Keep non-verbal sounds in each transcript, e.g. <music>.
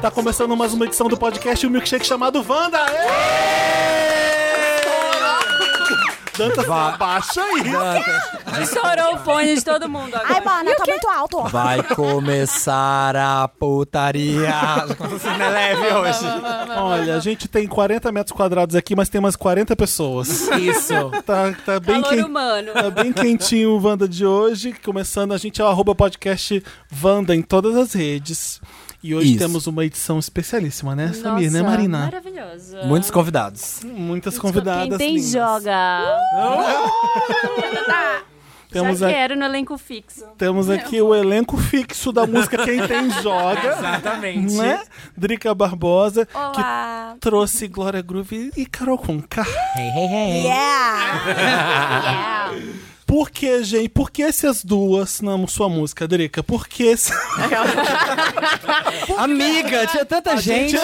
Tá começando mais uma edição do podcast O Milkshake chamado Wanda. Ê! Dantas, Vai. abaixa aí. Estourou o fone de todo mundo agora. Ai, mano, tá muito alto. Vai começar a putaria. Já começou assim, né, leve hoje. Olha, a gente tem 40 metros quadrados aqui, mas tem umas 40 pessoas. Isso. Tá, tá bem Calor quente. humano. Tá bem quentinho o Wanda de hoje. Começando, a gente é o arroba podcast Wanda em todas as redes. E hoje Isso. temos uma edição especialíssima, né, Nossa, Samir, né, Marina? Maravilhosa. <laughs> Muitos convidados. Muitas convidadas. Quem tem lindas. joga. Temos, Já a- quero no elenco fixo. temos aqui o elenco fixo da música Quem Tem Joga, Exatamente. né? Drica Barbosa, que Olá. trouxe Glória Groove e Carol Conká. Hey, hey, hey. Yeah. Por que, gente? Por que essas duas na sua música, Drica? Por que... esse- Amiga, tinha tanta gente.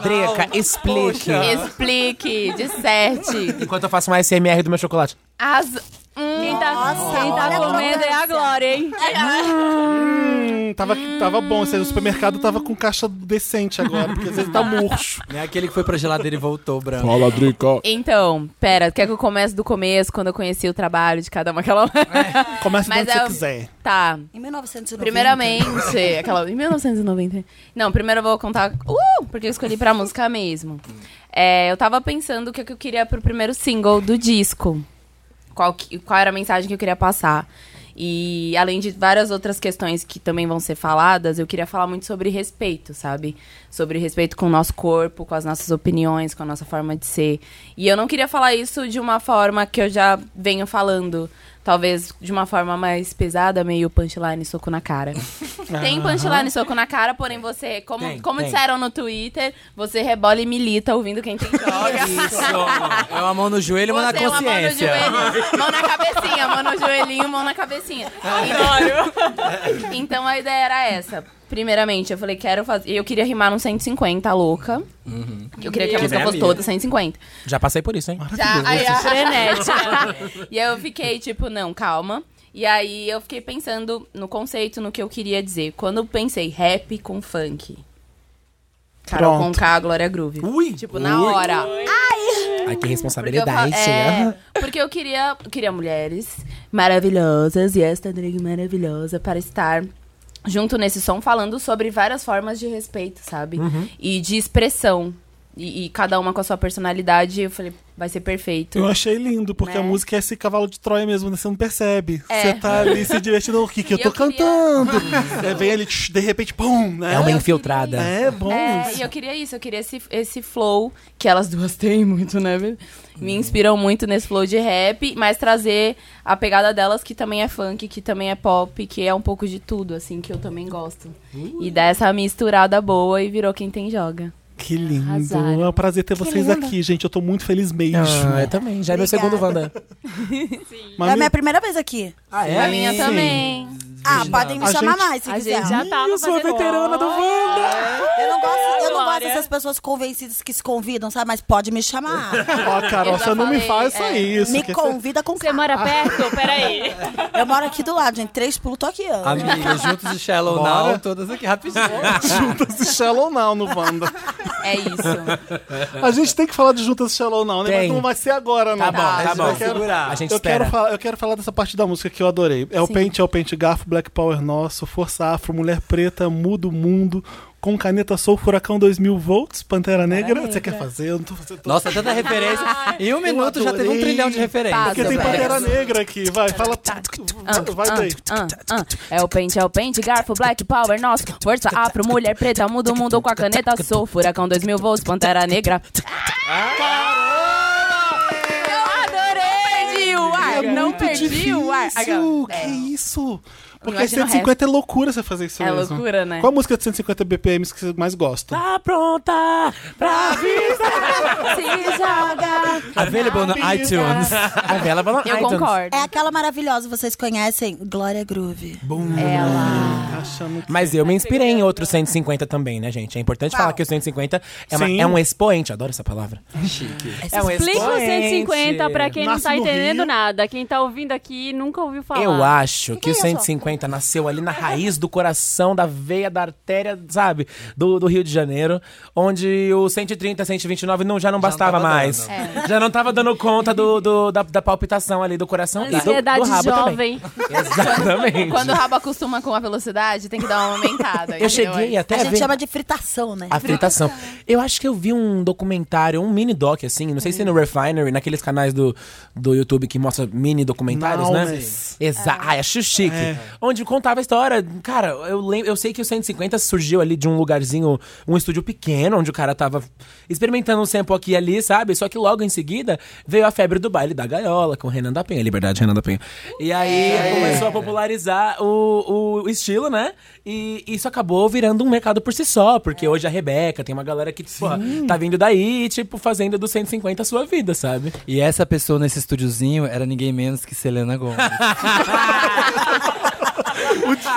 Drica, explique. Explique, disserte. Enquanto eu faço uma SMR do meu chocolate. As... um. Quem tá, Nossa, quem tá olha a comendo é a arrogância. Glória, hein? Hum, tava, tava bom, se o supermercado tava com caixa decente agora, porque às vezes tá murcho. Não é aquele que foi pra geladeira e voltou branco. Fala, Drica. Então, pera, quer que eu comece do começo, quando eu conheci o trabalho de cada uma? Aquela... <laughs> Começa de onde Mas você é- quiser. tá, Em 1990. primeiramente... aquela... Em 1990. Não, primeiro eu vou contar... Uh, porque eu escolhi pra música mesmo. É, eu tava pensando o que que eu queria pro primeiro single do disco. Qual, que- qual era a mensagem que eu queria passar. E além de várias outras questões que também vão ser faladas, eu queria falar muito sobre respeito, sabe? Sobre respeito com o nosso corpo, com as nossas opiniões, com a nossa forma de ser. E eu não queria falar isso de uma forma que eu já venho falando. Talvez de uma forma mais pesada, meio punchline e soco <laughs> na cara. tem punchline e soco na cara, porém você, como, Tem, como tem. disseram no Twitter, você rebola e milita ouvindo quem tem joga. Isso. É uma mão no joelho e uma na Você é uma consciência. Mão, no joelho, mão na cabecinha, mão no joelhinho, mão na cabecinha. Então, <laughs> então a ideia era essa. Primeiramente, eu falei, quero fazer. Eu queria rimar num 150, louca. Eu queria que a Que música vem fosse ali. toda 150. Já passei por isso, hein? Já, aí, a- frenética. e aí eu fiquei tipo, não, calma. E aí eu fiquei pensando no conceito, no que eu queria dizer. Quando eu pensei rap com funk. Carol Pronto. com K, Glória Groove. Ui. Tipo, na Ui. hora. Ai, que Porque eu, responsabilidade. né? fa- <laughs> é, porque eu queria, eu queria mulheres maravilhosas e esta drag maravilhosa para estar junto nesse som falando sobre várias formas de respeito, sabe? E de expressão. E, e cada uma com a sua personalidade. Eu falei, vai ser perfeito. Eu achei lindo, porque a Né? música é esse cavalo de Troia mesmo, né? Você não percebe. É. Você tá ali se divertindo. O que que eu E tô eu queria- <laughs> cantando? É, vem ali, tch, de repente, pum, né? É uma infiltrada. É bom. É, e eu queria isso, eu queria esse, esse flow que elas duas <laughs> têm muito, né? velho? Me inspiram muito nesse flow de rap, mas trazer a pegada delas que também é funk, que também é pop, que é um pouco de tudo, assim, que eu também gosto. E dar essa misturada boa e virou quem tem joga. Que lindo. Arrasaram. É um prazer ter vocês aqui, gente. Eu tô muito feliz mesmo. Ah, eu também. Já é meu Obrigada. segundo Wanda. Mas É a me- minha primeira vez aqui. Ah, é? A minha também. Ah, podem me A chamar gente- mais se A quiser. gente já tá tava Isso, a fazendo... veterana do Wanda. Eu não gosto, eu não gosto Glória. dessas pessoas convencidas que se convidam, sabe? Mas pode me chamar. Ó, Carol, Eu já você não me falei, faça <laughs> é. isso. <laughs> me que você- convida com Você calma. mora perto? Peraí. Eu moro aqui do lado, gente. Três pulos, tô aqui. ó. Amiga, juntos de Shallow Bora. Now, todas aqui rapidinho. <laughs> Juntas e Shallow Now no Wanda. É isso. A gente tem que falar de Juntas e Shallow Now, né? Tem. Mas não vai ser agora, não. Tá bom, A tá gente- bom. eu quero- Segurar. A gente eu espera. quero, falar, eu quero falar dessa parte da música que eu adorei. É o pente, é o pente garfo, Black Power nosso, Força Afro, Mulher Preta, Muda o Mundo, com caneta Sou, Furacão 2000 volts, Pantera Negra. Você quer fazer? Eu não tô fazendo. Nossa, tanta referência. Em um minuto já teve um adorei. trilhão de referências. Passa, Porque tem velho. Pantera Negra aqui, vai, fala. Vai daí. Ah, ah. É o pente, é o pente, garfo, black power, nosso Força afro, mulher preta, muda o mundo com a caneta Sou furacão 2000 volts, pantera negra Eu adorei! Não perdi o É ar, não muito perdi o ar É. difícil, Que isso? Porque Imagina o 150 é loucura você fazer isso É mesmo. loucura, né? Ah. Qual a música de 150 BPMs que você mais gosta? Tá pronta pra vista. Se joga Available no Tá. iTunes. <laughs> Available no Eu iTunes. concordo É aquela maravilhosa, vocês conhecem? Glória Groove. Ela Tá achando que. Mas eu me inspirei em outros 150 também, né, gente? É importante falar que o 150 é, uma- Sim. é um expoente. Adoro essa palavra. É um Explica o 150 pra quem não Nasce tá no entendendo Rio. nada. Quem tá ouvindo aqui nunca ouviu falar. Eu acho que, o é isso? 150 90, nasceu ali na raiz do coração, da veia, da artéria, sabe? Do, do Rio de Janeiro, onde o 130, 129 não, já não né? bastava tava mais. Já não tava dando conta do, do- da, da palpitação ali do coração e do, Ansiedade do rabo também. jovem. Exatamente. Quando o rabo é acostuma com a velocidade, tem que dar uma aumentada. Eu cheguei até A a gente É ver... chama de fritação, né? A fritação. Eu acho que eu vi um documentário, um mini doc, assim, não sei se no Refinery, naqueles canais do, do YouTube que mostra mini documentários, Não, né? mas- Exato. Ah, acho chique. Onde contava a história. Cara, eu, lem- eu sei que o 150 surgiu ali de um lugarzinho, um estúdio pequeno, onde o cara tava experimentando um sample aqui e ali, sabe? Só que logo em seguida veio a febre do baile da gaiola, com o Renan da Penha, Liberdade Renan da Penha. E aí começou a popularizar o, o estilo, né? E isso acabou virando um mercado por si só, porque hoje a Rebeca tem uma galera que, porra, tá vindo daí, tipo, fazendo do 150 a sua vida, sabe? E essa pessoa nesse estúdiozinho era ninguém menos que Selena <laughs> Gomez.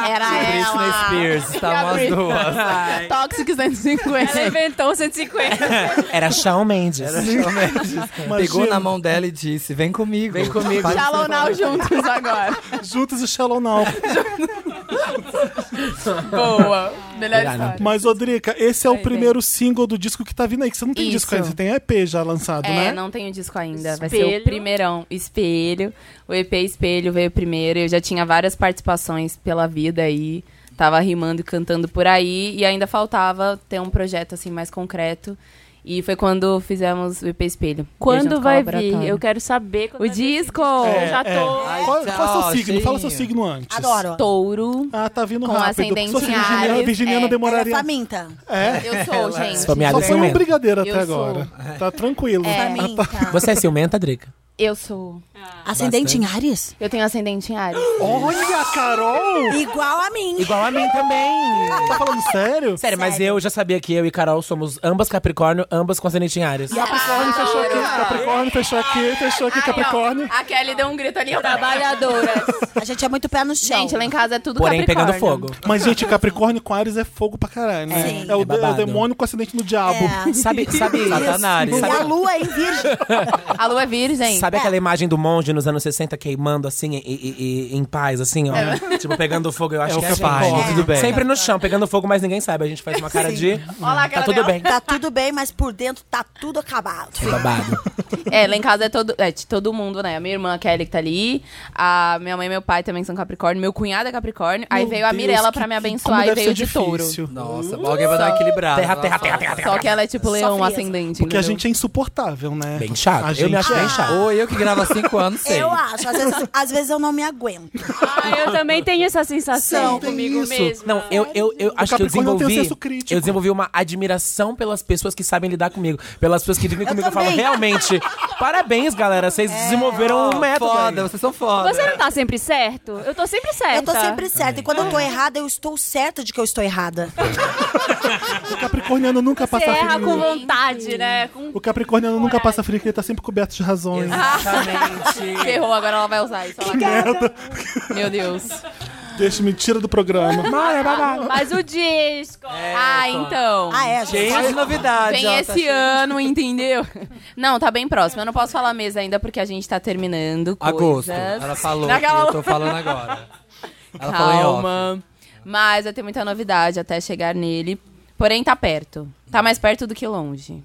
Era Britney ela. Spears, estavam as duas. Tóxico 150. Ela inventou um 150. <laughs> Era Shawn Mendes. é. Pegou na mão dela e disse: Vem comigo. Vem comigo. Shallow Now juntos agora. Juntos e Shallow <laughs> Now. Boa. Melhor Será, história. Mas, Odrica, esse é o Vai, primeiro single do disco que tá vindo aí. Que você não tem Isso. disco ainda, você tem EP já lançado, É, né? não tenho disco ainda. Vai ser Espelho. o primeirão. Espelho. O EP Espelho veio primeiro. Eu já tinha várias participações pela vida aí. Tava rimando e cantando por aí. E ainda faltava ter um projeto assim mais concreto. E foi quando fizemos o EP Espelho. Eu Quando junto com vai o laboratório. vir? Eu quero saber. quando O vai vir esse disco! É, Já tô. é. Qual, qual é o seu tchau, signo? Fala seu cheirinho. signo antes. Adoro. Touro. Ah, tá vindo Com rápido. ascendente Sou em virginiana, Ares, virginiana é. Ela é demoraria. faminta. É? Eu sou, gente. Esfomeada. Só foi um ciumenta. brigadeiro até Eu agora. Tá tranquilo. Faminta. Você é ciumenta, Drica? Eu sou. Ascendente em Ares? Eu tenho ascendente em Ares. Olha, Carol! Igual a mim. Igual a mim também. Tá falando sério? Sério, mas eu já sabia que eu e Carol somos ambas Capricórnio, ambas com ascendente em Ares. Capricórnio fechou aqui, Capricórnio fechou aqui, fechou aqui, Capricórnio. A Kelly deu um grito ali. Trabalhadora. A gente é muito pé no chão. <laughs> Gente, lá em casa é tudo Porém, pegando Capricórnio. fogo. Mas, gente, Capricórnio com Ares é fogo pra caralho, né? Sim. É, o, É babado. é o demônio com acidente no diabo. <laughs> Sabe, <laughs> sabe, Satanás. E a sabe, lua é em virgem. A lua é virgem. sabe aquela imagem do monge nos anos 60 queimando assim, e, e- e- em paz, assim, ó? Tipo, pegando fogo, eu acho É o que que é faz, gente. tudo bem. Sempre no chão, pegando fogo, mas ninguém sabe. A gente faz uma cara de. Olha lá, Tá aquela tudo bem. Tá tudo bem, mas por dentro tá tudo acabado. Babado. É, lá em casa é todo, é de todo mundo, né? A minha irmã a Kelly que tá ali, a minha mãe e meu pai também são Capricórnio, meu cunhado é Capricórnio, aí Meu veio a Deus, Mirella que- pra me que- como abençoar e deve veio ser de touro. difícil. Nossa, alguém vai dar uma equilibrada. Terra, terra, terra, terra, terra. Só que ela é tipo leão frieza. ascendente. Porque a entendeu? gente é insuportável, né? Bem chato. A Eu gente me acho é. bem chato. Ou eu que gravo há 5 anos, sei. Eu acho. Às vezes, às vezes eu não me aguento. Ah, eu também tenho essa sensação Sim, tem comigo isso. mesmo. Não, eu, eu, eu acho que eu Capricórnio tem um desenvolvi. senso crítico. Eu desenvolvi uma admiração pelas pessoas que sabem lidar comigo. Pelas pessoas que vivem Eu comigo. Eu falo, também. realmente, parabéns, galera. Vocês desenvolveram um método. Foda, aí." vocês são foda. Você não tá sempre certo? Eu tô sempre certa. Eu Tá. tô sempre certa. E quando eu tô errada, eu estou certa de que eu estou errada. O Capricorniano nunca Você passa erra frio. com vontade, né? Com... O Capricorniano nunca passa frio, porque ele tá sempre coberto de razões. Ah, <laughs> Exatamente. Ferrou, agora ela vai usar isso. Olha lá. Meu Deus. Deixa mentira do programa. é Mas o disco. É, ah, então. Ah, é, gente. Cheio de novidade, Vem ó, tá esse cheio. ano, entendeu? Não, tá bem próximo. Eu não posso falar mesmo ainda porque a gente tá terminando coisas. Agosto. Ela falou Naquela- que eu tô <laughs> falando agora. Ela falou em off. Calma. Mas vai ter muita novidade até chegar nele. Porém, tá perto. Tá mais perto do que longe.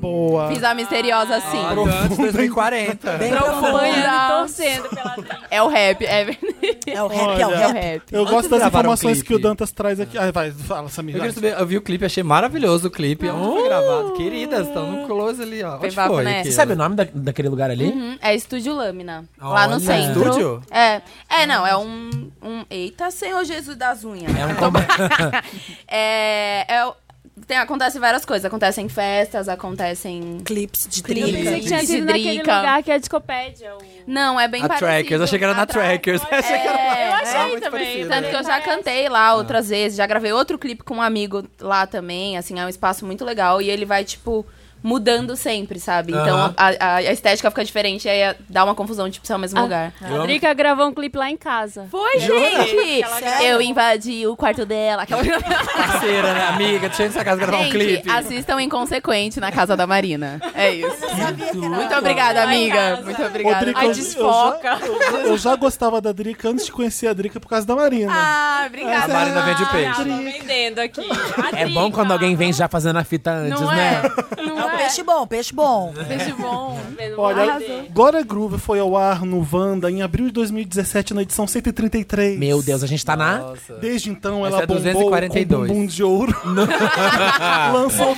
Boa. Fiz a misteriosa assim. Antes 2040. Profunda. torcendo pela gente. É o rap, é verdade. É o rap, é o É o Olha. rap. rap. Eu gosto das gravaram um informações que o clipe. Dantas traz aqui. Ah, vai, fala, Samir. Eu, vai. queria saber, eu vi o clipe, achei maravilhoso o clipe. Onde foi gravado? Queridas, estão no close ali, ó. Tem Onde papo, foi? né? aquilo? Você sabe o nome da- daquele lugar ali? Uhum. Hum, É Estúdio Lâmina. lá Olha. no centro. Estúdio? É. É, não, é um. um... Eita, Senhor Jesus das unhas. É um combo- <laughs> é. é o- Tem, acontece várias coisas. Acontecem festas, acontecem. Clips de Clipes. trilha. Você tinha sido naquele Drica. lugar que é a discopédia. o- Não, é bem A parecido. Trackers, achei que era na A Track- Trackers. achei que era... É, eu é achei muito também. parecido, tá Tanto que eu já ligado? cantei Ah. lá outras vezes, já gravei outro clipe com um amigo lá também, assim, é um espaço muito legal. E ele vai, tipo, mudando sempre, sabe? Então Aham. a, a- a estética fica diferente e aí dá uma confusão, tipo, se é o mesmo Ah. lugar. A Drica gravou um clipe lá em casa. Foi, gente! Eu invadi o quarto dela. Aquela... Parceira, né, amiga? Tinha essa casa gravar um gente, clipe. assistam Inconsequente na casa da Marina. É isso. Muito Muito obrigada, Lá em amiga. casa. Muito Ô, obrigada. Drica, Ai, eu- desfoca. Eu já, eu já gostava da Drica antes de conhecer a Drica por causa da Marina. Ah, A obrigada. Marina vende Ah, peixe. tô vendendo aqui. A É bom Drica. quando alguém vem já fazendo a fita antes, Não né? é? Não É um é? peixe bom, peixe bom. Peixe bom. Vendo Olha, arrasou. Glória Groove foi ao ar no Wanda em abril de 2017, na edição 133. Meu Deus, a gente tá na. Desde então, Essa ela é bombou com 242. bumbum de <laughs> ouro. lançou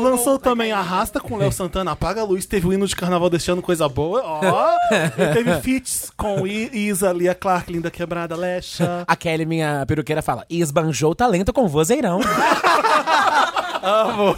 lançou também Arrasta com Léo Santana, Apaga a Luz, teve o hino de carnaval deste ano, coisa boa. Ó, E teve feats com I- Isa, Lia Clark, Linda Quebrada, Lecha. A Kelly, minha peruqueira, fala: esbanjou o talento com vozeirão. Amo.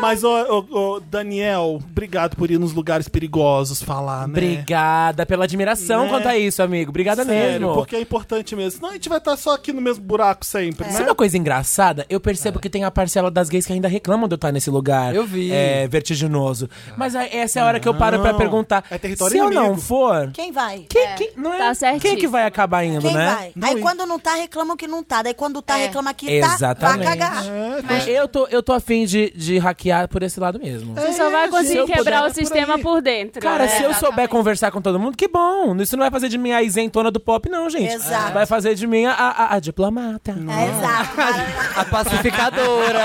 Mas, ô, ô, ô, Daniel, obrigado por ir nos lugares perigosos falar, né? Obrigada pela admiração Né? quanto a isso, amigo. Obrigada Sério, mesmo. porque é importante mesmo. Senão a gente vai estar só aqui no mesmo buraco sempre, né? Sabe uma coisa engraçada? Eu percebo que tem a parcela das gays que ainda reclamam de eu estar nesse lugar. Eu vi. É, vertiginoso. Mas aí, essa é a hora que eu paro pra Não. perguntar. É território Se eu inimigo. não for, Quem vai? quem, quem- não é, tá quem é que certíssimo. vai acabar indo, Quem né? vai? Não Aí ir. quando não tá, reclamam que não tá. Daí quando tá, É. reclama que tá, Exatamente. vai cagar. É, Mas Eu tô, eu tô afim de, de hackear por esse lado mesmo. É. Você só vai se conseguir eu quebrar puder, o é por sistema aí. por, dentro. Cara, né? se eu souber conversar com todo mundo, que bom. Isso não vai fazer de mim a isentona do pop, não, gente. Exato. Vai fazer de mim a, a- a diplomata. É, exato. A pacificadora.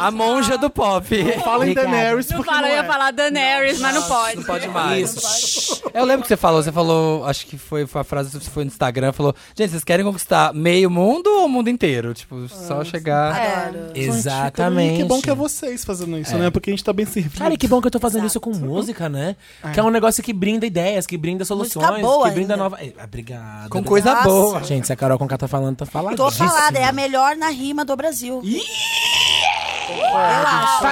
a monja do pop. Fala em Obrigado. Daenerys, Não porque fala, eu não ia é. falar Daenerys, mas não pode. Não pode mais. Isso. Eu lembro que você falou, você falou, acho que foi, foi a frase que foi no Instagram, falou, gente, vocês querem conquistar meio mundo ou o mundo inteiro? Tipo, só chegar. Adoro. Exatamente. E que bom que é vocês fazendo isso, né? Porque a gente tá bem servido. Cara, e que bom que eu tô fazendo isso com música, né? Que é um negócio que brinda ideias, que brinda soluções, boa que brinda ainda. nova. Eh, Obrigado. Com coisa Nossa. boa. Gente, se a Carol Conká tá falando, tá falando. Tô falada, é a melhor na rima do Brasil. Eu acho.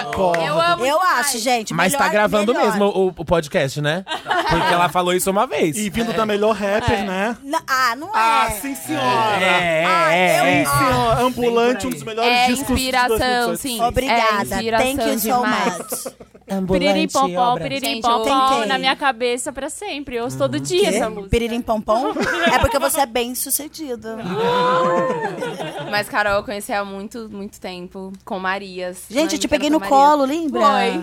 Eu amo. Eu acho, gente. Tá Mas tá melhor- gravando melhor. mesmo o, o podcast, né? Porque ela falou isso uma vez. E vindo da melhor rapper, né? Na- ah, não é. É. Ah, sim, senhora! é, Ah, eu Sim, senhora! Vem por Ambulante, aí. um dos melhores É discos de inspiração, 2018. sim. É Obrigada. inspiração Thank you so demais. much. Ambulante, Piriripompom, obra. Gente, eu piriripompom, tentei. na minha cabeça pra sempre. Eu ouço todo dia essa Quê? música. <laughs> Piririm pompom? É porque você é bem sucedido. Mas, Carol, eu conheci há muito, muito tempo com Marias. Gente, eu te peguei no Marias. colo, lembra? Foi.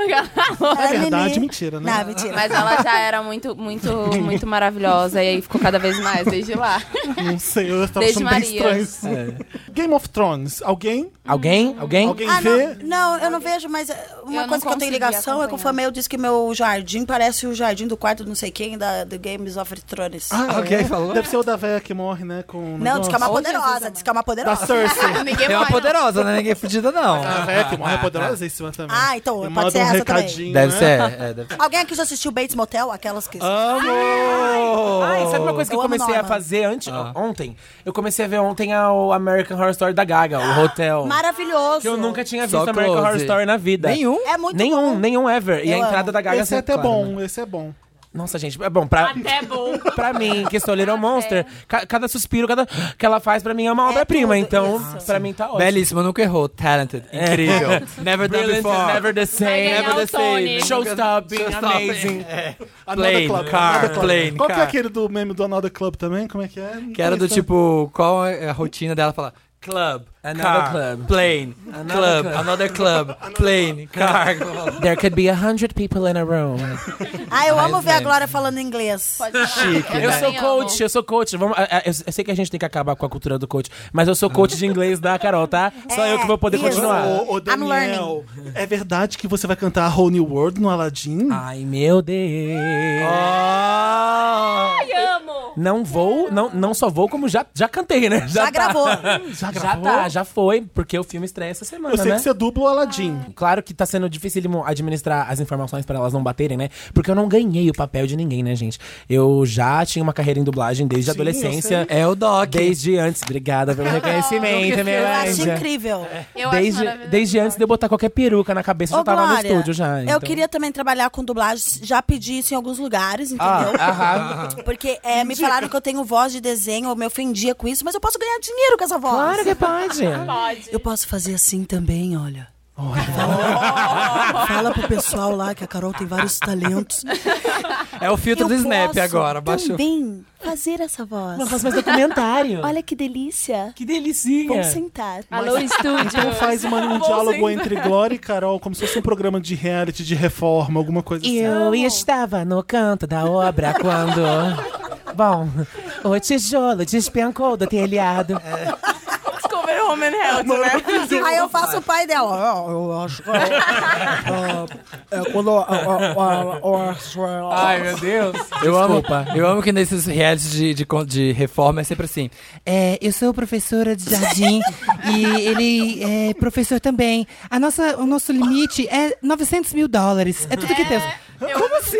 <laughs> Na Ela é verdade, nenê. mentira, né? Não, mentira. Mas ela já era muito, muito, muito maravilhosa. E aí ficou cada vez mais desde lá. Não sei, eu tava Desde achando bem Maria. estranho isso. Game of Thrones, alguém? Alguém? Alguém? Alguém Ah, vê? não, não, eu não vejo, mas eh, uma Eu não coisa que eu tenho consegui ligação é que o acompanhar. Flamengo disse que meu jardim parece o jardim do quarto não sei quem, da, do Games of Thrones. Ah, <laughs> Alguém é? falou? Deve ser o da véia que morre, né? Com o não, diz que é uma negócio. poderosa, diz que é uma Da poderosa. Cersei. <laughs> <laughs> Ninguém É uma mais. poderosa, né? Ninguém é fudida, não. A véia que morre é poderosíssima também. Ah, então, E pode manda ser um essa também. recadinho, Deve né? ser, é, deve ser. Alguém aqui já assistiu Bates Motel? Aquelas que... Ah, Amor! Ai, sabe uma coisa que eu Eu amo Ah. comecei a Norma. fazer antes, ontem? Eu comecei a ver ontem a- o American Horror Story da Gaga, o Hotel. Ah, Maravilhoso. Que eu nunca tinha visto Só American close. Horror Story na vida. Nenhum? É muito nenhum, bom. nenhum ever. E a Eu entrada amo. da Gaga Esse é sempre até clara, né? bom, esse é bom. Nossa, gente, é bom pra Até bom. <laughs> Pra mim, que sou Little Monster, ca- cada suspiro cada <gasps> que ela faz pra mim é uma obra-prima, tudo, então isso. pra mim tá ótimo. <laughs> Belíssima, nunca errou. Talented, incrível. É. <laughs> Never done Brilliant before. is never the Vai same. ganhar Never the o same. Tony. Showstopping, Showstopping. amazing. Another Plane, car, Another plane, Qual que é car. aquele do meme do Another Club também? Como é que é? Que era do tipo, qual é a rotina dela? Falar club, Another car, club. plane, club, club. <laughs> another club, plane, car. There could be a hundred people in a room. Ah, eu amo ver a velho. Glória falando inglês. Pode falar. Chique, Eu né? sou também amo. coach, eu sou coach. Vamos, a- a- eu, eu sei que a gente tem que acabar com a cultura do coach, mas eu sou coach de inglês da Carol, tá? Só É, eu que vou poder isso. ah, continuar. Ô, ô, I'm Daniel, é verdade que você vai cantar a Whole New World no Aladdin? Ah, Ai, meu Deus. Oh, Ai, amo. Não vou, não, não só vou, como já, já cantei, né? Já, tá. gravou. já Já gravou? tá, já foi, porque o filme estreia essa semana, Eu sei né? que você dubla o Aladdin. Claro que tá sendo dificílimo administrar as informações pra elas não baterem, né? Porque eu não ganhei o papel de ninguém, né, gente? Eu já tinha uma carreira em dublagem desde a Sim, adolescência. é o Doc. Desde antes. Obrigada pelo reconhecimento, Eu minha acho anja. incrível. Eu acho Desde, maravilhoso. desde antes de eu botar qualquer peruca na cabeça, eu Ô, já tava Glória, no estúdio já. então. eu queria também trabalhar com dublagem. Já pedi isso em alguns lugares, entendeu? Ah, Aham. <laughs> Porque é, me falaram que eu tenho voz de desenho, eu me ofendia com isso, mas eu posso ganhar dinheiro com essa voz. Claro que pode. Eu posso fazer assim também, olha. <laughs> Fala pro pessoal lá que a Carol tem vários <laughs> talentos. É o filtro Eu do Snap posso agora, baixou. também fazer essa voz. faz mais <laughs> documentário. Olha que delícia. que delicinha. Vamos sentar. Alô, estúdio. Então faz uma- um diálogo entre Glória e Carol, como se fosse um programa de reality, de reforma, alguma coisa assim. Eu estava no canto da obra quando. Bom, o tijolo despencou do telhado. Discover Home and Health, né? Aí eu faço o pai dela. "Ah, eu acho que. ah, é quando. ah, ah, ah, ah, ah, ah." meu Deus. Eu amo, eu amo que nesses realities de, de, con- de reforma é sempre assim. É, eu sou professora de jardim e ele é professor também. A nossa, o nosso limite é 900 mil dólares. É tudo que temos. Como assim?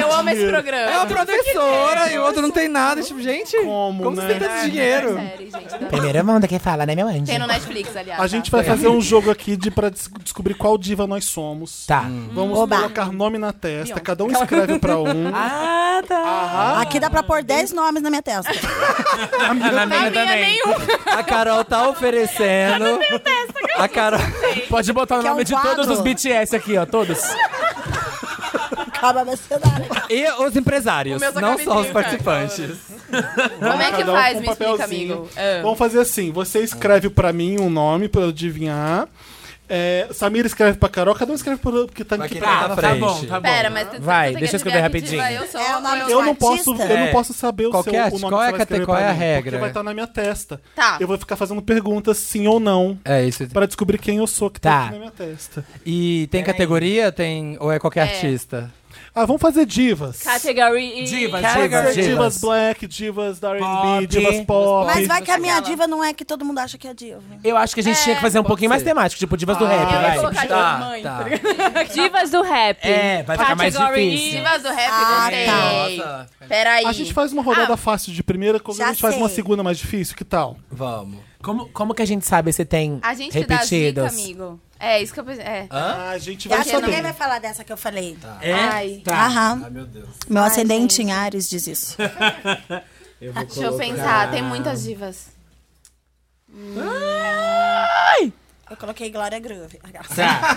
Eu amo esse programa. É uma professora e o outro não tem nada. Tipo, gente, Como, como né? você tem esse dinheiro? Série, gente. dá- Primeira onda que fala, né, meu anjo? É, Tem no Netflix, aliás. A tá? gente vai Foi. fazer um jogo aqui de para descobrir qual diva nós somos. Tá. Vamos Oba. colocar nome na testa, cada um escreve pra um. Ah, tá. Aqui dá pra pôr 10 nomes na minha <laughs> testa. Na minha A Carol tá oferecendo. A Carol. Pode botar o Que é nome um de quadro. todos os BTS aqui, ó. Todos. Acaba meu cenário. E os empresários, meu só não só os camisinha, participantes. Como é que Cada um faz? com Me explica, papelzinho. amigo. Ah. Vamos fazer assim: você escreve pra mim um nome pra eu adivinhar. É, Samira escreve pra Carol, cada um escreve pro que tá Vai aqui que pra tá. cá. tá bom, tá Pera, mas tu- Vai, tu tem deixa eu que escrever adivinhar que diva rapidinho. Eu sou. É o nome eu- do Eu não, posso, artista? eu É. não posso saber o, Qual que é? seu, o nome Qual que é você a vai escrever cate- qual pra é a mim, Porque regra? vai estar na minha testa. Tá. Eu vou ficar fazendo perguntas sim ou não É isso. pra descobrir quem eu sou que tá, Tá. aqui na minha testa. E tem categoria? Tem. Ou é qualquer É. artista? Ah, vamos fazer divas. Category. Divas, Divas, divas divas, divas. black, divas da R&B, Pop. divas pop. Mas vai que a minha Aquela. diva não é que todo mundo acha que é diva. Eu acho que a gente tinha que fazer um pouquinho mais temático, tipo divas do rap, Eu vai. ia colocar Tá, de mãe. tá. tá ligado? Divas do rap. É, vai ficar mais Category difícil. Divas do rap, Ah, gostei. Peraí. A gente faz uma rodada Ah, fácil de primeira, como a Já gente faz uma sei. segunda mais difícil, que tal? Vamos. Como, como que a gente sabe se tem A gente que dá dica, repetidos? amigo. É, isso que eu pensei. É. Ah, a gente Eu vai acho que ninguém saber. vai falar dessa que eu falei. É? Ai. Aham. Tá. Meu Deus. Meu ascendente em Ares diz isso. Deixa eu pensar, tem muitas divas. <laughs> Eu coloquei Glória Groove. é- Tá.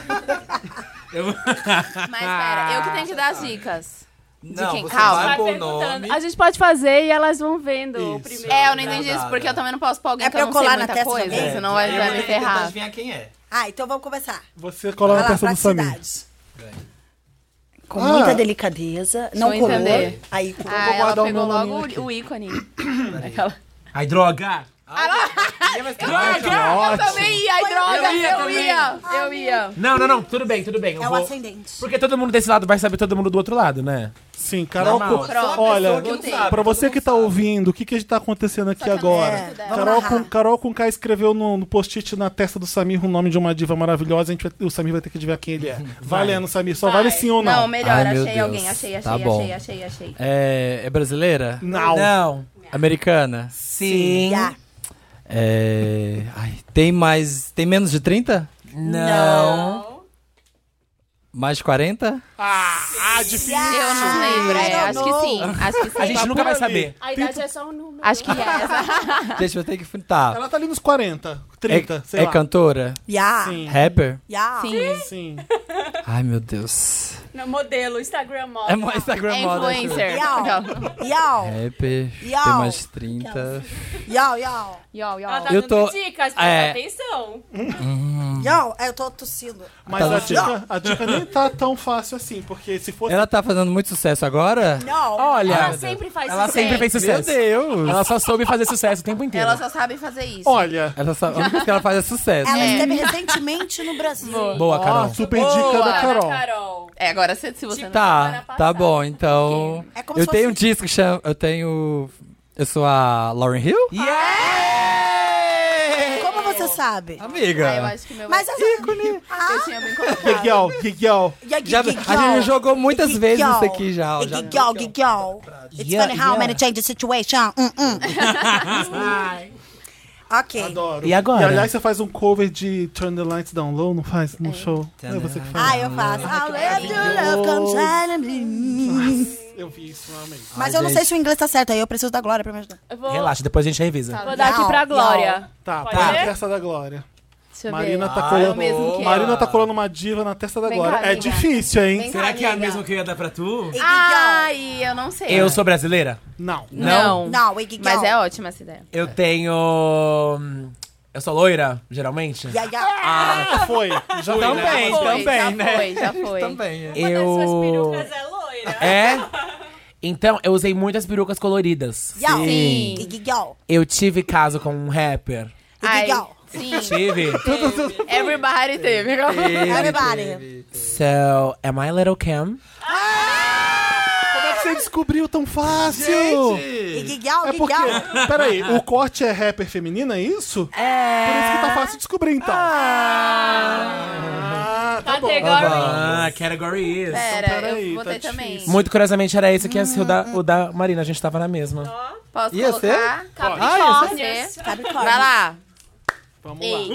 Mas pera, eu que tenho que dar as dicas. Não, quem? você Calma. vai Vai pôr o perguntando. nome. A gente pode fazer e elas vão vendo o Isso. primeiro. É, eu não entendi Nada. isso, porque eu também não posso pôr alguém É que pra eu eu não sei colar na muita testa de coisa, alguém? senão É, vai, vai me ferrar. adivinhar quem é. Ah, então vamos começar. Você coloca a Vai lá, peça do Samir. praticidade. Com Ah. muita delicadeza. Não eu colou. entender. Aí colou. Ah, ela guardar o meu pegou nome logo o, o ícone. Aquela- Ai, droga! Eu também ia, ai droga, eu ia, eu ia. Não, não, não, tudo bem, tudo bem. Eu É o vou... ascendente. Porque todo mundo desse lado vai saber todo mundo do outro lado, né? Sim, Carol. Normal. Co- Pronto, Olha, pessoa que não sabe, pra você que tá ouvindo, o que que tá acontecendo aqui agora? é, né? vamos Carol, narrar. com, Carol com K escreveu no, no post-it na testa do Samir o nome de uma diva maravilhosa. A gente vai- o Samir vai ter que adivinhar quem ele é. Valendo, Samir. Só vale sim ou Não, não. melhor, Ai, meu achei Deus. alguém, achei, achei, Tá bom. achei, achei, achei. É, é brasileira? Não. Não. Americana? Sim. Já. É. Ai, tem mais. Tem menos de 30? Não. Mais de 40? Ah, difícil. Eu não lembro, é, I acho don't que know. sim, acho que sim. A gente nunca vai por ali. saber. A idade é só um número. Acho <laughs> que é essa. Deixa eu ter que. Tá. Ela tá ali nos 40, 30, é sei é lá. cantora? Já. Sim. Rapper? Já. Sim. Sim. Ai, meu Deus. No modelo, Instagram model. É uma Instagram É model. influencer. Real. Não. Yau. Rapper, Yo. tem mais 30. Yau, yau. Yo, yo. Ela tá Eu dando tô- dicas, presta é. atenção. Yau. É, Eu tô tossindo. Tá Mas a, dica, a dica nem tá tão fácil assim, porque se fosse. Ela tá fazendo muito sucesso agora? Não. Ela Olha, sempre faz ela sempre fez Meu sucesso. Deus! Ela só soube fazer sucesso o tempo inteiro. Ela só sabe fazer isso. Olha, Ela só, a única coisa que ela faz é sucesso. Ela esteve recentemente no Brasil. Boa, Carol. ó, super dica da Carol. Carol. Carol. É, agora se, se você não... Tá, tá bom, então. É como eu se tenho um fosse- disco que chama. Eu tenho. Eu sou a Lauren Hill? Ah, Yeah! Como você sabe? Ah, Ah, eu Amiga! acho que meu... Mas essa... Eu tinha me colocado. Gigal, Gigal. Já- a gente jogou muitas vezes isso aqui já. já. Gigal, gigal. It's Yeah, funny how yeah. many change the situation. Hum, hum. ok. Adoro. E agora? E aliás, você faz um cover de Turn the Lights Down Low, não faz? No show? Não é você que faz. Ah, eu faço. I'll let your love come silently. Eu vi isso, eu amei. Mas eu não gente. sei se o inglês tá certo aí. Eu preciso da Glória pra me ajudar. Eu vou, Tá. Relaxa, depois a gente revisa. vou dar aqui pra Não, Glória. Tá, Pode para a ser? festa da Glória. Deixa eu Marina ver. tá Ah, colando- é o mesmo que Marina eu. tá colando uma diva na testa da Vem Glória. cá, é amiga. difícil, hein? Vem cá, Será que é a amiga. mesma que eu ia dar pra tu? Iggy Girl. Ai, eu não sei. Eu sou brasileira? Não. Não. Não, Iggy Girl. Mas é ótima essa ideia. Eu tenho. hum, Eu sou loira, geralmente? Yeah, yeah. Ah, foi. Já foi, né? Também, Foi, também, já né? foi, já foi. Também, é. Uma das suas Eu. perucas é loira. É? Então, eu usei muitas perucas coloridas. Yeah. Sim. Iggy Girl. Eu tive caso com um rapper. Ai, Legal. sim. Tive. Everybody teve. Everybody. So, am I Little Kim? Como é que você descobriu tão fácil? Iggy Girl, É Iggy porque. Girl. Peraí, o corte é rapper feminina, é isso? É. Por isso que tá fácil descobrir, então. Ah, tá bom. Category. Ah, category is. Pera, peraí, eu tá botei difícil. também. Muito curiosamente era esse que ia ser o da, o da Marina, a gente tava na mesma. Posso Ia colocar? Capricórnio. Capricórnio. Capricórnio. Vai lá. Vamos lá. Ei,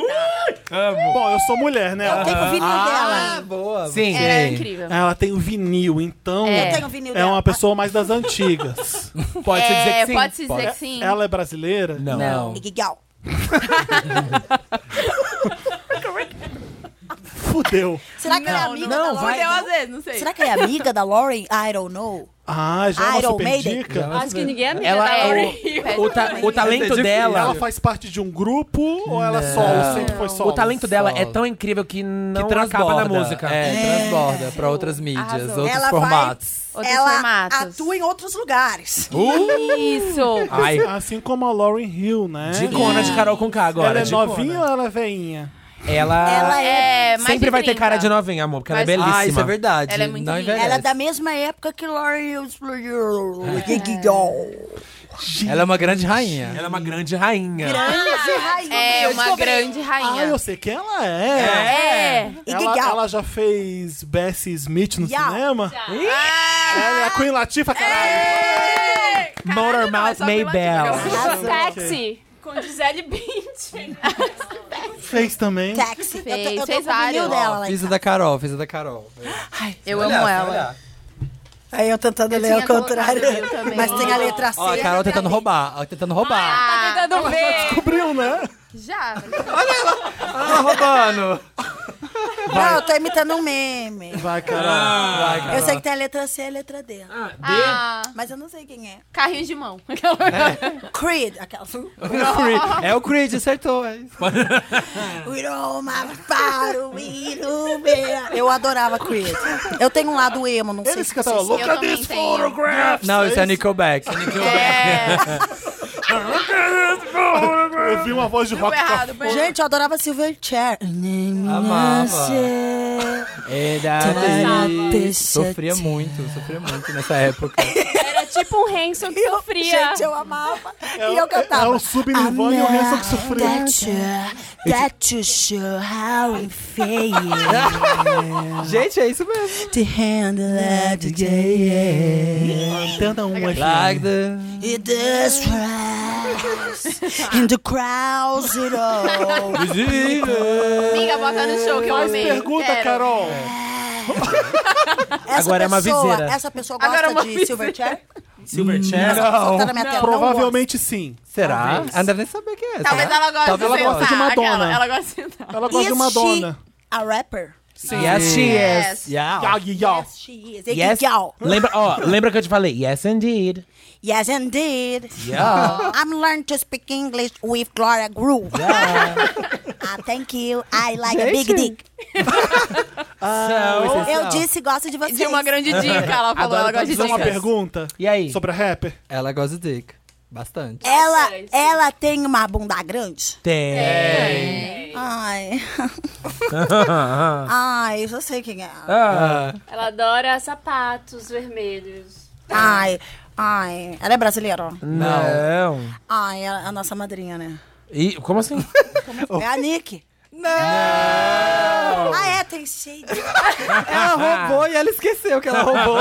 Bom, eu sou mulher, né? Eu tenho o vinil dela. Boa. Sim. era É, incrível. Ela tem o vinil, então. É. Eu tenho o vinil É dela. uma pessoa mais das antigas. <laughs> Pode-se dizer É, que sim. pode se dizer que sim. Ela é brasileira? Não. Não. Iggy Girl. Fudeu. Será que ela é amiga da não, Lauren? vai, Deu às vezes, não sei. Será que ela é amiga da Lauren? I don't know. Ah, já é uma Iron super Maiden? dica. Acho que ninguém é amiga Ela da é Lauren o, o, ta- o talento difícil. Ela dela. faz parte de um grupo ou ela é solo? Sempre foi solo? O talento dela é Solo. tão incrível que não que transborda. acaba na música. É, transborda pra outras mídias, Arrasou. outros Ela vai- formatos. Outros ela formatos. Uh! atua em outros lugares. Isso. Ai, Assim como a Lauren Hill, né? dicona É. de né? Carol com K agora. Ela é dicona. novinha ou ela é veinha? Ela, Ela é- É, mais sempre de vai ter 30. cara de novinha, amor, porque ela é Mais- belíssima. Ah, isso é verdade. Ela é muito não linda. envelhece. Ela é da mesma época que Lauren Hill explodiu. Iggy Girl. Ela é uma grande rainha. Ela é uma grande rainha. Grande rainha. É eu uma descobri. grande Ah, rainha. eu sei quem ela é. É. Iggy Ela, Girl. ela já fez Bessie Smith no Yeah. cinema? Ela é a Queen Latifah, É. caralho. Motor Mouth Maybell. Sexy. Com Gisele Bündchen. Fez também. Tá. Taxi. Eu, Fez, te- eu tô fez com o vinil vários. dela. lá em Fiz a casa. da Carol, fiz a da Carol. Eu amo ela. Aí eu tentando ler ao tinha colocado contrário. o meu também. Mas tem a letra C. Ó, a Carol tentando roubar, ó, tentando roubar. Ah, Tentando ver. Descobriu, né? já. <laughs> Ela roubando. Não, eu tô imitando um meme. Ah. Vai, Carol. Vai, Carol. Eu sei que tem a letra C e a letra D. Ah, Mas eu não sei quem é. carrinho de mão. Creed. Aquela. Ah. <laughs> Creed. É o Creed, acertou. É isso. Iroma para o Irumê. Eu adorava Creed. Eu tenho um lado emo, não sei Eles se vocês cantaram Eu Look at também these tenho. photographs. Não, isso é Nickelback. É. Eu vi uma voz de rock. errado, pô. Gente, eu adorava Silverchair. Ah. Amava. Era Tá, Sofria muito, sofria muito nessa época. Era tipo um Hanson que sofria. Gente, eu amava. É, e eu cantava. É o sub-nirvana e o Hanson que sofreu. Ah, That you, that you show how we feel. Gente, é isso mesmo. to handle every day. Antena 1 Like FM. the... It does rise in the crowds it all. Amiga, bota no show que eu Faz amei. pergunta, Quero. Carol. Essa Agora é uma pessoa, viseira. Essa pessoa Agora é gosta uma de viseira. Silverchair? Silverchair. Essa pessoa tá na minha tela, não Provavelmente sim. Será? Ela não deve nem saber quem é. Talvez será? ela goste Talvez de ela goste de sentar. Madonna. Aquela, Ela gosta de sentar. Ela gosta. gosta de Madonna. Is she a rapper? Sim. Yes, she Yes. is. Yeah. Yau, yau. Yes, she is. Yes. Yes. Gal. É. Lembra, ó, lembra que eu te falei? Yes, indeed. Yes, indeed. Yeah. I'm learning to speak English with Gloria Groove. Yeah. Ah, thank you. I like a big Gente. dick. So, Eu disse gosto de vocês. De uma grande dica, ela falou. Ela gosta de Fazer tá uma dicas. pergunta E aí? sobre a rapper? Ela gosta de dick. Bastante. Ela, ela tem uma bunda grande? Tem. Ai. Ai, eu só sei quem é. Ah. Ela adora sapatos vermelhos. Ai, ai. Ela é brasileira? Não. Ai, é a nossa madrinha, né? E, como <laughs> assim? Oh. É a Nick. Não! Ah, é, tem cheio. Ela roubou e ela esqueceu que ela roubou.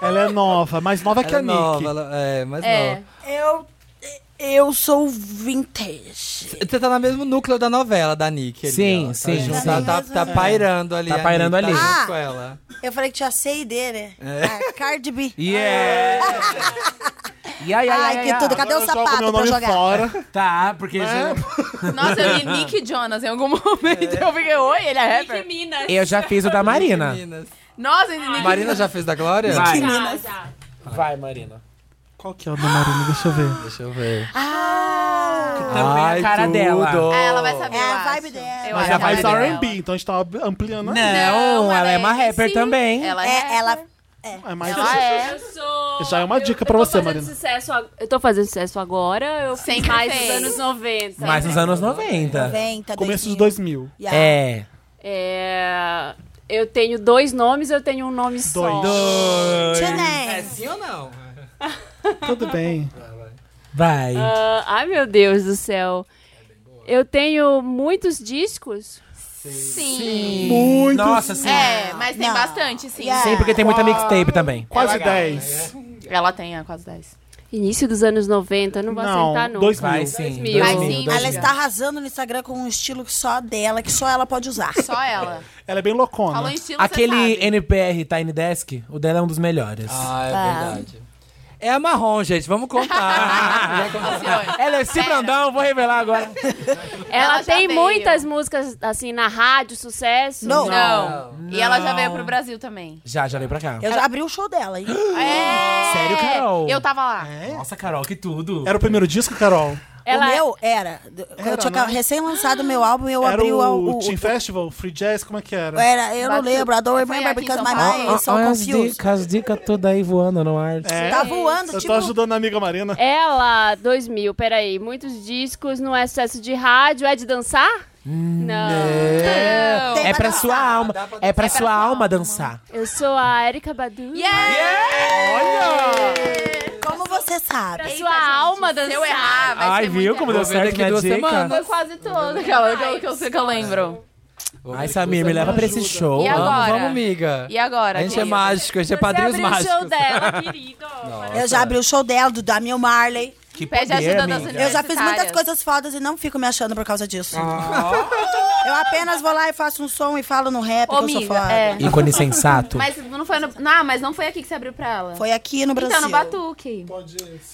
Ela é nova, mais nova que ela é a Nick. nova, ela- é, mas É. não. Eu. Eu sou vintage. Você tá no mesmo núcleo da novela da Nick. ali, Sim, ó, tá sim. junto, Sim. Tá, tá, tá pairando ali. Tá a pairando Nick, ali. Tá junto Ah. com ela. É, Eu falei que tinha C e D, né? É. Cardi B. Yeah. E aí, Ai, ai, ai, que ai, tudo. ai. Cadê o Eu jogo sapato meu pra nome jogar? <laughs> fora. Tá, porque. Nossa, eu li Nick Jonas em algum <laughs> momento. Eu fiquei, oi, ele é Nick rapper? Minas. Eu já fiz o da Marina. Meninas. Nossa, ele Nick Marina já fez da Glória? Vai. Já, já. Vai, Marina. Qual que é o da Marina? Deixa eu ver. Deixa eu ver. Também a cara tudo. dela. Ah, ela vai saber. É eu a acho. vibe dela. Eu Mas acho Ela é a faz vibe R&B, dela. então a gente tava ampliando. aí. Né. Não, ela é uma ela é rapper sim. também. Ela É, é. ela. É mais Ela é. Eu sou... Já é uma eu- dica eu pra tô você, fazendo Marina. Sucesso, ag- eu tô fazendo sucesso agora, eu fiz Sempre mais nos fez. anos 90. Mais nos anos 90. 90, Começo dos 2000. 2000. Tá. Yeah. É. É, eu tenho dois nomes, eu tenho um nome só. É. Tchanem. sim ou não? Tudo bem. Vai. Ah, ai, meu Deus do céu. Eu tenho muitos discos. Sim. Muito. Nossa, sim. É, mas tem Não. bastante, sim. Yeah. Sim, porque tem muita mixtape também. é Quase 10. Ela tem ah, quase 10. Início dos anos 90, eu não vou Não, acertar nunca. 2000. Vai sim. 2000. Vai sim. Ela Dois está arrasando no Instagram com um estilo só dela, que só ela pode usar. Só ela. Ela é bem loucona. Falou em estilo, cê Aquele sabe. NPR Tiny Desk, o dela é um dos melhores. Ah, é Tá. verdade. É a marrom, gente. <laughs> Vamos contar. <laughs> Assim, Ela é Pera. Brandão, vou revelar agora. Ela, Ela já tem veio. muitas músicas, assim, na rádio, sucesso. <laughs> Não. Não. E ela já Não. veio pro Brasil também. Já, já veio pra cá. Eu já abri o show dela, hein? É. Sério, Carol? É? Eu tava lá. Nossa, Carol, que tudo. Era o primeiro disco, Carol? Ela O é- meu era. eu tinha não? recém-lançado o meu álbum e eu era abri o. o, o- Team Festival? Free Jazz? Como é que era? era, eu não Bate- lembro. I don't Foi remember aqui em because São my Paulo. mind is so Ah, confused. Ah, as dicas todas aí voando no ar. É. Tá voando, Eu tipo. É, tô ajudando a amiga Marina. Ela, 2000, peraí, muitos discos, não é sucesso de rádio, é de dançar? Não. Hum. É, Tem é pra pra dançar. sua alma. É pra sua alma dançar. Eu sou a Erika Badu. Como você sabe? A sua alma dançar. Se eu errar, vai Ai, ser viu muito como deu errado. Vou ver certo daqui minha duas dica? semanas. Foi quase tudo, Carol, que eu- que eu sei que eu lembro. Ai, Samir, me leva pra esse show. E Vamos. agora? Vamos, vamos, amiga. E agora? A gente é querido? mágico, a gente é Você padrinhos abriu o show <laughs> mágicos. dela, querido. Eu já abri o show dela, do Damian Marley. Que Pede ajuda das Eu já fiz muitas Universitárias. coisas fodas e não fico me achando por causa disso. Ah. Eu apenas vou lá e faço um som e falo no rap Ô, que eu sou amiga, foda. é. Ícone sensato. Mas não foi no... Não, mas não foi aqui que você abriu pra ela. Foi aqui no Brasil. Então, no Batuque.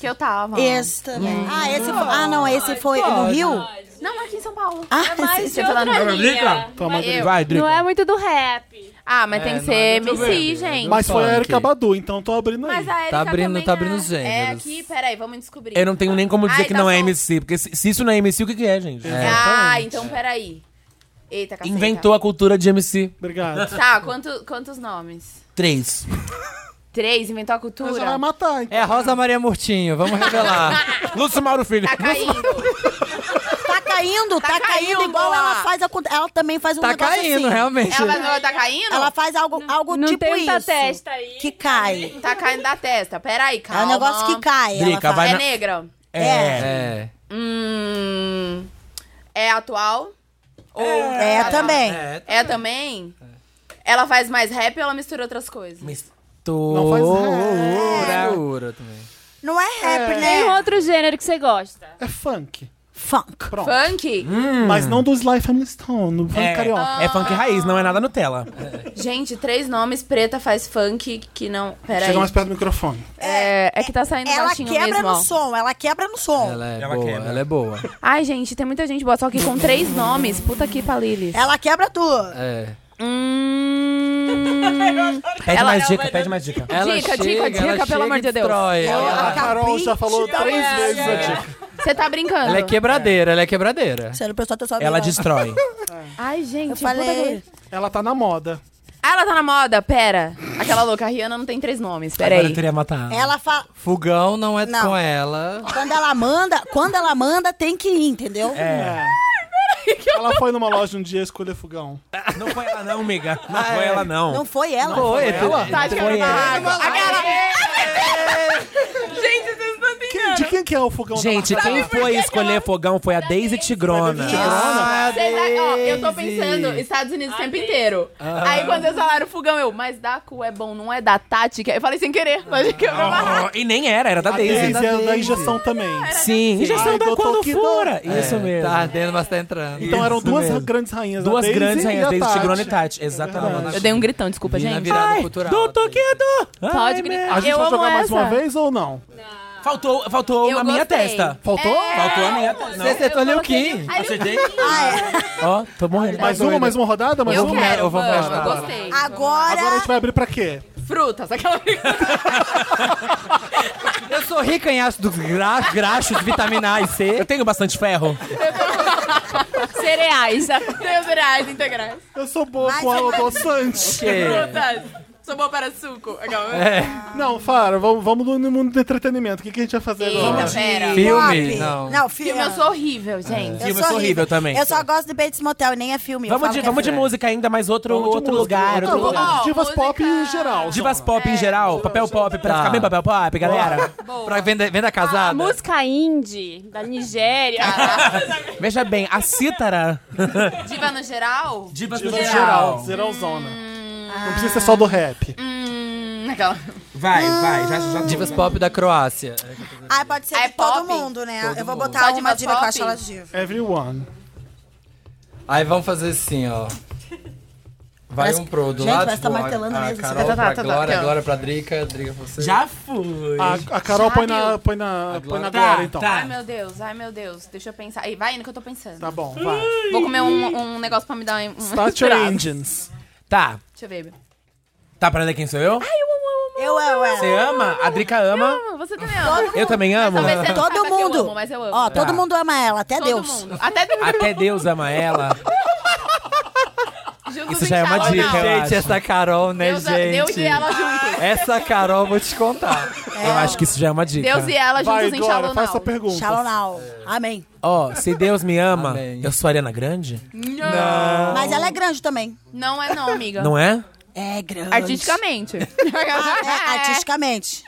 Que eu tava. Esse também. Ah, esse foi. Ah, não, esse foi no Rio? Não, aqui em São Paulo. Ah, Mas esse- de Você tá outra falando- linha. Toma, Eu- Vai, Drico. Não é muito do rap. Ah, mas tem que ser MC, gente. Mas foi a funk. Erika Badu, então tô abrindo aí. Mas a Erika Tá abrindo, também tá é- abrindo os É gêneros. aqui, peraí, vamos descobrir. Eu não tenho nem como dizer Ai, que tá não é bom. MC, porque se, se isso não é MC, o que, que é, gente? Ah, então peraí. Eita, caceta. Inventou a cultura de MC. Obrigado. Tá, quanto- quantos nomes? Três. Três, inventou a cultura. Você vai matar, É a Rosa Maria Murtinho, vamos <laughs> revelar. Lúcio Mauro Filho. <laughs> Tá caindo. Tá caindo, Tá tá, caindo, caindo, igual ó. ela faz. acon- Ela também faz um tá negócio caindo, assim. realmente. Ela vai- ela tá caindo? Ela faz algo, algo não tipo tem isso. testa aí. Que cai. Tá caindo da testa. Peraí, É calma. um negócio que cai. ela Drica, faz. vai É na- negra? É. É. Hum. É atual? Ou É, também. É também? Ela faz mais rap ou ela mistura outras coisas? Mistura. Dura também. Não é rap, Tem um né? outro gênero que você gosta. É funk. Funk. Pronto. Funk? Mas não do Sly Family Stone, no funk Ah, carioca. Hum. É, é funk raiz, não é nada Nutella. Gente, três nomes, preta faz funk que não. Peraí. Chega mais perto do microfone. É, é que tá saindo Ela baixinho quebra mesmo. no ó. som, ela quebra no som. Ela, Ela é Ela boa, quebra. ela é boa. Ai, gente, tem muita gente boa, só que com três nomes. Puta que palilis. quebra tudo. É. Hum. Pede mais dica, pede mais dica. Ela Dica, dica, chega, dica, ela pelo chega amor de e Deus. destrói. Ela, é A Carol acabei já de falou dar três uma- vezes a dica. Você tá brincando? ela é quebradeira, ela é quebradeira. Você não prestou atenção Ela amiga. destrói. Ai, gente, Eu falei. Ela tá na moda. Ah, ela tá na moda, pera. Aquela louca, a Rihanna não tem três nomes, pera Agora eu aí. teria matado. Ela fala. Fogão não é Não. com ela. Quando ela manda, quando ela manda, tem que ir, entendeu? É. Ela foi numa loja um dia escolher fogão. Não foi ela não, amiga. Não foi ela Não não. foi ela. Oi, Tá Foi jogando ela. água. A cara... Gente, vocês não Quem- entendendo. de quem que é o fogão Gente, da quem foi escolher fogão foi a Daisy Tigrona. Ah, Vocês- ó, eu tô Daisy. pensando, Estados Unidos o tempo inteiro. Aí quando eles falaram fogão, eu, mas da cu é bom, não é da tática. Eu falei sem querer, mas de quebrar uma barra. Oh, e nem era, era da A Daisy Daisy. é da injeção também. Sim, injeção Ai, da doutor, quando que fora. É, Isso mesmo. Tá ardendo, mas tá entrando. Então eram Isso duas mesmo. grandes rainhas. a Duas Daisy grandes e a rainhas, Daisy Tati. Tigrona e Tati. Exatamente. Eu dei um gritão, desculpa, Vi na gente. virada cultural. Doutor Quedo! Pode Ai, gritar. A gente Eu vai amo jogar mais essa. uma vez ou não? Faltou, faltou Eu a minha gostei. É. testa. Faltou? Faltou a minha testa. Você acertou Lil Kim. Tá Acertei? Ó, tô morrendo. Mais uma, mais uma rodada? Mais Tá Eu uma? quero, eu vou vamos, falar. gostei. Agora, Agora a gente vai abrir pra quê? Frutas, aquela... <laughs> Eu sou rica em ácidos gra- graxos, vitamina A e Eu C. tenho bastante ferro. Cereais. Temporais, integrais. Eu sou boa Mais com uma. adoçante. É. Frutas. Sou boa para suco. É, Aquela... Não, Fara, vamos, vamos no mundo do entretenimento. O que, que a gente vai fazer agora? Eita, pera. é Filme? pop. Não. filme. é Eu sou horrível, gente. Filme, eu sou horrível também. Eu só gosto do Bates Motel, nem é filme. eu Vamos falo de, que é vamos de filme. música ainda, mas outro, Vamos de outro música. lugar. Não, Outro vamos lugar. de divas música- pop em geral. Divas pop em geral, papel pop, pra ficar bem papel pop, galera. Tá. Pra venda, venda É. casada. Música indie da Nigéria. <laughs> Veja bem, a cítara. Diva no geral? Divas Divas em geral. Geralzona. Não precisa ser só do rap. Hum, aquela... Vai, vai, já, já Divas pop da Croácia. Ah, pode ser Ah, é de todo pop? mundo, né? eu vou botar Só de uma uma diva que eu pop? acho ela diva. Everyone. Hum. Aí vamos fazer assim, ó. Vai Parece- um pro do Gente, lado. parece que tá tipo, a- martelando a mesmo, Carol tá, tá, pra tá, tá, Glória, tá. Glória pra Drica, Drica pra você. Já fui. Ah, A, a Carol Já põe na, viu? põe na, põe na Tá, Glória, então. tá. Tá. Ai, meu Deus, ai, meu Deus. Deixa eu pensar. Aí, vai indo que eu tô pensando. bom, vai. Vou comer um, um negócio pra me dar um... um Start your inspirado. engines. Tá, Deixa eu ver. tá pra ler quem sou eu? Eu, eu, eu. Você ama? A Drica ama? Hum, Você também ama. Eu também amo. Talvez você não Todo saiba que mundo. Eu amo, mas eu amo. Ó, todo Tá. mundo ama ela, até Todo Deus. mundo. Até <laughs> Até Deus ama ela. juntos Isso em já é uma casa, dica, não. eu Gente, acho. essa Carol, né, Deus, Deus gente? e ela juntos. Essa Carol, vou te <laughs> contar. Eu acho que isso já é uma dica. Deus e ela Vai, juntos em Glória, Shalom faz essa Now. pergunta. Shalom now. É. Amém. Ó, se Deus me ama, Amém. eu sou Ariana Grande? Não. Mas ela é grande também. Não é não, amiga. Não é? É grande. Artisticamente. <laughs> Ah, é, artisticamente.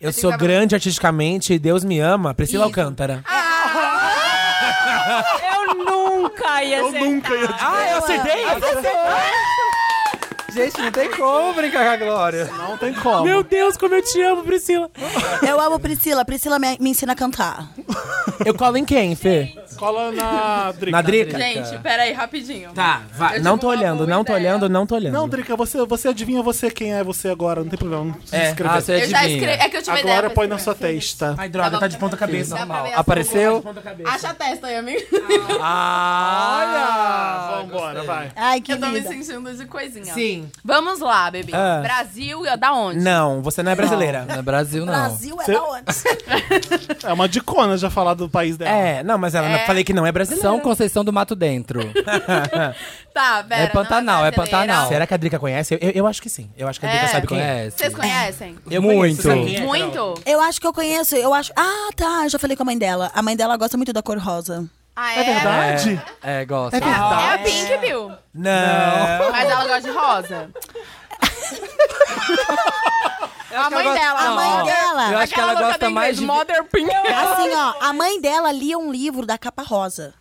Eu sou grande artisticamente e Deus me ama, Priscila Alcântara. Eu nunca ia Eu nunca ia dizer. Ah, eu acertei? Gente, não tem como brincar com a Glória. Não tem como. Meu Deus, como eu te amo, Priscila. Eu amo Priscila. Priscila me, me ensina a cantar. Eu colo em quem, Fê? Cola na Drica. Na Drica? Gente, peraí, rapidinho. Tá, vai. Eu Não tive tô uma olhando, boa não tô ideia. olhando, não tô olhando. Não, Drica, você, você adivinha você quem é você agora, não tem problema. Não precisa É, escrever. Ah, você Eu já adivinha. escrevi. É que eu A tive ideia. assim. Glória pra põe na escrever. sua testa. Ai, droga, bom, tá de ponta cabeça. Dá pra ver as Apareceu? Acha a testa aí, amigo. Ah, Vambora, vai. Ai, que Eu tô me linda. sentindo de coisinha. Sim. Vamos lá, bebê. Ah. Brasil, eu- da onde? Não, você não é brasileira. Não é Brasil, não. Brasil é Cê- da onde? É uma dicona já falar do país dela. É, não, mas ela É. falei que não é brasileira. São Conceição do <laughs> Mato Dentro. Tá, pera. É Pantanal, não é brasileira. Pantanal. Será que a Drica conhece? Eu, eu acho que sim. Eu acho que a Drica É. sabe quem é. Conhece? Vocês conhecem? Eu Muito. conheço. Muito? Eu acho que eu conheço. Eu acho. Ah, tá. Eu já falei com a mãe dela. A mãe dela gosta muito da cor rosa. Ah, é? Verdade? É, gosto. É a Pink, viu? Não. Mas ela gosta de rosa. a mãe dela. A mãe Eu dela. acho que ela louca gosta do mais de... inglês, Mother Pink. <laughs> Assim, ó. A mãe dela lia um livro da capa rosa.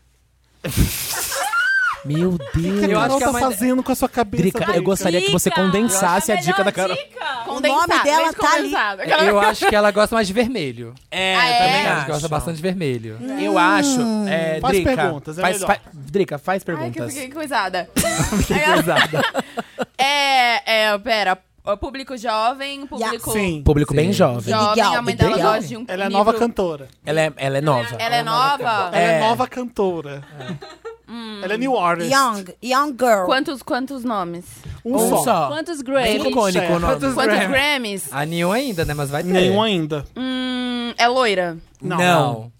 Meu Deus. O que a Eu acho Carol que a tá mãe- fazendo com a sua cabeça? Drica, eu gostaria que você Dica. é é condensasse a dica da Carol. Dica. O nome dela leite tá ali. condensado. <laughs> Eu acho que ela gosta mais de vermelho. É, Ah, é? também Ela acho. gosta bastante de vermelho. Eu acho. É, Faz Drica, perguntas, é faz, melhor. fa- Drica, faz Ai, que eu perguntas. fiquei coisada. <laughs> Que coisada. É, é, pera. ó, Público jovem, público Sim. Público bem Sim. jovem. jovem. Legal, a mãe dela legal. gosta de um Ela é livro- nova cantora. Ela é, ela é nova. Ela é nova? Ela é É. nova cantora. Ela é new artist. Young. Young girl. Quantos, quantos nomes? Um, Um só. só. Quantos Bem Grammys? icônico o nome. Quantos- Quantos Grammy. Grammys? A nenhum ainda, né? Mas vai ter. Nenhum ainda. Hum, é loira? Não. Não.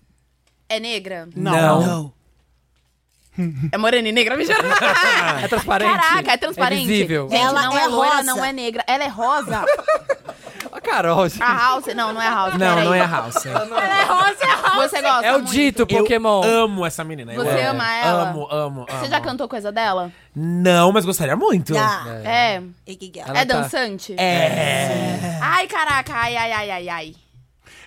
É negra? Não. Não. É morena e negra? <laughs> Mentira. É transparente. Caraca, é transparente. É visível. Gente, Ela não é é, loira, rosa. não é negra. Ela é <laughs> rosa. A Carol, gente. A House. Não, não é a House. Não, peraí. não é a House. Ela é rosa, é a House. Você gosta É o muito. dito Pokémon. Eu amo essa menina. eu Você amo. ama ela? Amo, amo, amo. Você já cantou coisa dela? Não, mas gostaria muito. Ah, É. Iggy Girl. Ela é tá- dançante? É. Ai, caraca. Ai, ai, ai, ai, ai.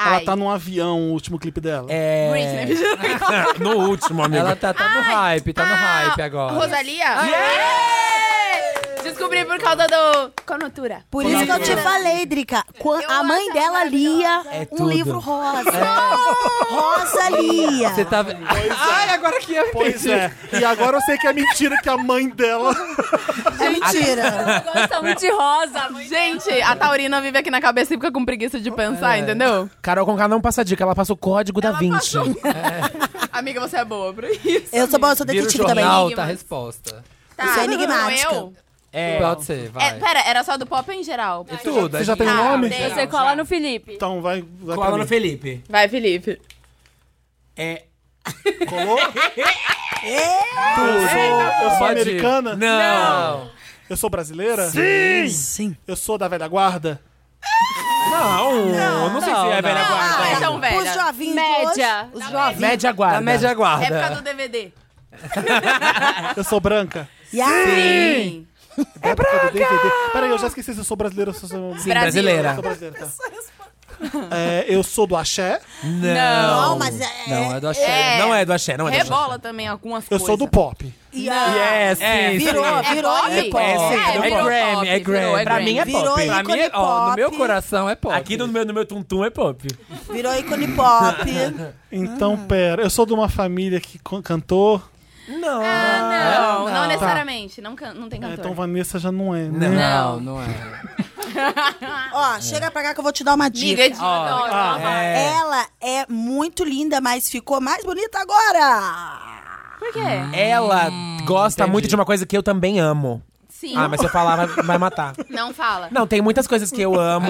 Ela Ai. tá num avião, o último clipe dela. É. Britney. <laughs> No tá- último, amigo. Ela tá, tá no hype, tá no Ah, hype agora. Rosalia? Yeah! descobri por causa do. Conotura. Por isso que eu te falei, Drica. Quan- A mãe dela lia um tudo. livro rosa. Rosa lia. Você tá. Ai, agora que eu Pois é. E agora eu sei que é mentira que a mãe dela. É mentira. Gostamos de rosa. Gente, a Taurina vive aqui na cabeça e fica com preguiça de pensar, entendeu? Carol Conká não passa dica, ela passa o código da 20. Amiga, você é boa pra isso. Eu sou boa, eu sou Vira o detetive também. Não, Enigmas. tá a resposta. Isso é enigmática. Não, eu? É. Pode ser, vai. é É, pera, era só do pop em geral. Tudo. Você já tem Ah, nome? tem. Você cola no Felipe. Então vai. vai pra Cola mim. no Felipe. Vai, Felipe. É. Colou? Eu sou, eu sou Pode ir. americana? Não. Eu sou brasileira? Sim. Eu sou da velha guarda? Não, não, sei se Não, é não. velha guarda. Ah, é. então, velho. Os jovinhos Média. de hoje, os jovens. tá Média guarda. A média guarda. Época do DVD. Eu sou branca? Sim. É época branca! Do DVD. Peraí, eu já esqueci se eu sou brasileira ou se eu sou... Sim, brasileira. Eu sou brasileira, tá. É, eu sou do axé. Não. Não, mas é... Não, é do axé. É. Não é do axé, não é do axé. Rebola também algumas Eu coisas. sou do pop. Yes, É, sim, Virou, sim. virou pop? ícone. É, sim, É, virou pop. virou é pop, virou, Grammy. é Pra Grammy. mim é Virou pop. ícone Pra mim, é- ó, no pop. meu coração é pop. Aqui no meu, no meu tum-tum é pop. Virou ícone pop. Então, pera, eu sou de uma família que can- cantou. né, Não. Não, não necessariamente. Não, can- não tem É, cantor. então Vanessa já não é, né? Não, não é. Ó, chega pra cá que eu vou te dar uma dica. Miga de adoro. É. Ela é muito linda, mas ficou mais bonita agora. Por quê? Hum. Ela gosta Hum, entendi. muito de uma coisa que eu também amo. Sim. Ah, mas se eu falar, vai, vai matar. Não fala. Não, tem muitas coisas que eu amo.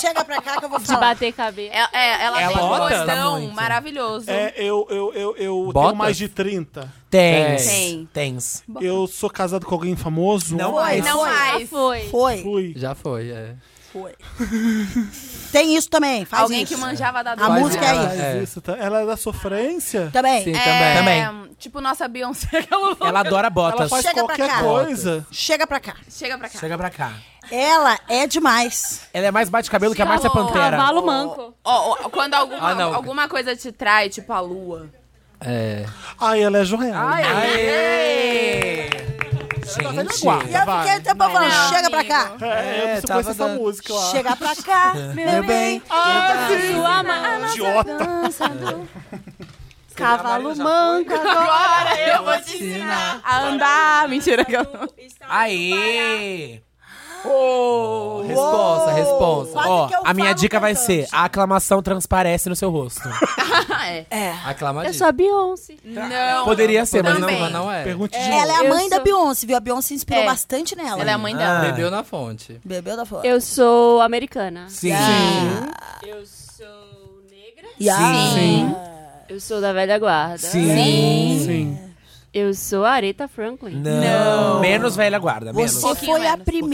Chega pra cá que eu vou De falar. bater cabeça. É- é, ela, Ela tem um bota? Tá gostão muito. maravilhoso. É, eu, eu, eu, eu Botas? tenho mais de 30. Tens. Tem. Tens. Eu sou casado com alguém famoso. Não Foi, mais. Não é foi. mais. Foi. Foi. Fui. Já foi, é. Foi. Tem isso também. Faz Alguém isso. que manjava da A dor. música é ela. isso. Tá, Mas isso tá- Ela é da sofrência? Também. Sim, É, também. Tipo nossa Beyoncé. <laughs> Aquela... Ela adora Ela botas. faz Chega pra qualquer cá. coisa. Chega pra cá. Chega pra cá. Chega pra cá. Ela é demais. Ela é mais bate-cabelo que a Márcia Cavalo. Pantera. Cavalo manco. Ó, ó, quando alguma, Ah, não. alguma coisa te trai, tipo a lua. É. Ai, ela é Joel. Aê! E Gente. eu fiquei um tempo falando, Não, chega pra amigo. cá. É, eu preciso tava conhecer essa dando- música lá. Chega pra cá, meu bem. Sua ma- a nossa Idiota. dança do- Cavalo manco agora. Agora eu vou te ensinar a andar. Mentira que eu não. Aê! Responsa, responsa. Quase Ó, que eu a minha falo dica vai cantante. ser: a aclamação transparece no seu rosto. Ah, é. Eu Aclamadinho. sou a Beyoncé. Não. Poderia ser, mas não, Também. mas Não é. Pergunte de Ela é a Eu mãe da sou- Beyoncé, viu? A Beyoncé inspirou É. bastante nela. Ela é a mãe dela. Bebeu na fonte. Bebeu da fora. Eu sou americana. Sim. Eu sou negra. Sim. Eu sou da velha guarda. Sim. Sim. Eu sou a Aretha Franklin. Né. Não. Menos velha guarda, menos. Você foi a Um pouquinho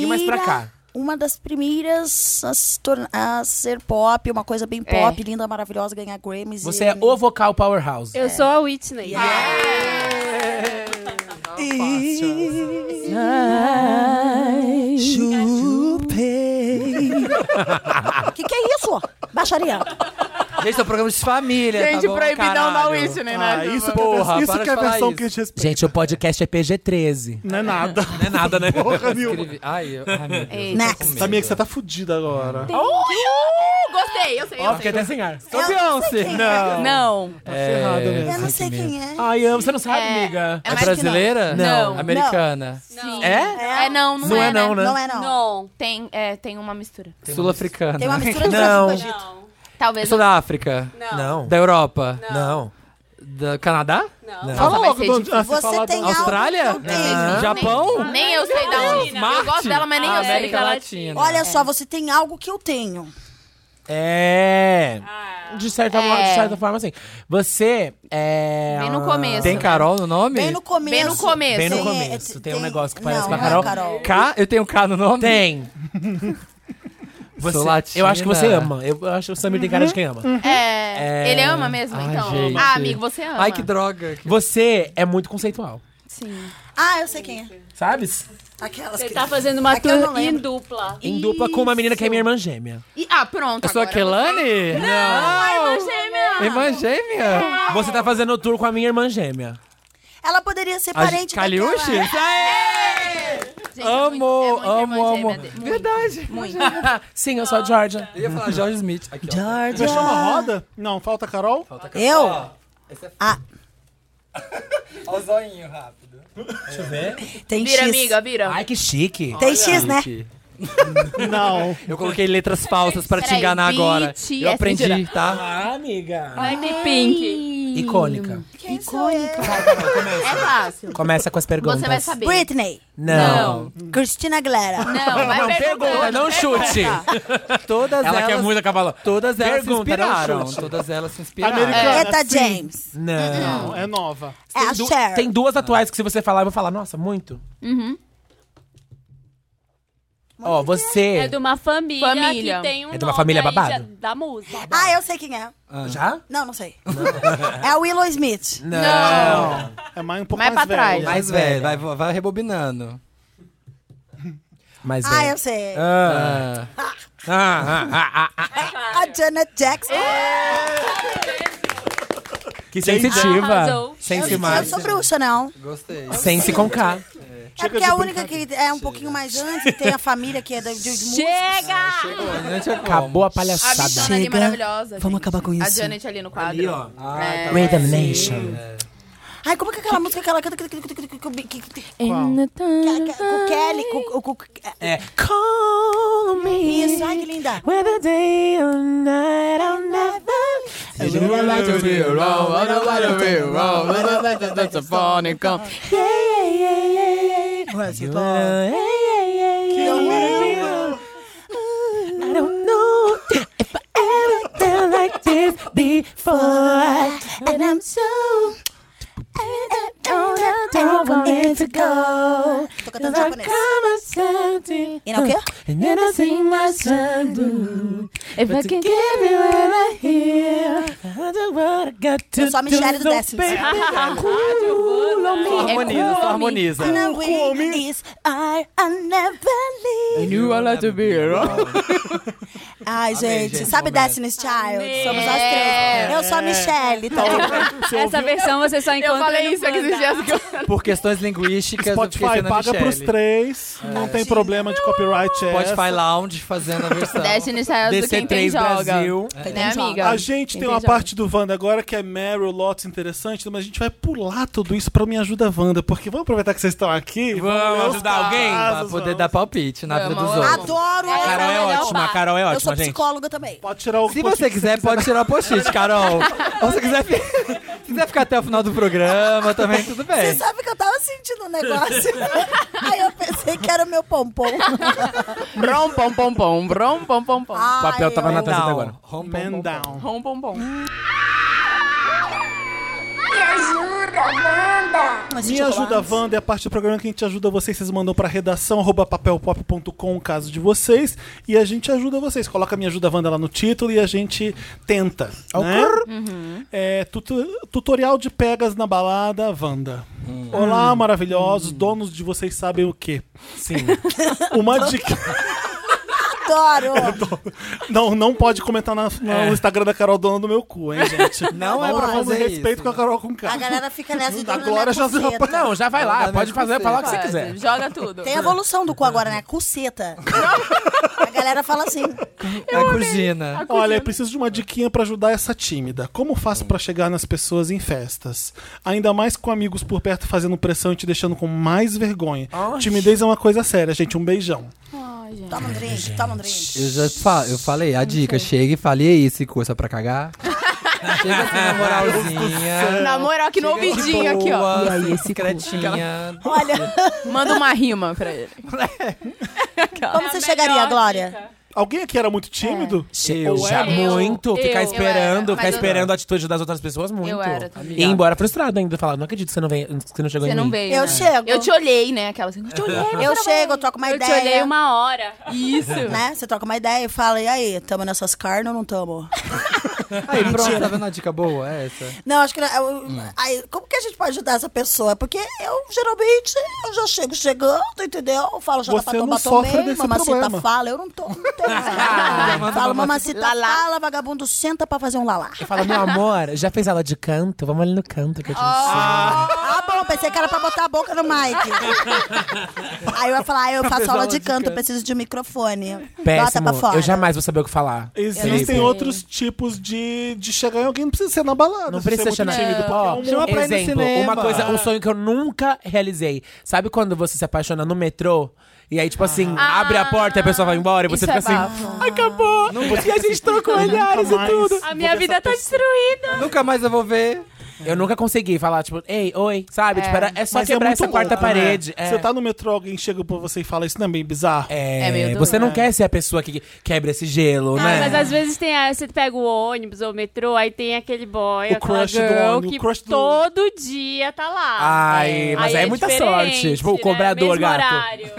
mais pra primeira, cá. uma das primeiras a, se tornar- a ser pop, uma coisa bem pop, linda, maravilhosa, ganhar Grammys. Você e- é o vocal powerhouse. Eu sou a Whitney. Que que é isso? Baixaria. Gente, é um programa de família, Gente, tá bom? proibidão da Caralho. Whitney, né? Ah, isso, que é Porra, vers- para isso que é de a falar versão isso. que a gente respeita. Gente, o podcast é PG-13. Não é nada. Não é nada, né? Porra nenhuma. Escrevi- Ai, eu... Ai, meu Deus. Eita. eu tô com medo. <laughs> Sabia que você tá fudida agora. Uh, gostei, eu sei, Ó, eu fiquei sei. até sem ar. Sou Beyoncé. Não. Não. Tá ferrada mesmo. Eu não sei quem é. Ai, amo. Você não Tá, sabe, É. amiga? É É mais que brasileira? Não. Não. Americana. Sim. É? É, não, não, Não é não, né? Não é não. Não, tem, é, tem uma mistura. Sul-africana. Tem uma mistura do Não. Brasil com o Egito. Eu Talvez sou da África. Não. Da Europa. Não. Do Canadá? Fala vai logo, ser Dona- ah, se Você falar tem do- algo Austrália? que eu tenho. Não. Japão? Nem eu sei da onde. Eu gosto Marte? dela, mas nem eu sei. América Latina. É. Olha só, você tem algo que eu tenho. É. De certa, forma, É. de certa forma, assim. Você é. Bem no começo. Tem Carol no nome? Bem no começo. Bem no começo. Bem no Tem- começo. é, Tem, um negócio que parece não, com a não é Carol. Carol. K? Eu tenho K no nome? Tem. Você, Sou latina. Eu acho que você ama. Eu eu acho que o Samir tem cara de quem ama. É, É. Ele ama mesmo, Ai, então? gente. Ah, amigo, você ama. Ai, que droga. Você é muito conceitual. Sim. Ah, eu sei quem é. Sabe? Aquelas Você que... tá fazendo uma É que eu não tour em lembro. dupla. Em dupla com uma menina que é minha irmã gêmea. E- ah, pronto. Eu sou a agora você- Kelane? É Não! Irmã gêmea? Você tá fazendo o tour com a minha irmã gêmea. Ela poderia ser A parente Caliucci? daquela... Aê! Gente, amo, é muito, é muito amo, amo. irmã gêmea de- muito, Verdade. Muito. Ah, Sim, eu sou a Georgia. Eu ia falar George Smith. Aqui, ó. Georgia. Fechou uma roda? Não, Ah. falta a Carol? Falta Eu? Ó, esse é Ah. Olha o zoinho rápido. Deixa eu ver. Tem Vira, X. amiga, vira. Ai, que chique. Tem X, né? Não. Eu coloquei letras falsas pra te Peraí, enganar agora. BTS, Eu aprendi, mentira. tá? Ah, amiga. Pink. Icônica. Icônica. É fácil. Começa com as perguntas. Você vai saber. Britney. Não. Christina Aguilera. Não, vai Não, perguntar. pergunta, não chute. Todas Ela elas, quer muito acabar lá. todas elas se Pergunta, não inspiraram. chute. Todas elas se inspiraram. Americana. Eta assim. James. Não. Não, é nova. É a Du- Cher. Tem duas atuais que se você falar, eu vou falar, nossa, muito. Ó, você... É de uma família, Família. que tem um É de uma nome família aí babado? de- da música. Ah, eu sei quem é. Já? Não, não sei. é a Willow Smith. Não. É mais um pouco Mais mais, pra trás. velha. Mas, velho, vai, vai rebobinando. Mas Ah, é. eu sei. Ah, ah, ah, ah, ah, A Janet Jackson. Que sensitiva. Arrasou. Sem eu, se eu mais. sou bruxa, não. Gostei. Sem se com K. É porque é a única que é um pouquinho mais antes, que tem a família que é de, de Chega! Não tinha como. Acabou a A bichona palhaçada. ali Chega. é maravilhosa. Vamos gente. acabar com A isso. Janet ali no quadro. Ali, ó. Ah, tá É. Rhythm Nation. Ai, como é que é aquela música que ela canta que- que- que- que- que- que- que- que- In the que- time. que- com o Kelly? Com, com, com, é, É. Call me. isso, ai que linda. Whether day or night I'll never You don't like to be wrong, I don't like to be wrong I don't like to that's a funny come Yeah, yeah, yeah, yeah What's your Yeah, yeah, yeah, yeah You wanna be wrong I don't know if I ever felt like this before And I'm so I don't know, don't want it to go Tô cantando japonês. E não o quê? And then I sing my song blue. If I can give you what I hear, I do what I got to Eu sou a Michelle do do, Décimos. baby. É Só harmoniza, só cool, harmoniza. Ana Willis, I, I never leave. You are like to be É wrong. Ai, gente, gente, sabe momento. Destiny's Child? Somos as É. três. Eu sou a Michelle, tá bom? Essa versão você só Eu encontra falei no isso aqui esses Banda. dias que eu... Por questões linguísticas, eu Spotify fiquei sendo a paga Michelle. pros três. Não tem problema de copyright. é Spotify essa. Lounge fazendo a versão. Destiny Child do quem tem DC3 joga. Brasil. Né, amiga? A gente tem Entendi uma agora. parte do Wanda agora que é Meryl, Lotus, interessante, mas a gente vai pular tudo isso pra Me Ajuda Wanda, porque vamos aproveitar que vocês estão aqui. Vamos ler os ajudar alguém? Pra casos, poder vamos. dar palpite na vida Vamos, Ah, dos vamos. outros. Adoro A Carol é ela. ótima, a Carol é Eu sou ótima, gente. psicóloga também. Pode tirar o Se você quiser, pode tirar o post-it, Carol. Ou se quiser, fi- <laughs> se quiser ficar até o final do programa também, tudo Você bem. sabe que eu tava sentindo um <laughs> negócio? Aí eu pensei que era o meu pompom. Brom, pom, pom, pom. Brom, pom, pom, pom. O papel tava na Não, taça até agora. home Man down. Rom, pom, pom. Me ajuda, Wanda, é a parte do programa que a gente ajuda vocês. Vocês mandam pra redação arroba papelpop.com o caso de vocês. E a gente ajuda vocês. Coloca Me ajuda, Wanda lá no título e a gente tenta. Né? É, tutu- tutorial de pegas na balada, Wanda. Hum. Olá, maravilhosos. Donos de vocês sabem o quê? Sim. <laughs> Uma dica. Adoro. Não, não pode comentar na- no Instagram da Carol Dona do meu cu, hein, gente? É. Não é pra Vamos fazer respeito isso. com a Carol com K. A galera fica nessa de é A dona Glória minha já deu uma cuceta. Não, já vai Não lá. dá Pode mesmo fazer, conselho. falar o que você Pode. quiser. Joga tudo. Tem a evolução do cu agora, né? <laughs> Cuceta. A galera fala assim. É a Cugina. Olha, eu preciso de uma diquinha pra ajudar essa tímida. Como faço pra chegar nas pessoas em festas? Ainda mais com amigos por perto fazendo pressão e te deixando com mais vergonha. Timidez é uma coisa séria, gente. Um beijão. Toma um drink, toma um drink. Eu já fa- eu falei, a dica, chega e fale e aí, esse curso é <laughs> pra cagar. chega assim, na moralzinha. Na moral, aqui no Chega de ouvidinho, aqui, ó. boa, secretinha. Olha, É Manda uma rima pra ele. como você chegaria, Glória? Alguém aqui era muito tímido? Eu já Eu- muito ficar eu esperando, era, ficar mas eu- esperando a atitude das outras pessoas muito. Eu era também. E ir embora frustrado ainda, falar, não acredito que você não veio, que você não chegou Você em não mim. veio, Eu né? chego. Eu te olhei, né? Aquela assim, eu te olhei. Eu chego, eu troco uma Eu te ideia. olhei uma hora. Isso. Né? Você troca uma ideia e fala, e aí, tamo nessas carnes ou não tamo? Aí, pronto, tá vendo uma dica boa? É essa. Não, acho que não. eu- aí, como que a gente pode ajudar essa pessoa? É Porque eu, geralmente, eu já chego chegando, entendeu? Eu falo, joga Você pra não tomar, sofre tomei, desse mamacita problema. Ah, fala, eu não tô. <laughs> Não tenho nada. falo, mamacita fala, vagabundo senta pra fazer um lalá. Eu falo, meu amor, já fez aula de canto? Vamos ali no canto que eu te ensino. Ah, bom, pensei ser cara pra botar a boca <laughs> no mic. Aí eu ia falar, ah, eu faço aula de canto, preciso de um microfone. Bota Péssimo. pra fora. Eu jamais vou saber o que falar. Existem Felipe. outros tipos de, de chegar em alguém, não precisa ser na balada. Não se precisa você é chamar. muito tímido, porque é Ó, um chama pra ir no exemplo, cinema. uma coisa, um sonho que eu nunca realizei. Sabe quando você se apaixona no metrô? E aí, tipo assim, abre a porta e a pessoa vai embora e você Ah. Isso fica é assim. bafo. "Ai, Acabou! e a gente trocou olhares e mais. tudo. A minha vida tá destruída. Nunca mais eu vou ver. Eu nunca consegui falar, tipo, ei, oi, sabe? É. Tipo, era, é só Mas é quebrar muito essa quarta louco, né? parede. É. Você tá no metrô, alguém chega pra você e fala, isso não é bem bizarro? É, É meio doido, você não né? quer ser a pessoa que quebra esse gelo, Ah, né? mas <laughs> às vezes tem a- você pega o ônibus ou o metrô, aí tem aquele boy, O aquela crush do girl ônibus, que o crush do- todo dia tá lá. Ai, mas aí é muita diferente, sorte. Tipo, o né? cobrador, Mesmo gato. <laughs> horário.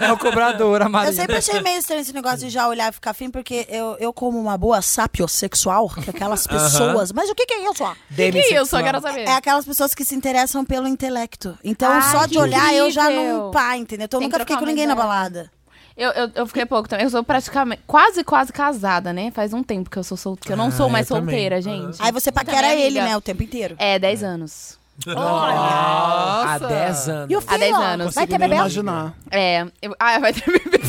É o cobrador, a Eu Marina. sempre achei meio estranho esse negócio de já olhar e ficar afim, porque eu, eu como uma boa sapiosexual, que é aquelas pessoas... Mas o que que é isso, ó? Que Demissexual. eu só quero saber. É aquelas pessoas que se interessam pelo intelecto. Então, Ai, só de que olhar, eu já não incrível. pá, entendeu? Então, eu Tem nunca que fiquei trocar com uma ninguém na ideia. balada. Eu, eu, eu fiquei pouco também. Eu sou praticamente quase, quase casada, né? Faz um tempo que eu sou solteira. Que eu não Ah, sou mais eu também. solteira, gente. Aí você Também, paquera amiga. ele, né, o tempo inteiro. É, 10 anos. Há 10 anos. E o Há filho, 10 ó, anos. Vai ter Nem bebê? imaginar. É. eu- ah, vai ter <laughs> bebê.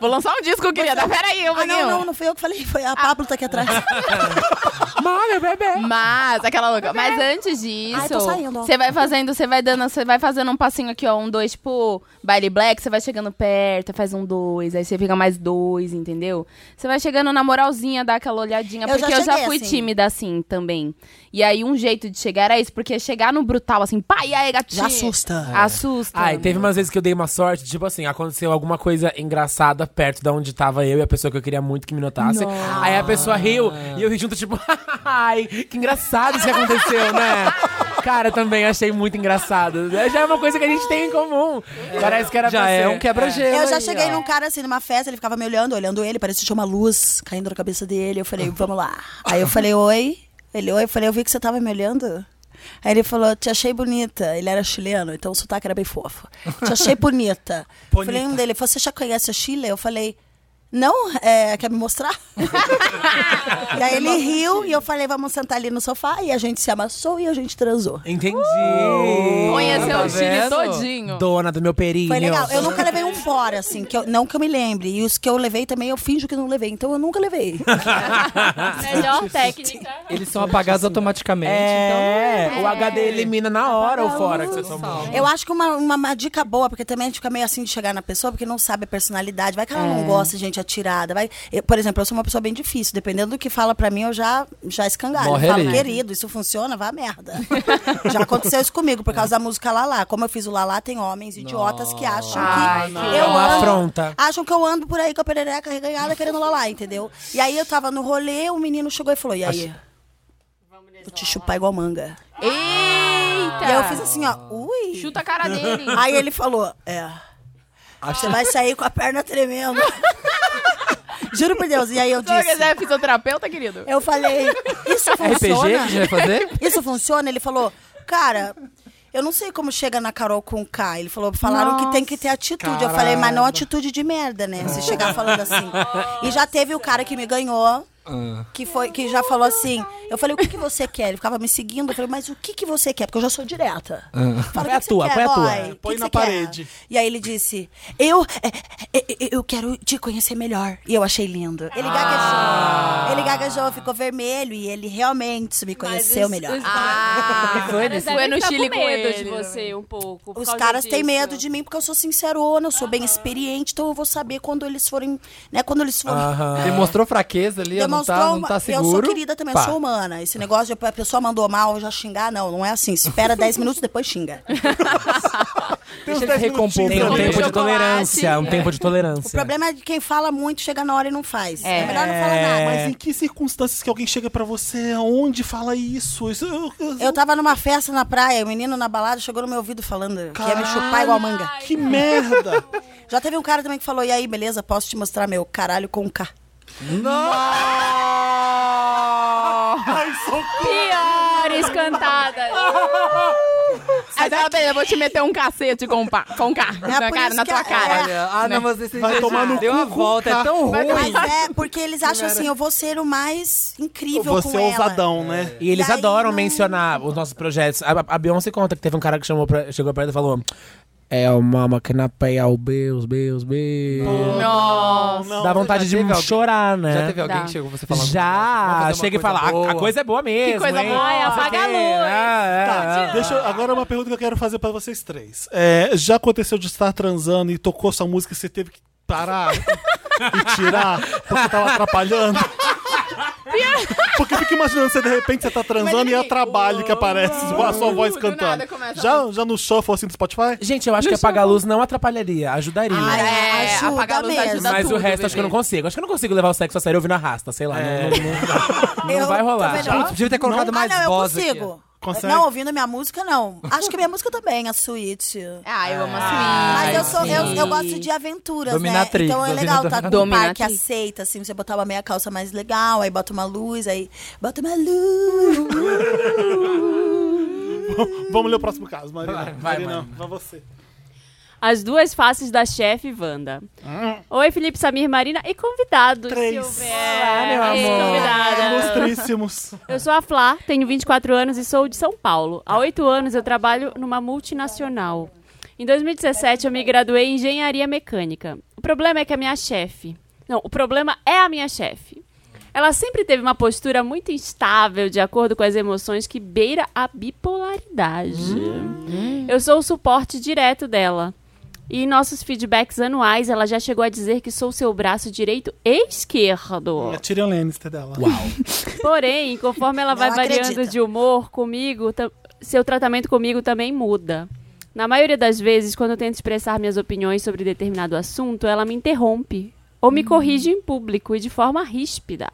Vou lançar um disco, querida. Peraí, um eu Ah, não, não, vou não fui eu que falei. Foi a Pablo tá aqui atrás. <laughs> Mano, é bebê. Mas, aquela louca. Mas antes disso, é. Ai, tô saindo, ó. você vai fazendo, você vai dando, você vai fazendo um passinho aqui, ó, um dois, tipo, baile black, você vai chegando perto, faz um dois, aí você fica mais dois, entendeu? Você vai chegando na moralzinha, dá aquela olhadinha, Eu porque já eu já cheguei fui assim. tímida assim também. E aí um jeito de chegar era isso, porque chegar no brutal assim, pai, e aí, gatinho. Já assusta. Assusta. Ai, teve umas vezes que eu dei uma sorte, tipo assim, aconteceu alguma coisa engraçada perto de onde tava eu e a pessoa que eu queria muito que me notasse. Aí a pessoa riu e eu ri junto, tipo, <laughs> ai, que engraçado isso que aconteceu, né? Cara, eu também achei muito engraçado. Já é uma coisa que a gente tem em comum. Parece que era Já pra é ser. um quebra-gelo. Eu aí, já cheguei ó. num cara assim, numa festa, ele ficava me olhando, olhando ele, parecia que tinha uma luz caindo na cabeça dele. Eu falei, vamos lá. Aí eu falei, oi. Ele, oi. Eu falei, eu vi que você tava me olhando. Aí ele falou, te achei bonita. Ele era chileno, então o sotaque era bem fofo. Te achei bonita. Eu Falei um dele, você já conhece o Chile? Eu falei, não, é, quer me mostrar? <laughs> e aí ele riu e eu falei, vamos sentar ali no sofá. E a gente se amassou e a gente transou. Entendi. Uh! Conheceu Tá o Chile vendo? todinho. Dona do meu perinho. Foi legal. Eu nunca levei um fora, assim, que eu- não que eu me lembre. E os que eu levei também, eu finjo que não levei. Então eu nunca levei. Melhor técnica. Eles são apagados automaticamente, É, Então, o HD elimina na hora ou um fora que você tomou. Eu acho que uma, uma, uma dica boa, porque também a gente fica meio assim de chegar na pessoa, porque não sabe a personalidade. Vai que ela É. não gosta, gente, atirada. Vai... Eu, por exemplo, eu sou uma pessoa bem difícil. Dependendo do que fala pra mim, eu já, já escangalho. Morre eu falo, ali. querido, isso funciona? Vá à merda. já aconteceu isso comigo, por causa da música Lalá. Como eu fiz o Lalá, tem homens idiotas que acham Ai, que não. eu É uma ando- afronta. Acham que eu ando por aí com a perereca reganhada querendo Lalá, entendeu? E aí eu tava no rolê, o menino chegou e falou, e aí? Vou te chupar igual manga. Eita! E aí eu fiz assim, ó, ui. Chuta a cara <laughs> dele. Aí ele falou, é. Você vai sair com a perna tremendo. Juro por Deus. E aí eu Se você disse. é fisioterapeuta, querido. Eu falei, isso RPG que a funciona? gente vai fazer? Isso funciona? Ele falou, cara. Eu não sei como chega na Carol com K. Ele falou, falaram que tem que ter atitude. Eu falei, mas não atitude de merda, né? Se chegar falando assim. E já teve o cara que me ganhou, que foi, que já falou assim. Eu falei, o que, que você quer? Ele ficava me seguindo. Eu falei, mas o que, que você quer? Porque eu já sou direta. Fala, Põe é a "O que que você tua, quer, põe a tua." boy? O que Põe que na você quer?" parede. E aí ele disse, eu, é, é, é, eu quero te conhecer melhor. E eu achei lindo. Ele Ah. gaguejou. Ele gaguejou, ficou vermelho e ele realmente me conheceu melhor. Ah, Foi Foi no Chile com com medo ele, de você um pouco. por Os causa caras têm disso. medo de mim porque eu sou sincerona, eu sou bem experiente, então eu vou saber quando eles forem, né, quando eles forem Demonstrou fraqueza ali, ó, não demonstrar tá, não uma- tá Eu seguro. sou querida também, Pá. eu sou humana. Esse negócio de a pessoa mandou mal, eu já xingar, não, não é assim. Espera 10 minutos, depois <laughs> xinga. Deixa ele tipo recompor. Tem um primeiro. tempo de chocolate. tolerância, um tempo de O tolerância. problema é de quem fala muito, chega na hora e não faz. É, É. melhor não falar nada. Mas em que circunstâncias que alguém chega pra você? Onde fala isso? Isso eu- eu- Eu tava numa festa na praia, o menino na balada chegou no meu ouvido falando que ia me chupar igual manga. Que merda! Já teve um cara também que falou, e aí, beleza, posso te mostrar meu caralho com um K. Ai, socorro! Piores cantadas. Aí fala, "Beleza, eu vou te meter um cacete com, um pa- com um carro É na, por cara, isso na que tua é- cara. Olha, ah, não, mas esse Vai já- tomar no deu cu uma com volta, o é tão Vai ruim. Mas é porque eles acham assim, eu vou ser o mais incrível Você com é ela. ousadão, né? E eles Daí adoram não- mencionar os nossos projetos. A, a Beyoncé conta que teve um cara que chamou pra, chegou perto e falou: É, o mama que na pé é o Beus, Beus, Beus. Nossa. Dá vontade Já de teve alguém- chorar, né? Já teve alguém Dá. que chegou você falando? "Vamos Já, fazer uma chega e coisa fala, "A- a boa." coisa é boa mesmo. coisa hein? boa, Não sei apaga o a quê." luz. É, é, Tá, é. deixa eu- agora uma pergunta que eu quero fazer pra vocês três. É, já aconteceu de estar transando e tocou sua música e você teve que parar e tirar porque tava atrapalhando? Porque eu fico imaginando você de repente você tá transando e é ninguém- trabalho que aparece a sua voz Do cantando. nada começa Já, já no shuffle assim do Spotify? Gente, eu acho que apagar a luz não atrapalharia, ajudaria. Ah, é, É, ajuda apagar a luz mesmo. ajuda Mas tudo, o resto acho que eu não bebê. consigo. Acho que eu não consigo levar o sexo a sério ouvindo arrasta, sei lá. É. Não, não- não Eu vai também rolar. não. Putz, podia ter colocado ah, mais não, eu voz aqui. consigo. Consegue? Não, ouvindo minha música, não. Acho que minha música também, a suíte. <laughs> Ah, eu amo Mas a eu, sou, Swing. eu, eu gosto de aventuras, Dominatrix, né? Então é legal tá com um dominatrix. par que aceita, assim, você botar uma meia calça mais legal, aí bota uma luz, aí bota uma luz. Então, Vamos ler o próximo caso, Marina. Marina, vai você. As duas faces da chefe Wanda. Oi, Felipe, Samir, Marina e convidados. Ah. Três. Se houver. Olá, meu Ei, amor. convidada. Ilustríssimos. Eu sou a Flá, tenho 24 anos e sou de São Paulo. Há oito anos eu trabalho numa multinacional. Em 2017 eu me graduei em engenharia mecânica. O problema é que a minha chefe. Não, o problema é a minha chefe. Ela sempre teve uma postura muito instável, de acordo com as emoções, que beira a bipolaridade. Eu sou o suporte direto dela. E em nossos feedbacks anuais, ela já chegou a dizer que sou seu braço direito e esquerdo. É Tyrion Lannister dela. Porém, conforme ela vai Não variando acredito. de humor comigo, ta- seu tratamento comigo também muda. Na maioria das vezes, quando eu tento expressar minhas opiniões sobre determinado assunto, ela me interrompe ou me corrige em público e de forma ríspida.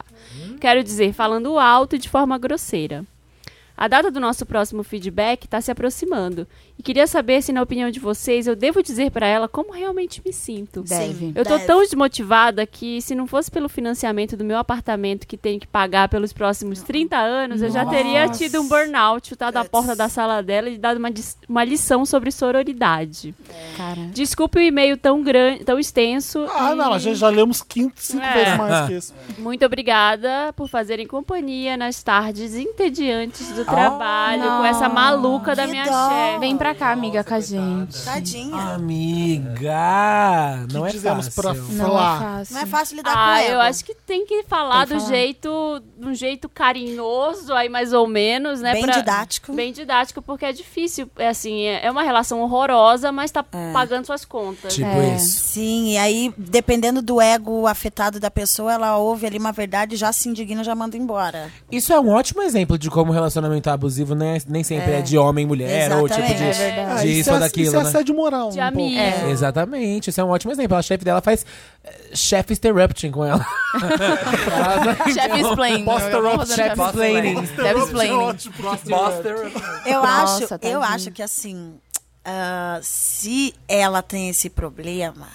Quero dizer, falando alto e de forma grosseira. A data do nosso próximo feedback está se aproximando e queria saber se, na opinião de vocês, eu devo dizer para ela como realmente me sinto. Deve. Eu tô Deve. tão desmotivada que se não fosse pelo financiamento do meu apartamento que tenho que pagar pelos próximos 30 anos, eu já teria tido um burnout, chutado a Puts. porta da sala dela e dado uma, dis- uma lição sobre sororidade. Cara. Desculpe o e-mail tão grande, tão extenso. Ah, e não, a gente já lemos quinto, cinco É. vezes Ah, mais que isso. Muito obrigada por fazerem companhia nas tardes entediantes Ah. do trabalho com essa maluca da Que minha dó. chefe. Vem pra cá, amiga, com a gente. Ah, Tadinha. Amiga, não é dizemos fácil. pra Não Flá? é fácil. Não é fácil lidar com Ah, ela. eu acho que tem que falar Tem que do falar. jeito, de um jeito carinhoso aí mais ou menos, né? Bem pra- didático. Bem didático, porque é difícil, é assim, é é uma relação horrorosa, mas tá É. pagando suas contas. Tipo É. isso. Sim, e aí, dependendo do ego afetado da pessoa, ela ouve ali uma verdade, já se indigna, já manda embora. Isso é um ótimo exemplo de como relacionamento abusivo né, nem sempre é, de homem e mulher, ou tipo Exatamente. de, É verdade. Ah, de isso isso é, ou isso é daquilo. né? assédio moral. De um pouco. amiga. Exatamente, isso é um ótimo exemplo. A chefe dela faz eh, chefe interrupting com ela. Ah, Chefe explain. Chefe explaining. Chefe explaining. É, Eu Nossa, acho, eu tadinha. acho que assim, ah, se ela tem esse problema,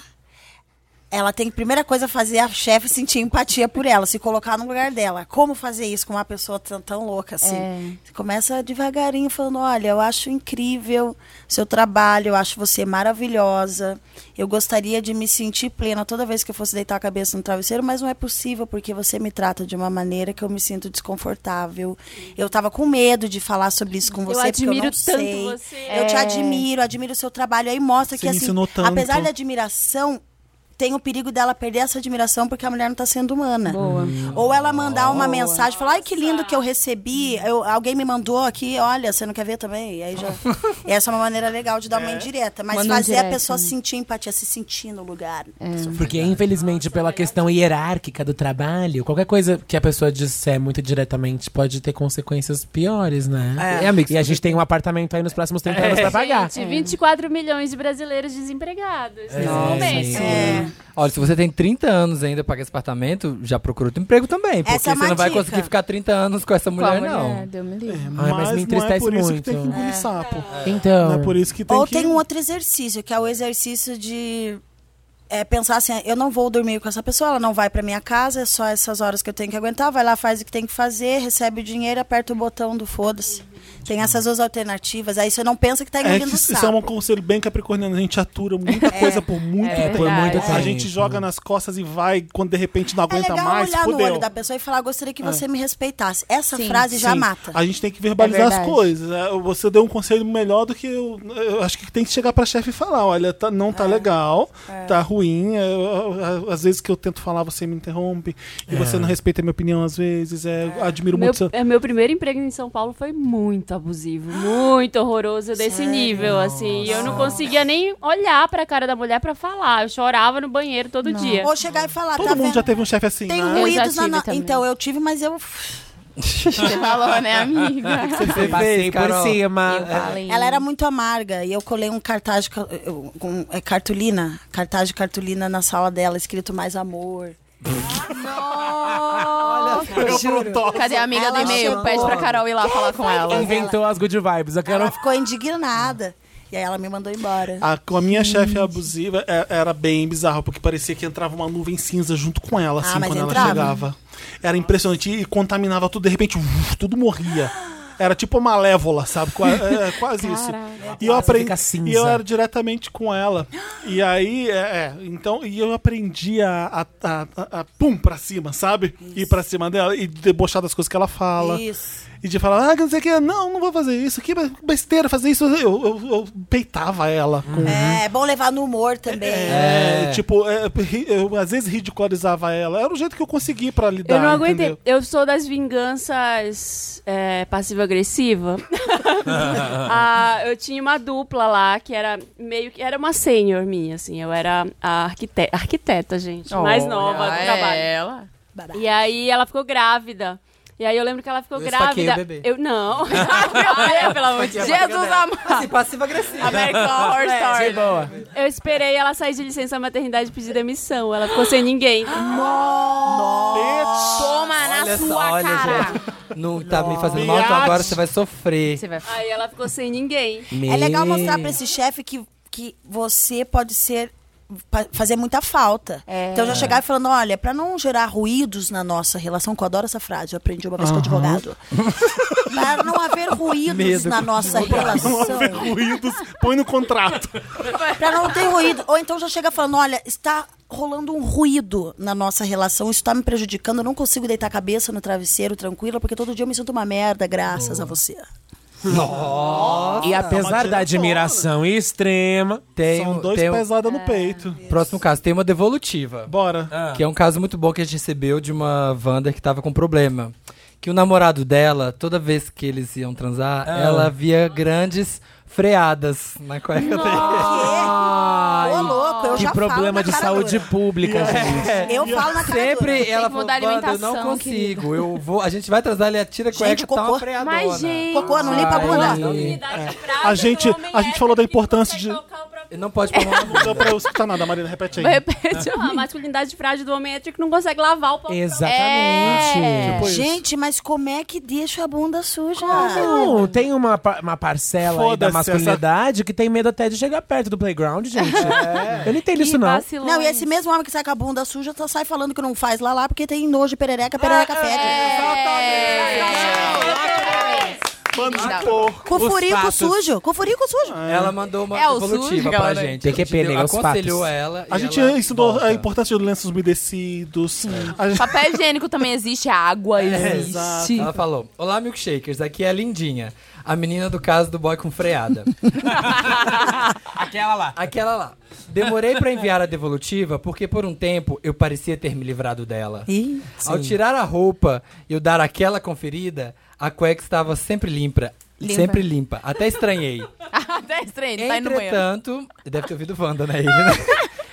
ela tem que, primeira coisa, fazer a chefe sentir empatia por ela, se colocar no lugar dela. Como fazer isso com uma pessoa tão, tão louca assim? É. Você começa devagarinho falando: olha, eu acho incrível seu trabalho, eu acho você maravilhosa. Eu gostaria de me sentir plena toda vez que eu fosse deitar a cabeça no travesseiro, mas não é possível porque você me trata de uma maneira que eu me sinto desconfortável. Eu tava com medo de falar sobre isso com você, porque eu admiro não tanto sei. você. Eu te É. admiro, admiro o seu trabalho. Aí mostra Você que me assim, ensinou tanto. apesar da admiração, tem o perigo dela perder essa admiração porque a mulher não tá sendo humana. Boa. Hum. Ou ela mandar uma mensagem, falar, ai que lindo que eu recebi, eu- alguém me mandou aqui, olha, você não quer ver também? E aí <laughs> já... Essa é uma maneira legal de dar uma indireta, mas Manda um fazer a direct, pessoa né? É. sentir empatia, se sentir no lugar. Porque, infelizmente, pela questão hierárquica do trabalho, qualquer coisa que a pessoa disser muito diretamente pode ter consequências piores, né? É, amigo, E a gente tem um apartamento aí nos próximos 30 anos pra pagar. Gente, 24 milhões de brasileiros desempregados. Não pense. É. Olha, se você tem 30 anos e ainda paga esse apartamento, já procura outro emprego também. Porque Essa é você uma não vai dica. conseguir ficar 30 anos com essa Com a mulher, mulher, não. deu me livre. Mas, mas me não é entristece por isso que muito. tem que engolir sapo. Então. Não é por isso que tem Ou que... tem um outro exercício, que é o exercício de é, pensar assim, eu não vou dormir com essa pessoa, ela não vai pra minha casa, é só essas horas que eu tenho que aguentar, vai lá, faz o que tem que fazer, recebe o dinheiro, aperta o botão do foda-se. Tem essas duas alternativas. Aí você não pensa que tá engolindo É que o isso sapo. é um conselho bem capricorniano. A gente atura muita coisa por muito é tempo. verdade. Por muito A tempo. gente joga nas costas e vai, quando de repente não É aguenta legal mais, É. olhar no fodeu. olho da pessoa e falar, gostaria que você me respeitasse. Essa Sim, frase já Sim, mata. A gente tem que verbalizar as verdade. coisas. É, Você deu um conselho melhor do que eu. eu acho que tem que chegar pra chefe e falar: olha, tá- não É. tá legal, tá ruim. é, eu- eu- às vezes que eu tento falar, você me interrompe. E você não respeita a minha opinião, às vezes. É, Admiro Meu, muito. seu- é, meu primeiro emprego em São Paulo foi muito <gasps> abusivo, muito horroroso desse nível, assim. E eu não conseguia nem olhar pra cara da mulher pra falar. Eu chorava no banheiro todo dia. Ou chegar e falar, Todo tá mundo vendo? já teve um chefe assim. Tem né? ruim. ruídos na... tive no- também. Então, eu tive, mas eu... <laughs> Você falou, <laughs> né, amiga? Eu Passei por Carol. cima. Eu falei. Ela era muito amarga e eu colei um cartaz de ca- eu- com é, cartolina, cartaz de cartolina na sala dela, escrito mais amor. Eu falo, Cadê a amiga do Ela e-mail? chegou. Pede pra Carol ir lá falar com ela. Inventou as good vibes. A Carol Ela ficou indignada e aí ela me mandou embora. A, com a minha chefe abusiva é- era bem bizarro, porque parecia que entrava uma nuvem cinza junto com ela, assim, mas quando ela entrava? chegava. Era impressionante e contaminava tudo, de repente, uf, tudo morria. Era tipo uma malévola, sabe? Qua- é, é quase isso. E eu Quase aprendi. fica cinza. E eu era diretamente com ela. E aí, é, é, então, e eu aprendi a, a, a, a- a- pum pra cima, sabe? Ir pra cima dela e debochar das coisas que ela fala. Isso. E de falar, ah, não sei o que, não, não vou fazer isso, que besteira fazer isso. Eu, eu, eu peitava ela com É, é bom levar no humor também. Uhum. é, tipo, é, ri- eu às vezes ridicularizava ela. Era o jeito que eu consegui pra lidar. Eu não aguentei. entendeu? Eu sou das vinganças é, passiva-agressiva. Ah, eu tinha uma dupla lá que era meio que. Era uma sênior minha, assim. Eu era a arquite- arquiteta, gente. mais nova do é trabalho. Ela. Babá. E aí ela ficou grávida. E aí eu lembro que ela ficou Eu esfaquei grávida. o bebê. Eu não. Meu Deus, pelo amor de Deus. Jesus amado. Passiva-agressiva. American Horror Story. boa. Eu esperei ela sair de licença maternidade e pedir demissão. Ela ficou sem ninguém. Toma na Olha só, sua olha, cara. gente. Não tá me fazendo mal, então Viate. agora você vai sofrer. Você vai... Aí ela ficou sem ninguém. É legal mostrar pra esse chefe que, que você pode ser pa- fazer muita falta. É. Então já chegar falando, olha, pra não gerar ruídos na nossa relação, que eu adoro essa frase, eu aprendi uma vez com advogado. pra não haver ruídos Medo na nossa relação. Não haver ruídos, Um põe no contrato. Pra não ter ruído. Ou então já chega falando, olha, está rolando um ruído na nossa relação, isso tá me prejudicando, eu não consigo deitar a cabeça no travesseiro tranquila, porque todo dia eu me sinto uma merda, graças a você. E apesar da diretora. admiração extrema, <laughs> Tem, São um- dois tem um- pesadas no peito. Próximo caso, tem uma devolutiva. Bora. Que é um caso muito bom que a gente recebeu de uma Wanda que tava com problema. Que o namorado dela, toda vez que eles iam transar, ela via grandes freadas na cueca dele. Ô, louco, eu que já falo problema na de cara saúde dura. pública, gente. Eu falo na cara dura. É. Sempre ela que mudar falou, a "Wanda, eu não alimentação, consigo. Eu vou, a gente vai transar, ele atira a cueca e Gente, tá cocô. uma freadona. Mas, gente. Cocô, não limpa a Ai, bunda. não limpa. É. A gente- a gente falou da importância de- <laughs> Ele não pode pôr a mão na Não dá bunda. Então, pra eu escutar nada, Marina, repete aí. Repete. Ah, a masculinidade frágil do homem hétero que não consegue lavar o É. pau. Exatamente. É. Tipo isso. Gente, mas como é que deixa a bunda suja? Não, tem uma, par- uma parcela aí da Foda-se, masculinidade que tem medo até de chegar perto do playground, gente. Eu não entendo isso, não. Vacilões. Não, e esse mesmo homem que sai com a bunda suja só sai falando que não faz lá lá porque tem nojo de perereca, perereca pede. é. tá Mano de porco. Com Os furico fatos. sujo, com furico sujo. Ela mandou uma É, o devolutiva sujo, pra galera. gente. Tem que A gente pegar deu- né? os fatos. aconselhou ela. A e gente ela ensinou volta. a importância de lenços umedecidos. A gente- Papel higiênico também existe, a água existe. Ela falou: Olá, milkshakers, aqui é a Lindinha, a menina do caso do boy <laughs> com freada. Aquela lá. Aquela lá. Demorei pra enviar a devolutiva porque por um tempo eu parecia ter me livrado dela. Ih, Ao tirar a roupa e eu dar aquela conferida, a cueca estava sempre limpa. Sempre limpa. Até estranhei. <laughs> Até estranho, tá indo no banheiro. Entretanto, deve ter ouvido Wanda, né? <laughs> Ele, né?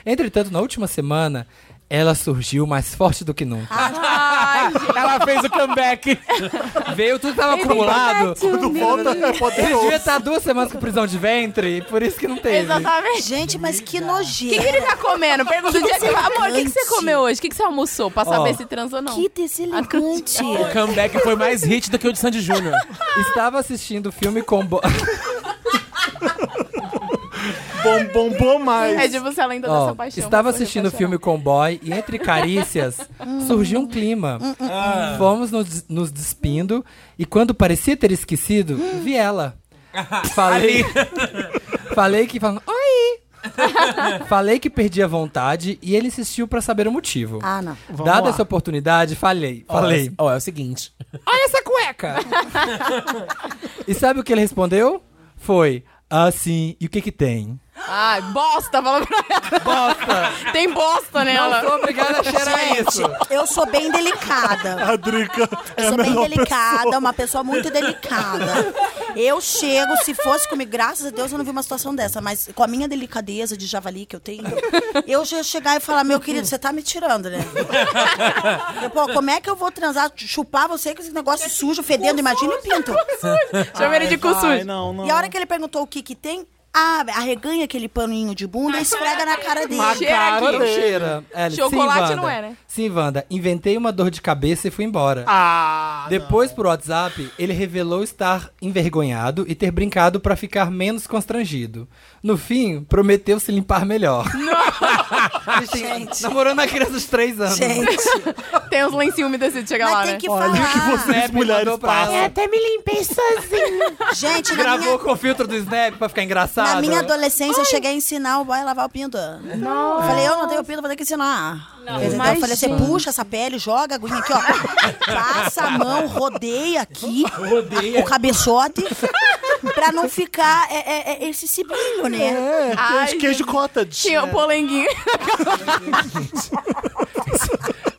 Entretanto, na última semana, ela surgiu mais forte do que nunca. Ah. Ai, gente. Ela fez o comeback. Veio, tudo tava acumulado. Quando volta, é Ele devia poderoso. estar duas semanas com prisão de ventre, por isso que não teve. Exatamente. Gente, mas que O que, que nojeira. ele tá comendo? Pergunta o dia que Amor, o que, que você elegante. comeu hoje? O que, que você almoçou? Pra saber Ó. se transa ou não. Que deselegante. O comeback foi mais hit do que o de Sandy Júnior. <laughs> Estava assistindo o filme com bo... bom, bombou mais. É tipo se a lenda Ó, dessa paixão. estava você assistindo o apaixonar. filme Comboy e entre carícias surgiu um clima. Fomos nos, nos despindo e quando parecia ter esquecido, vi ela. Falei, <laughs> falei que falando, oi. falei que perdi a vontade e ele insistiu pra saber o motivo. Ah, não. Dada lá. essa oportunidade, falei, Ó, <laughs> falei. é- ó, é o seguinte. Olha essa cueca! e sabe o que ele respondeu? Foi, ah, sim, e o que que tem? Ai, bosta, fala pra ela. <laughs> Bosta! Tem bosta nela. Não sou obrigada a cheirar isso! Eu sou bem delicada. A Drica é Eu a sou bem melhor delicada, pessoa. uma pessoa muito delicada. Eu chego, se fosse comigo, graças a Deus eu não vi uma situação dessa, mas com a minha delicadeza de javali que eu tenho, eu já ia chegar e falar: meu querido, você tá me tirando, né? Eu, Pô, como é que eu vou transar, chupar você com esse negócio sujo, fedendo? Imagina o pinto. Chama ele de curso. Ai, não, não. E a hora que ele perguntou o que que tem, ah, arreganha aquele paninho de bunda e esfrega na cara dele. Mas- Cheira aqui. não cheira. É, ele- Chocolate sim, Wanda. não é, né? Sim, Wanda. Inventei uma dor de cabeça e fui embora. Ah, Depois, por WhatsApp, ele revelou estar envergonhado e ter brincado pra ficar menos constrangido. No fim, prometeu se limpar melhor. Gente. Namorando a criança dos três anos. Gente, Tem uns lencinhos umedecidos, chega lá, mas tem né? que olha o que falar. vocês Snap mulheres mandou pra ela. passam. até me limpei sozinho. Gente, É, tá na Gravou minha, com né? o filtro do Snap pra ficar engraçado. Na minha adolescência, eu cheguei a ensinar o boy a lavar o pinto. Eu falei, eu não tenho pinto, vou ter que ensinar. Entendeu? eu falei, você puxa essa pele, joga a aguinha aqui, ó. Passa a mão, rodeia aqui o cabeçote pra não ficar é, é, é, esse cibilho, né? É, Ai, queijo, queijo cottage. Tinha É. o polenguinho.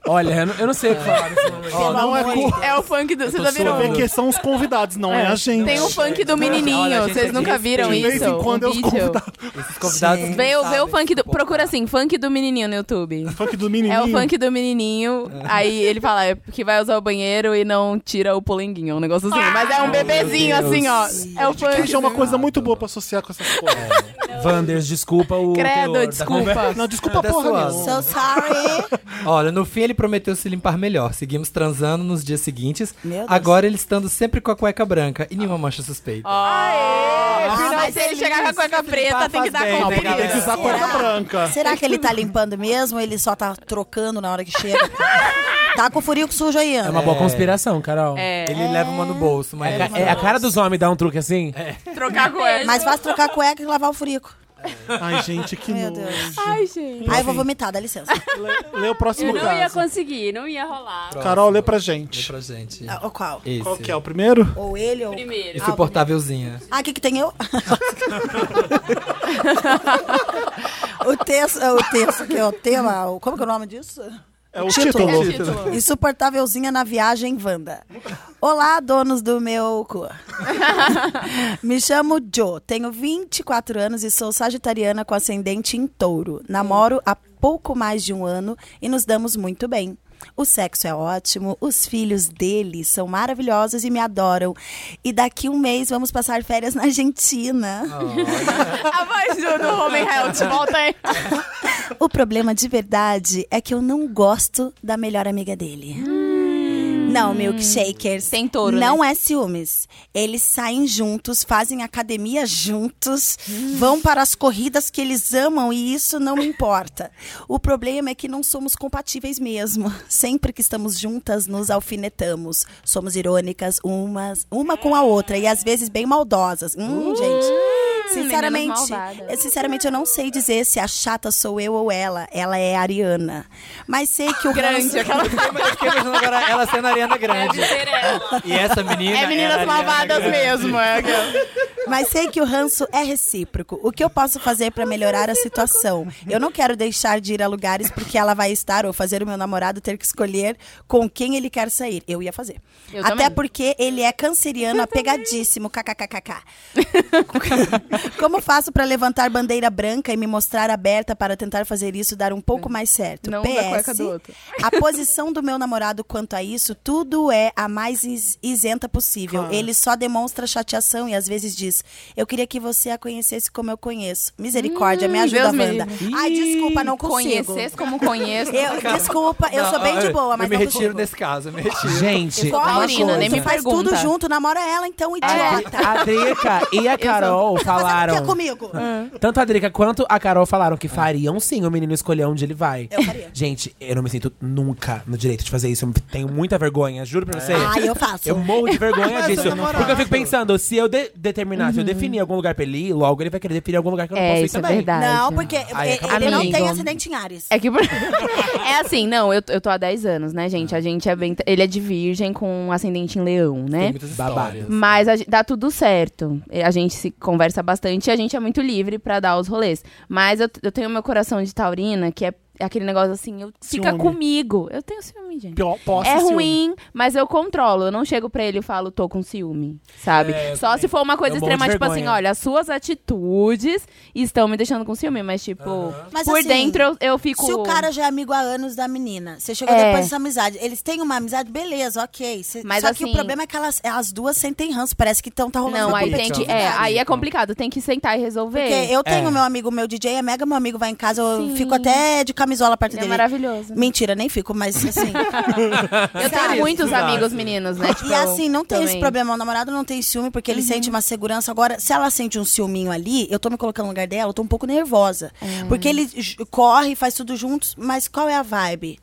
Olha, eu não, eu não sei o que falar nesse momento. Ó, não é cu. É o funk do. Vocês já viram? Vê que são os convidados, não é, a gente. Tem um o funk do Olha, menininho. gente, Vocês é nunca difícil. viram De isso? vez em quando um é os vídeo. convidados. Esses convidados. não Vê, o- vê o sabem funk do. se comportar. Procura assim, funk do menininho no YouTube. Funk do menininho. É o funk do menininho. Aí ele fala é, que vai usar o banheiro e não tira o polenguinho. Um negócio assim. Mas é um bebezinho assim, ó. É o funk. Queijo é uma coisa muito boa pra associar com essas coisas. É. Wanders, desculpa o. teor da Credo, conversa. desculpa. É Não, desculpa Tá porra suave. nenhuma. So sorry. Olha, no fim ele prometeu se limpar melhor. Seguimos transando nos dias seguintes. Meu Deus. Agora ele estando sempre com a cueca branca e nenhuma mancha suspeita. Ah, mas se ele chegar com a cueca preta, tem que dar bem, conta. né, Tem que querida. usar cueca Será? é branca. Será que ele tá limpando mesmo? Ele só tá trocando na hora que chega? Tá com o furico sujo aí, É uma Ana. boa conspiração, Carol. É, Ele leva uma no bolso, mas. É, é a cara dos homens dar um truque assim? É, trocar a cueca. Mas faz trocar a cueca e lavar o furico. Ai, gente, que Meu nojo. Deus. Ai, gente. Ai, eu vou vomitar, dá licença. Lê, lê o Eu próximo não ia caso. conseguir, não ia rolar. Carol, lê pra gente. Lê pra gente. Ah, qual? Esse. Qual que é? né? O primeiro? Ou ele ou. Primeiro. Insuportávelzinha. Ah, o que, que tem eu? <laughs> o texto, o texto que é o tema, o- como que é o nome disso? É o Título. título. <laughs> Insuportávelzinha na viagem, Wanda. Olá, donos do meu cu. Me chamo Jo, tenho 24 anos e sou sagitariana com ascendente em touro. Namoro há pouco mais de um ano e nos damos muito bem. O sexo é ótimo, os filhos dele são maravilhosos e me adoram. E daqui um mês vamos passar férias na Argentina. A voz do, do Homem Health. Volta aí. O problema de verdade é que eu não gosto da melhor amiga dele. Não, milkshakers. Tem touro, né? Não é ciúmes. Eles saem juntos, fazem academia juntos, vão para as corridas que eles amam e isso não me importa. O problema é que não somos compatíveis mesmo. Sempre que estamos juntas, nos alfinetamos. Somos irônicas umas, uma com a outra e às vezes bem maldosas. Hum, gente. meninas Sinceramente, malvadas. eu, Sinceramente, eu não sei dizer se a chata sou eu ou ela. Ela é a Ariana. Mas sei que o Grande, ranço- aquela. Eu fiquei pensando agora ela sendo a Ariana Grande. E essa menina. É né? meninas malvadas mesmo, é aquela. <laughs> Mas sei que o ranço é recíproco. O que eu posso fazer pra é melhorar a situação? Eu não quero deixar de ir a lugares porque ela vai estar ou fazer o meu namorado ter que escolher com quem ele quer sair. Eu ia fazer. Eu Até também. porque ele é canceriano, apegadíssimo, kkkk. <laughs> Como faço pra levantar bandeira branca e me mostrar aberta para tentar fazer isso dar um pouco mais certo? Não da PS, cueca do outro. a posição do meu namorado quanto a isso, tudo é a mais is- isenta possível. Ele só demonstra chateação e às vezes diz: Eu queria que você a conhecesse como eu conheço. Misericórdia, me ajuda, Hum, Deus me Wanda. Ai, desculpa, não consigo. Conheces <laughs> como conheço. Eu, desculpa, eu sou bem de é. boa, mas Eu me não retiro consigo. desse caso, eu me <laughs> retiro. Gente, Corre, Paulina, Paulina, nem me faz pergunta. tudo junto, namora ela então, É. idiota. a Drica e a Carol Mas falaram. Quer comigo? Hum. Tanto a Drica quanto a Carol falaram que fariam sim o menino escolher onde ele vai. Eu faria. Gente, eu não me sinto nunca no direito de fazer isso. Eu tenho muita vergonha, juro pra você. Ah, eu faço. Eu morro de vergonha Mas, disso. namorado. Porque eu fico pensando, se eu de- determinar, se eu definir algum lugar pra ele ir, logo ele vai querer definir algum lugar que eu não É, posso ir isso é também. verdade. Não, porque Ai, ele acabou. não tem Amigo. acidente em Ares. É que. <laughs> é assim, não, eu, eu tô há 10 anos, né, Ah. gente? A gente é bem. Ele é de virgem com um ascendente em leão, Tem né? muitas Babado. histórias. Mas a gen- dá tudo certo. A gente se conversa bastante e a gente é muito livre pra dar os rolês. Mas eu, eu tenho meu coração de taurina, que é aquele negócio assim, eu, fica Ciúme. comigo. Eu tenho ciúme, gente. Pior, posso, é ciúme. ruim, mas eu controlo. Eu não chego pra ele e falo, tô com ciúme, sabe? É, eu Só também. se for uma coisa Eu morro extrema, de tipo assim, vergonha. olha, as suas atitudes estão me deixando com ciúme, mas tipo, Mas, por assim, dentro eu, eu fico. Se o cara já é amigo há anos da menina, você chegou É. depois dessa amizade. Eles têm uma amizade, beleza, ok. Cê- Mas só que assim- o problema é que elas, as duas sentem ranço. Parece que estão tá rolando Não, uma aí tem que. É, competitividade. aí é complicado, tem que sentar e resolver. Porque eu tenho É. meu amigo, meu DJ, é mega meu amigo, vai em casa, eu Sim. fico até de camisola perto Ele é dele. maravilhoso. Mentira, nem fico, <laughs> mas assim. Eu tenho muitos amigos meninos, né? Tipo, E assim, não tem esse também. Uhum. problema. O namorado não tem ciúme porque ele sente uma segurança. Agora, se ela sente um ciúminho ali, eu tô me colocando no lugar dela, eu tô um pouco nervosa. É. Porque ele j- corre, faz tudo juntos, mas qual é a vibe?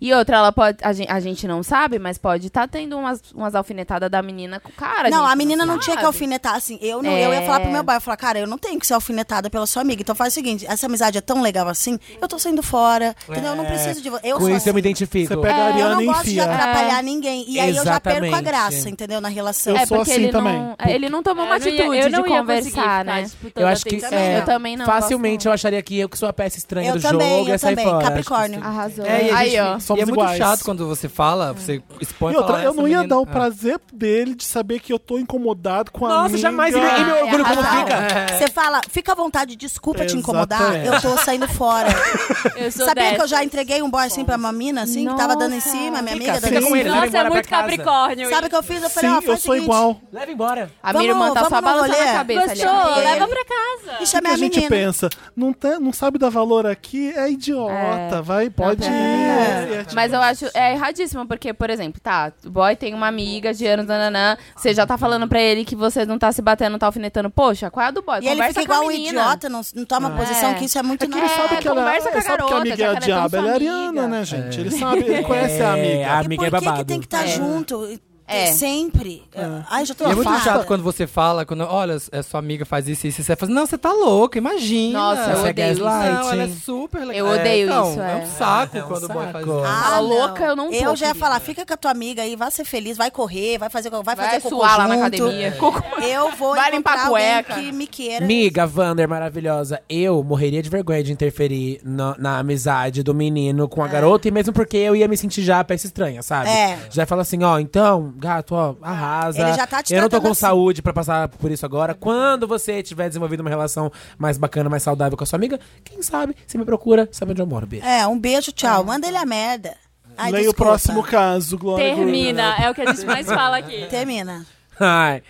E outra, ela pode. A gen- a gente, não sabe, mas pode estar tendo umas, umas alfinetadas da menina com o cara. não, gente a menina não, tinha que sabe. alfinetar, assim. Eu não, eu ia falar É. pro meu pai, eu ia falar, cara, eu não tenho que ser alfinetada pela sua amiga. Então faz o seguinte, essa amizade é tão legal assim, eu tô saindo fora, entendeu? Eu não preciso de você. Eu É, Com sou isso eu me assim. identifico. Você pega a Eu Ariana não e gosto de enfia. atrapalhar ninguém. E aí eu já perco a Exatamente. graça, entendeu? Na Eu relação. É sou porque assim ele não, também. é, ele não tomou uma Eu não ia- atitude eu não de ia conversar, conseguir né? ficar disputando Eu acho que atenção. é, Eu também não, facilmente gosto eu acharia que eu que sou a peça estranha Eu do também, jogo eu ia sair também. fora. Capricórnio. Arrasou. É, e a Aí, gente- ó. Somos e é muito iguais. chato quando você fala, você expõe E outra, fala, eu "Essa não ia menina-" dar o Ah. prazer dele de saber que eu tô incomodado com a Nossa, amiga. jamais. E meu, e meu Ai, orgulho como <laughs> arrasou. fica? Você fala, fica à vontade, desculpa te incomodar, Exatamente. eu tô saindo fora. <laughs> Eu sou Sabia que eu dessa. já entreguei um boy assim pra uma mina, assim, que tava dando em cima, minha amiga fica dando em com ele. Leva cima? Nossa, embora é muito pra casa. capricórnio. Sabe o que eu fiz? Eu falei, ó, Sim, eu faz o sou seguinte, igual. Leva embora. A minha Vamos- irmã tá só vamos no balançando a rolê? cabeça ali. É. Gostou? ó. Leva pra casa. Isso é que a minha gente menina. pensa, não, tem- não sabe dar valor aqui, é idiota, vai, pode ir. É, tipo, Mas eu acho é erradíssimo, porque, por exemplo, tá, o boy tem uma amiga de anos, nananã, você já tá falando pra ele que você não tá se batendo, não tá alfinetando. Poxa, qual é a do boy? E ele Conversa fica igual com um a menina. idiota, não, não toma posição, que isso é muito é que não- ele sabe que ela, conversa com a ele sabe que garota, a amiga já é que ela é tão diabo, ela é sua ariana, amiga. né, gente? Ele sabe, ele conhece a É, a amiga. E amiga por é que, babado. que tem que estar É. junto? É. Sempre. Ah, Ai, já tô E é muito chato afinada. quando você fala, quando, olha, é sua amiga faz isso, isso, isso. Você fala, não, você tá louca, imagina. Nossa, eu Você é odeio isso. gaslighting. Não, ela é super legal. Eu odeio É, então, isso, É é. um saco É um quando o boy faz saco. isso. Ah, A louca eu não tô, Eu já ia querida. falar, fica com a tua amiga aí, vai ser feliz, vai correr, vai fazer, vai fazer Vai cocô suar lá na junto. É. academia. Eu vou Vai limpar encontrar a alguém cueca. que me queira. Miga, Wander, maravilhosa. Eu morreria de vergonha de interferir na, na amizade do menino com a garota, e mesmo porque eu ia me sentir já a peça estranha, sabe? É. Já fala assim, ó, então, gato, ó, arrasa. Ele já tá te Eu não tô tratando com assim. saúde pra passar por isso agora. Quando você tiver desenvolvido uma relação mais bacana, mais saudável com a sua amiga, quem sabe, você me procura, sabe onde eu moro, beijo. É, um beijo, tchau. Manda ele a merda. Ai, Leia o desculpa. próximo caso, Glória Termina. É o que a gente mais fala <laughs> aqui. Termina. Ai.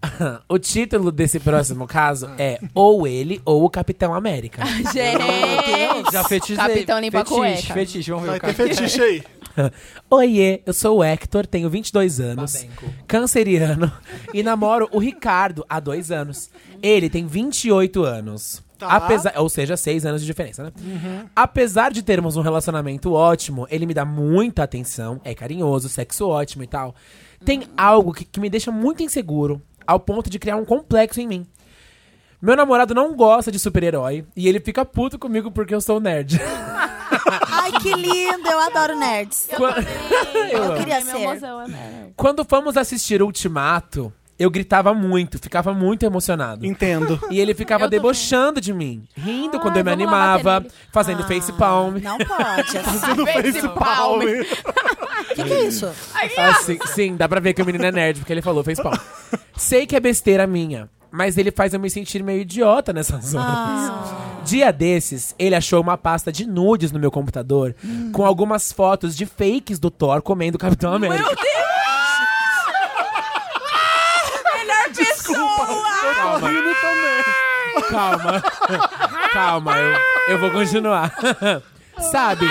<laughs> O título desse próximo caso Ah. é Ou Ele ou o Capitão América. Gente! Já fetizei. é. Capitão limpa a fetiche, cueca. fetiche, vamos Vai ver o ter cara. fetiche aí. Oiê, eu sou o Hector, tenho 22 anos, Babenco. canceriano <laughs> e namoro o Ricardo há dois anos. Ele tem 28 anos. Tá. Apesar, ou seja, seis anos de diferença, né? Apesar de termos um relacionamento ótimo, ele me dá muita atenção, é carinhoso, sexo ótimo e tal. Tem algo que, que me deixa muito inseguro, ao ponto de criar um complexo em mim. Meu namorado não gosta de super-herói e ele fica puto comigo porque eu sou nerd. Ai, que lindo, eu adoro nerds. <laughs> Eu, Ah. queria Meu ser. mozão, né? Quando fomos assistir Ultimato, eu gritava muito, ficava muito emocionado. Entendo. E ele ficava Então, Eu também. debochando de mim, rindo Ai, quando eu me vamos lá animava, bater fazendo Ah, face palm. Não pode. assim. No palm. Facebook. O que, que é isso? Assim, sim, dá pra ver que o menino é nerd, porque ele falou face palm. Sei que é besteira minha, mas ele faz eu me sentir meio idiota nessas horas. Ah. Dia desses, ele achou uma pasta de nudes no meu computador Hum. com algumas fotos de fakes do Thor comendo o Capitão América. Tô rindo também. Calma. Calma, eu, eu vou continuar. Sabe?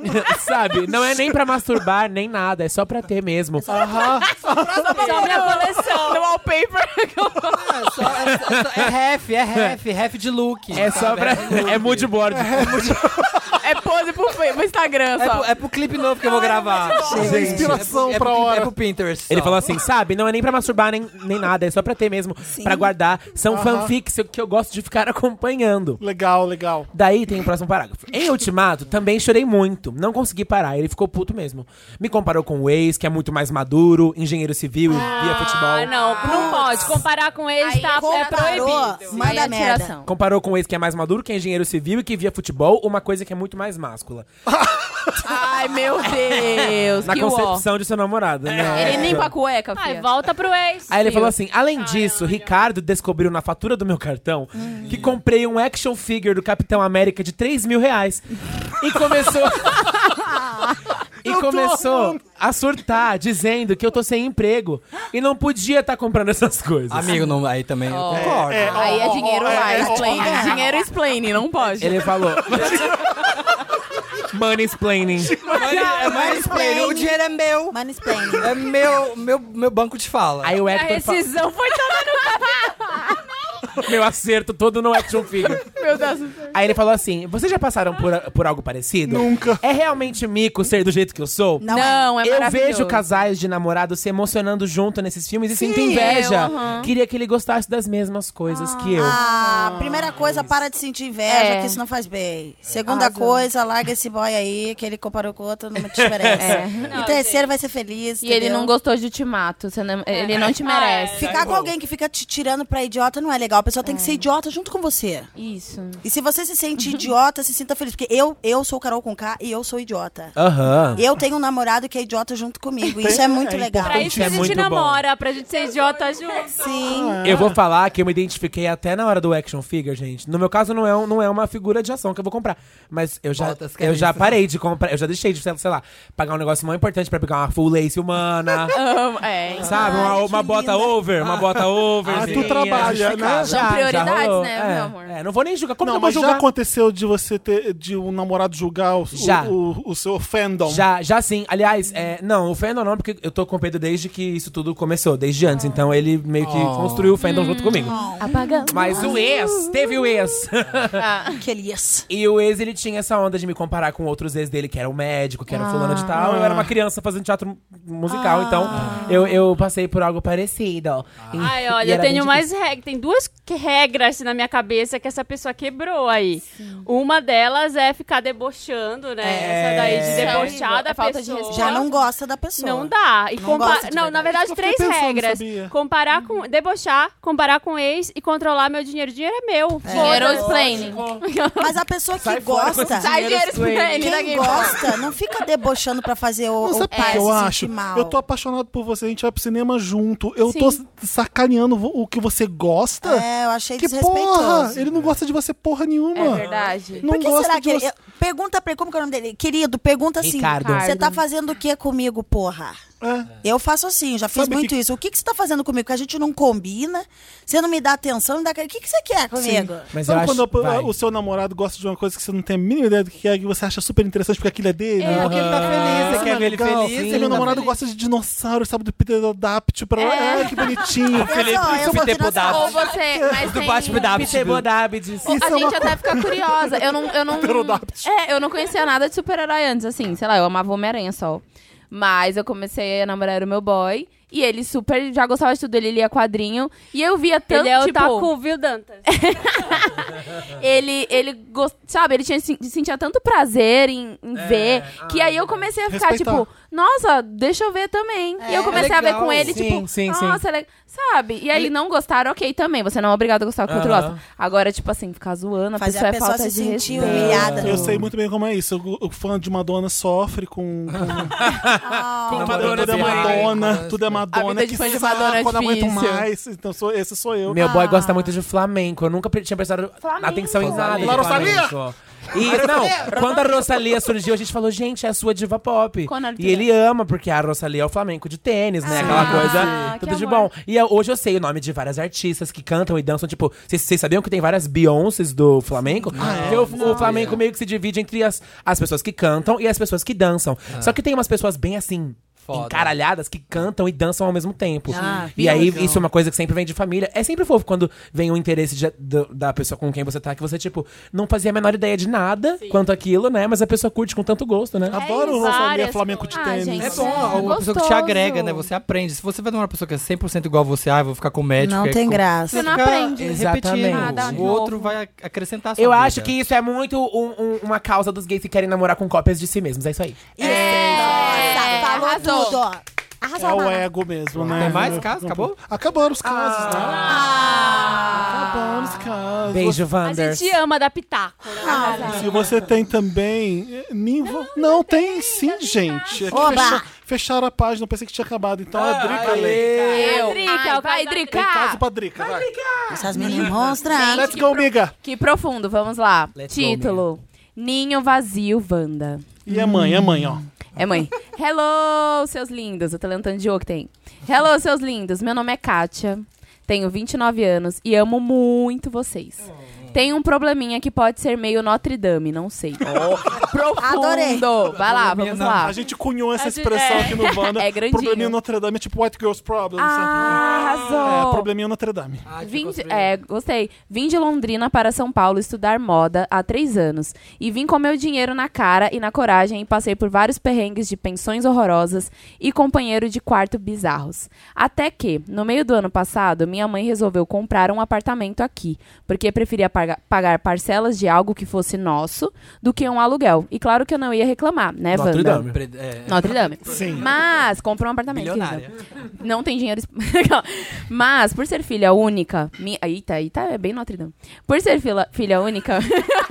<laughs> Sabe? Não é nem pra masturbar, nem nada. É só pra ter mesmo. Só minha é coleção. No wallpaper. É, só, é, só- é ref, é ref, ref de look. É só sabe? pra. look. É mood board. é pose pro, pro Instagram É só. pro, é pro clipe novo que eu vou gravar. Gente, É pro- inspiração é pro, pra é pro, hora. É pro Pinterest. Ele só. falou assim, sabe? Não é nem pra masturbar nem, nem nada, é só pra ter mesmo, pra guardar. São fanfics que eu gosto de ficar <laughs> acompanhando. Legal, legal. Daí tem o próximo parágrafo. Em Ultimato, também chorei muito. Não consegui parar, ele ficou puto mesmo. Me comparou com o ex, que é muito mais maduro, engenheiro civil e via Ah, futebol. não, não pode. Comparar com ele tá, é comparou. proibido. Aí Manda é merda. tiração. Comparou com o ex que é mais maduro, que é engenheiro civil e que via futebol, uma coisa que é muito mais máscula. Ai, meu Deus. Na que ó. concepção de seu namorado, né? Ele nem pra cueca, filha. Ai, volta pro ex. Aí ele falou assim: além disso, Ricardo descobriu na fatura do meu cartão que comprei um action figure do Capitão América de 3 mil reais. E começou. e começou a surtar, dizendo que eu tô sem emprego e não podia estar comprando essas coisas. <laughs> Amigo, não, aí também eu concordo. Aí é dinheiro lá, é, ó, explain. ó. Dinheiro explain, não pode. Ele falou. Money explaining. É mais play, o dinheiro é meu. Mansplaining. É meu, meu, meu banco de fala. Aí o A Hector falou: rescisão foi toda no <laughs> meu acerto todo no action figure. Meu Deus. Aí ele falou assim: vocês já passaram por, por algo parecido? Nunca. É realmente mico ser do jeito que eu sou? Não, é. Não, é eu maravilhoso. vejo casais de namorados se emocionando junto nesses filmes e sinto inveja. eu, aham. Queria que ele gostasse das mesmas coisas que eu. Ah, primeira coisa, para de sentir inveja, É. que isso não faz bem. Segunda coisa, larga esse boy aí, que ele comparou com outro, não te merece. E terceiro, vai ser feliz. E ele entendeu? não gostou de ultimato. você não- Ele não te merece. Ficar com alguém que fica te tirando pra idiota não é legal. A pessoa tem que ser idiota junto com você. Isso. E se você se sente idiota, se sinta feliz. Porque eu, eu sou Carol Conká e eu sou idiota. Aham. Eu tenho um namorado que é idiota junto comigo. Isso é muito legal. Pra isso é que a muito gente bom. namora, pra gente ser idiota junto. Sim. Eu Ah. vou falar que eu me identifiquei até na hora do action figure, gente. No meu caso, não é, um- não é uma figura de ação que eu vou comprar. Mas eu já, Botas, que é eu já isso. parei de comprar. Eu já deixei de, sei sei lá, pagar um negócio muito importante pra pegar uma full <laughs> lace humana. Amo, é. sabe? Ah, Uma, Ai, uma que bota linda. over. Uma bota over. assim. é Ah, tu trabalha, né? São prioridades, rolou. né, é, meu amor? É, não vou nem julgar. Como que Não, eu vou mas já julgar? aconteceu de você ter de um namorado julgar o, o- Já. o- o seu fandom? Já, já sim. Aliás, é, não, o fandom não, porque eu tô com o Pedro desde que isso tudo começou, desde antes. Então ele meio que construiu o fandom Hum. junto comigo. Apagando. Mas o ex, teve o ex. Que Elias. e o ex, ele tinha essa onda de me comparar com outros ex dele, que era o médico, que era o fulano de tal. Eu era uma criança fazendo teatro musical, então eu, eu passei por algo parecido. E- Ai, e olha, eu era bem tenho difícil. mais regras. Tem duas que- regras na minha cabeça que essa pessoa quebrou aí. Uma delas é ficar debochando, né? É. Essa daí Isso de é debochar horrível. da É falta de pessoa. respeito. Já não gosta da pessoa. Não dá. E Não compa- gosto de não, na verdade, Eu fiquei três pensando, regras. sabia? Comparar com. Debochar, comparar com ex e controlar meu dinheiro. Dinheiro é meu. Dinheiro explain. Mas a pessoa que Sai fora com gosta. esse Sai dinheiro explain. explain. da Quem Game gosta, não fica debochando pra fazer o, Mas o sabe o pai que eu se sentir acho? mal. Eu tô apaixonado por você, a gente vai pro cinema junto. Eu tô sacaneando vo- o que você gosta. É, eu achei que porra! desrespeitoso. Ele não gosta de você porra nenhuma. É verdade. Não Por que gosta será de que ele... você. eu- Pergunta pra ele, como que é o nome dele? Querido, pergunta assim. Ricardo. Você tá fazendo o que comigo, porra? É. Eu faço assim, já fiz Sabe muito que- isso. O que, que você tá fazendo comigo? Que a gente não combina, você não me dá atenção, não dá... O que, que você quer comigo? Mas eu Sabe acho... quando a- vai. o seu namorado gosta de uma coisa que você não tem a mínima ideia do que é, que você acha super interessante porque aquilo é dele? É, porque ele tá feliz, né? você Ah, quer ver ele legal. feliz. Sim, ele meu tá namorado feliz. gosta de dinossauro, sabe? Do pterodáptil. Pra... É. que <laughs> bonitinho. Felipe, eu vou Felipe tirar Ou sarro. você. Mas Do tem- Batman da Peter Bodabides. A gente até fica curiosa. Eu não. Eu não Pterodáctil. é, eu não conhecia nada de super-herói antes, assim. Sei lá, eu amava Homem-Aranha só. Mas eu comecei a namorar o meu boy. E ele super já gostava de tudo. Ele lia quadrinho. E eu via tanto. Ele é o tipo, Taku, viu, Dantas? ele, ele gost- sabe, ele tinha, sen- sentia tanto prazer em, em É, ver, ah, que aí eu comecei a ficar, Respeitar. tipo, nossa, deixa eu ver também. e É, eu comecei a ver legal. com ele, Sim, tipo, sim, sim. nossa, ele- sabe? E aí não gostaram, ok, também, você não é obrigado a gostar do que o outro Aham. gosta. Agora, tipo assim, ficar zoando, a Fazer pessoa a é pessoa falta se de sentir respeito. humilhada. Eu sei muito bem como é isso. O, o fã de Madonna sofre com. com... Com Madonna, tudo é Madonna, tudo é A Madonna. vida de que fã de saco, Madonna é eu não aguento difícil. mais. Então sou, esse sou eu. Meu boy gosta muito de flamenco. Eu nunca pre- tinha prestado Flamenco. atenção em nada. de Laura flamenco. E, não, quando a Rosalia surgiu, a gente falou, gente, é a sua diva pop. Conor E ele ama, porque a Rosalia é o Flamengo de tênis, Ah. né? Aquela coisa, que tudo de bom. amor. E eh, hoje eu sei o nome de várias artistas que cantam e dançam. Tipo, vocês vocês sabiam que tem várias Beyoncés do Flamengo? Porque o, o Flamengo meio que se divide entre as, as pessoas que cantam e as pessoas que dançam. Só que tem umas pessoas bem assim. Foda. Encaralhadas que cantam e dançam ao mesmo tempo. Ah, e aí, viajam. isso é uma coisa que sempre vem de família. É sempre fofo quando vem o interesse de- do- da pessoa com quem você tá, que você, tipo, não fazia a menor ideia de nada quanto aquilo, né? mas a pessoa curte com tanto gosto, né? Adoro isso, o Rosalia várias Flamengo de coisas. Ah, tênis. gente, É Isso bom, é uma pessoa que te gostoso. agrega, né? Você aprende. Se você vai numa pessoa que é 100% igual a você, ah, eu vou ficar com o médico. Não tipo que é tem com- graça. Você não fica aprende. Repetindo. Nada o outro novo. vai ac- acrescentar a sua Eu vida. acho que isso é muito um- um- uma causa dos gays que querem namorar com cópias de si mesmos. É isso aí. Nossa, falou é, arrasou. tá, tudo, ó. Arrasou, É o Mara. ego mesmo, né? Tem mais casos? Acabou? Acabaram os casos, né? Acabaram Ah. os casos. Beijo, A Wander. gente ama dar pitaco, né? Se você tem também. eh, Ninvo... Não, tem, sim, gente. Aqui Oba! fecha- fecharam a página, eu pensei que tinha acabado. Então a Drica lê. Eu. Drica, Ai, é vai, vai, Drica. Tem caso pra Drica. vai. Essas meninas monstras. Let's go, miga. Que profundo, vamos lá. Let's go, Título. Ninho vazio, Wanda. E é mãe, é mãe, ó. É mãe. Hello, seus lindos. Eu tô lendo um tanto de jogo que tem. Hello, seus lindos. Meu nome é Kátia. Tenho 29 anos e amo muito vocês. Tem um probleminha que pode ser meio Notre Dame, não sei. Profundo. Adorei. Vai lá, vamos lá. A gente cunhou essa A gente- expressão é. aqui no Wanda. Ah. <laughs> É grandinho. Probleminha Notre Dame é tipo White Girls Problem. Ah, sabe? É, arrasou. probleminha Notre Dame. Vim de- é, gostei. Vim de Londrina para São Paulo estudar moda há três anos. E vim com meu dinheiro na cara e na coragem e passei por vários perrengues de pensões horrorosas e companheiro de quarto bizarros. Até que, no meio do ano passado, minha mãe resolveu comprar um apartamento aqui, porque preferia paga- pagar parcelas de algo que fosse nosso do que um aluguel. E claro que eu não ia reclamar, né, Notre Wanda? Dame. Pre- é, Notre Dame. Sim. Mas comprou um apartamento. Milionária. querida. Não tem dinheiro. disp- <laughs> Legal. Mas, por ser filha única. Minha... Eita, eita, é bem Notre Dame. Por ser fila- filha única. <laughs>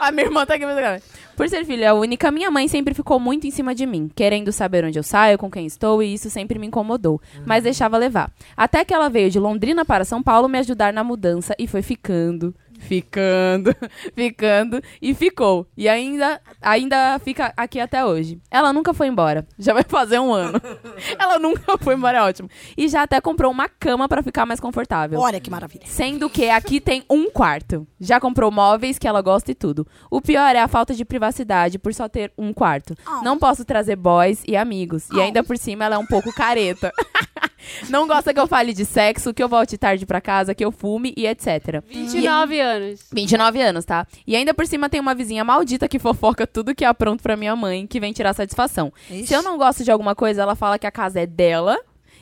a minha irmã tá aqui mas agora. Por ser filha única, minha mãe sempre ficou muito em cima de mim, querendo saber onde eu saio, com quem estou, e isso sempre me incomodou, mas deixava levar. Até que ela veio de Londrina para São Paulo me ajudar na mudança e foi ficando, ficando, <laughs> ficando e ficou. E ainda, ainda fica aqui até hoje. Ela nunca foi embora. Já vai fazer um ano. ela nunca foi embora, é ótimo. E já até comprou uma cama para ficar mais confortável. Olha que maravilha. Sendo que aqui tem um quarto. Já comprou móveis que ela gosta e tudo. O pior é a falta de privacidade por só ter um quarto. Não posso trazer boys e amigos. E ainda por cima ela é um pouco careta. <laughs> Não gosta que eu fale de sexo, que eu volte tarde pra casa, que eu fume e etc. 29 anos. 29 anos, tá? E ainda por cima tem uma vizinha maldita que fofoca tudo que é pronto pra minha mãe, que vem tirar satisfação. Se eu não gosto de alguma coisa, ela fala que a casa é dela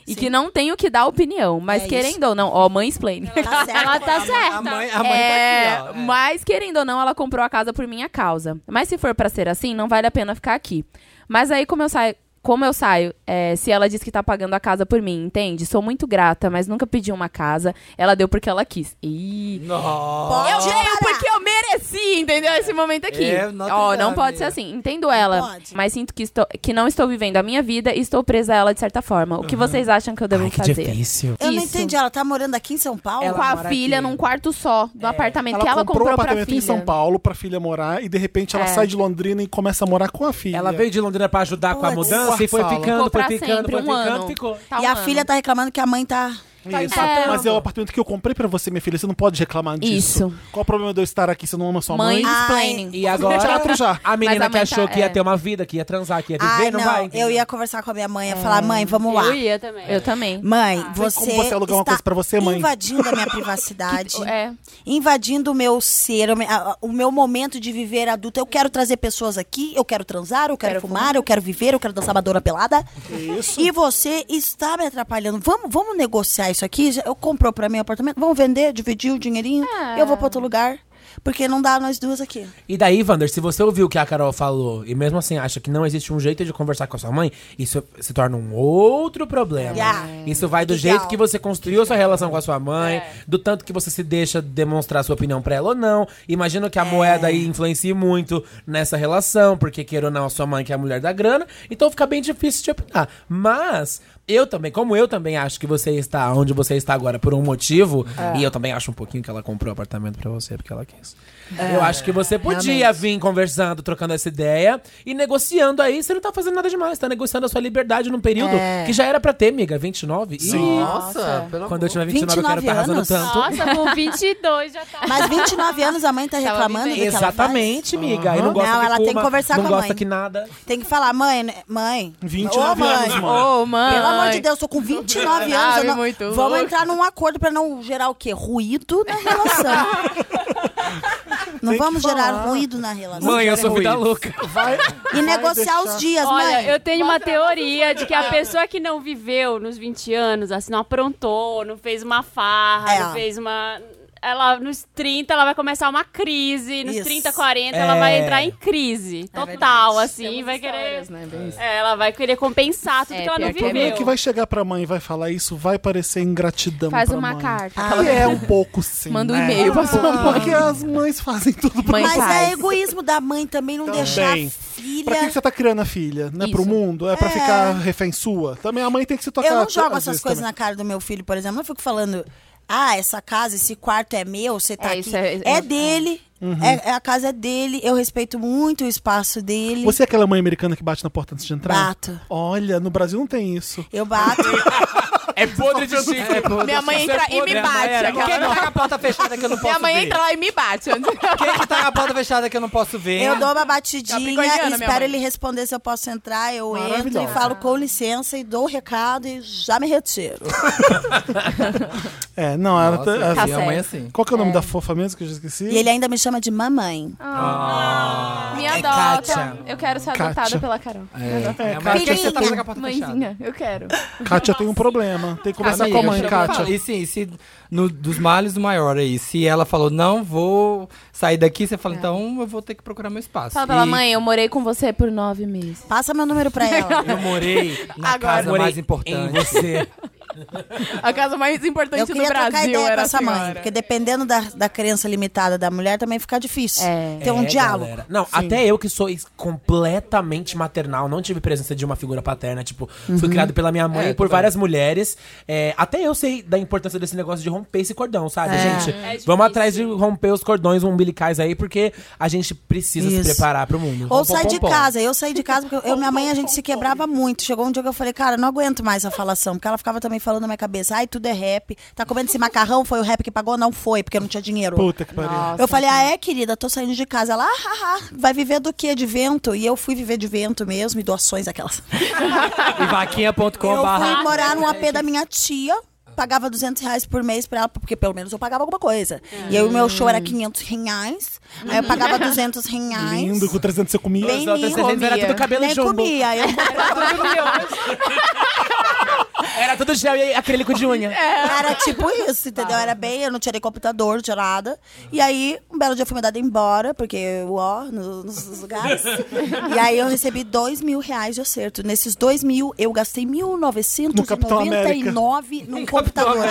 e que não tenho que dar opinião. Mas É querendo ou não, ó, mãe explain. Tá Ela certo. tá certa. A mãe, a mãe É, tá aqui, ó. É. Mas, querendo ou não, ela comprou a casa por minha causa. Mas se for pra ser assim, não vale a pena ficar aqui. Mas aí, como eu saio. Como eu saio, é, se ela diz que tá pagando a casa por mim, entende? Sou muito grata, mas nunca pedi uma casa. Ela deu porque ela quis. Ih. Nossa. Eu Pode dei parar. porque eu mereci, entendeu? Esse momento aqui. É, Notre Ó, não Dame. pode ser assim. Entendo ela, pode. mas sinto que, estou, que não estou vivendo a minha vida e estou presa a ela de certa forma. O que vocês acham que eu devo Ai, que fazer? difícil. Eu não Isso. entendi, ela tá morando aqui em São Paulo? Com a mora filha aqui. É. num quarto só, do apartamento que ela comprou comprou, um pra apartamento filha. em São Paulo pra filha morar e de repente ela É. sai de Londrina e começa a morar com a filha. Ela veio de Londrina pra ajudar com a Putz. mudança e foi Ficou ficando, foi pra ficando, sempre, foi um ficando, ano. ficou. Tá e um a ano. filha tá reclamando que a mãe tá. Isso. empatando. Mas é o apartamento que eu comprei pra você, minha filha. Você não pode reclamar disso. Isso. Qual o problema de eu estar aqui? Você não ama sua mãe? Mãe explaining. E agora, Teatro já. a menina Mas a que mãe achou tá- que ia é. ter uma vida, que ia transar, que ia viver, Ai, não, não, vai. eu ia conversar com a minha mãe, ia falar, mãe, vamos lá. Eu ia também. Eu também. Mãe, você, como você alugar uma está coisa pra você, mãe? invadindo a minha privacidade, É. invadindo o meu ser, o me- a- a- o meu momento de viver adulto. Eu quero trazer pessoas aqui, eu quero transar, eu quero, fumar, eu quero viver, eu quero dançar madura pelada. Isso. E você está me atrapalhando. Vamos, vamos negociar isso aqui? Já- Eu comprou pra mim o apartamento, vamos vender, dividir o dinheirinho, eu vou pra outro lugar. Porque não dá nós duas aqui. E daí, Wander, se você ouviu o que a Carol falou e mesmo assim acha que não existe um jeito de conversar com a sua mãe, isso se torna um outro problema. Yeah. Isso vai do Legal. jeito que você construiu a sua relação com a sua mãe, do tanto que você se deixa demonstrar sua opinião pra ela ou não. Imagino que a moeda aí influencie muito nessa relação, porque queira ou não, a sua mãe que é a mulher da grana, então fica bem difícil de opinar. Mas Eu também, como eu também acho que você está onde você está agora por um motivo, e eu também acho um pouquinho que ela comprou o apartamento pra você porque ela quis. Eu acho que você podia vir conversando, trocando essa ideia e negociando aí. Você não tá fazendo nada demais, tá negociando a sua liberdade num período É. que já era pra ter, amiga, 29. Ih, Nossa, pelo quando eu amor. tiver 29, eu quero 29 estar arrasando anos? tanto. Nossa, com 22 já tá. Mas 29 anos a mãe tá Tava reclamando do que ela faz? Exatamente, amiga. Aí não gosta Não, que ela tem fuma, que conversar não com a gosta mãe. que nada. Tem que falar, mãe, né? mãe. 29 Ô, mãe. anos, mano. Ô, mãe. Pelo amor de Deus, tô com 29 <laughs> anos. Eu Sabe não... muito Vamos louco. entrar num acordo pra não gerar o quê? <laughs> Ruído na relação. não vamos gerar ruído na relação. Mãe, eu sou vida <laughs> louca. E negociar os dias, mãe. Olha, eu tenho uma teoria de que a pessoa que não viveu nos 20 anos, assim, não aprontou, não fez uma farra, É. não fez uma. Ela, nos 30, ela vai começar uma crise. Nos Isso. 30, 40, É. ela vai entrar em É crise. Total, assim. Temos vai querer. histórias, né, bem isso. É, ela vai querer compensar tudo É, que ela não pior que é viveu. A menina que vai chegar pra mãe e vai falar isso vai parecer ingratidão. Faz pra uma mãe. carta. Ah, E é um pouco sim. Manda um né? e-mail pra sua mãe. Porque as mães fazem tudo pra Mãe Mas faz. é egoísmo da mãe também não deixar Também. a filha. Pra que que você tá criando a filha? Não é pro Isso. mundo? É pra É. ficar refém sua? Também a mãe tem que se tocar. Eu não às jogo vezes essas coisas também. na cara do meu filho, por exemplo. Eu não fico falando, ah, essa casa, esse quarto é meu, você tá É, aqui. isso é- É, dele, Uhum. é, é- a casa é dele, eu respeito muito o espaço dele. Você é aquela mãe americana que bate na porta antes de entrar? Bato. Olha, no Brasil não tem isso. Eu bato. É podre de chique. Minha mãe entra e me bate. Quem que aquela- tá com a porta fechada que eu não posso <laughs> Minha mãe ver? entra lá e me bate. Quem que tá com a porta fechada que eu não posso ver? eu dou Capricorniana, uma batidinha, minha espero mãe. ele responder se eu posso entrar. Eu entro e Maravilhosa. falo com licença e dou o recado e já me retiro. É, não, ela tá- Nossa, ela- minha mãe é assim. Qual que é o nome da fofa mesmo que eu já esqueci? E ele ainda me chama de mamãe. Me É adota. Kátia. Eu quero ser Kátia. adotada pela Carol. É, mas por que você tá Filhinha. com a porta fechada? Mãezinha, Tá eu quero. é Kátia tem um problema. Tem que conversar Amiga, com a mãe, eu Kátia. falo, E sim, se no, dos males o maior aí, se ela falou, não vou sair daqui, você fala, então eu vou ter que procurar meu espaço. É. Fala pra ela, E mãe, eu morei com você por nove meses. Passa meu número pra ela. Eu morei na Agora. casa Morei mais Em importante. <laughs> você. A casa mais Eu importante do queria trocar Brasil ideia com era a essa mãe. senhora. Porque dependendo da, da crença limitada da mulher, também fica difícil. É. Ter um É, diálogo. galera. Não, até eu que sou ex- completamente maternal, não tive presença de uma figura paterna. Tipo, Uhum. fui criado pela minha mãe É, e por também. várias mulheres. É, até eu sei da importância desse negócio de romper esse cordão, É. sabe, gente? difícil. Vamos atrás de romper os cordões umbilicais aí, porque a gente precisa se Isso. preparar pro mundo. Ou Pom, pom, sai de pom, pom. casa. Eu saí de casa porque eu, minha mãe, a gente se quebrava muito. Chegou um dia que eu falei, cara, não aguento mais a falação. Porque ela ficava também falando na minha cabeça, ai, tudo é rap. Tá comendo esse macarrão? Foi o rap que pagou? Não foi, porque eu não tinha dinheiro. Puta que pariu. Eu falei, então. ah, é, querida, tô saindo de casa. Ela, ah, ah, ah, vai viver do quê? De vento? E eu fui viver de vento mesmo, e doações aquelas. E vaquinha.com Eu barra. fui morar né, num AP da minha tia. Pagava 200 reais por mês pra ela, porque pelo menos eu pagava alguma coisa. É. E aí o meu show era 500 reais. Aí Uhum. eu pagava 200 reais. Lindo, com 300 você comia. Bem Os outros lindo. era tudo cabelo Nem jumbo. comia. Eu <laughs> Era tudo gel e acrílico de unha. É, Era tipo isso, entendeu? Era bem, eu não tinha nem computador, não tinha nada. E aí, um belo dia eu fui mandada embora, porque eu, ó, no- nos, nos lugares. E aí eu recebi dois mil reais de acerto. Nesses dois mil, eu gastei No Capitão 1.999 num computador.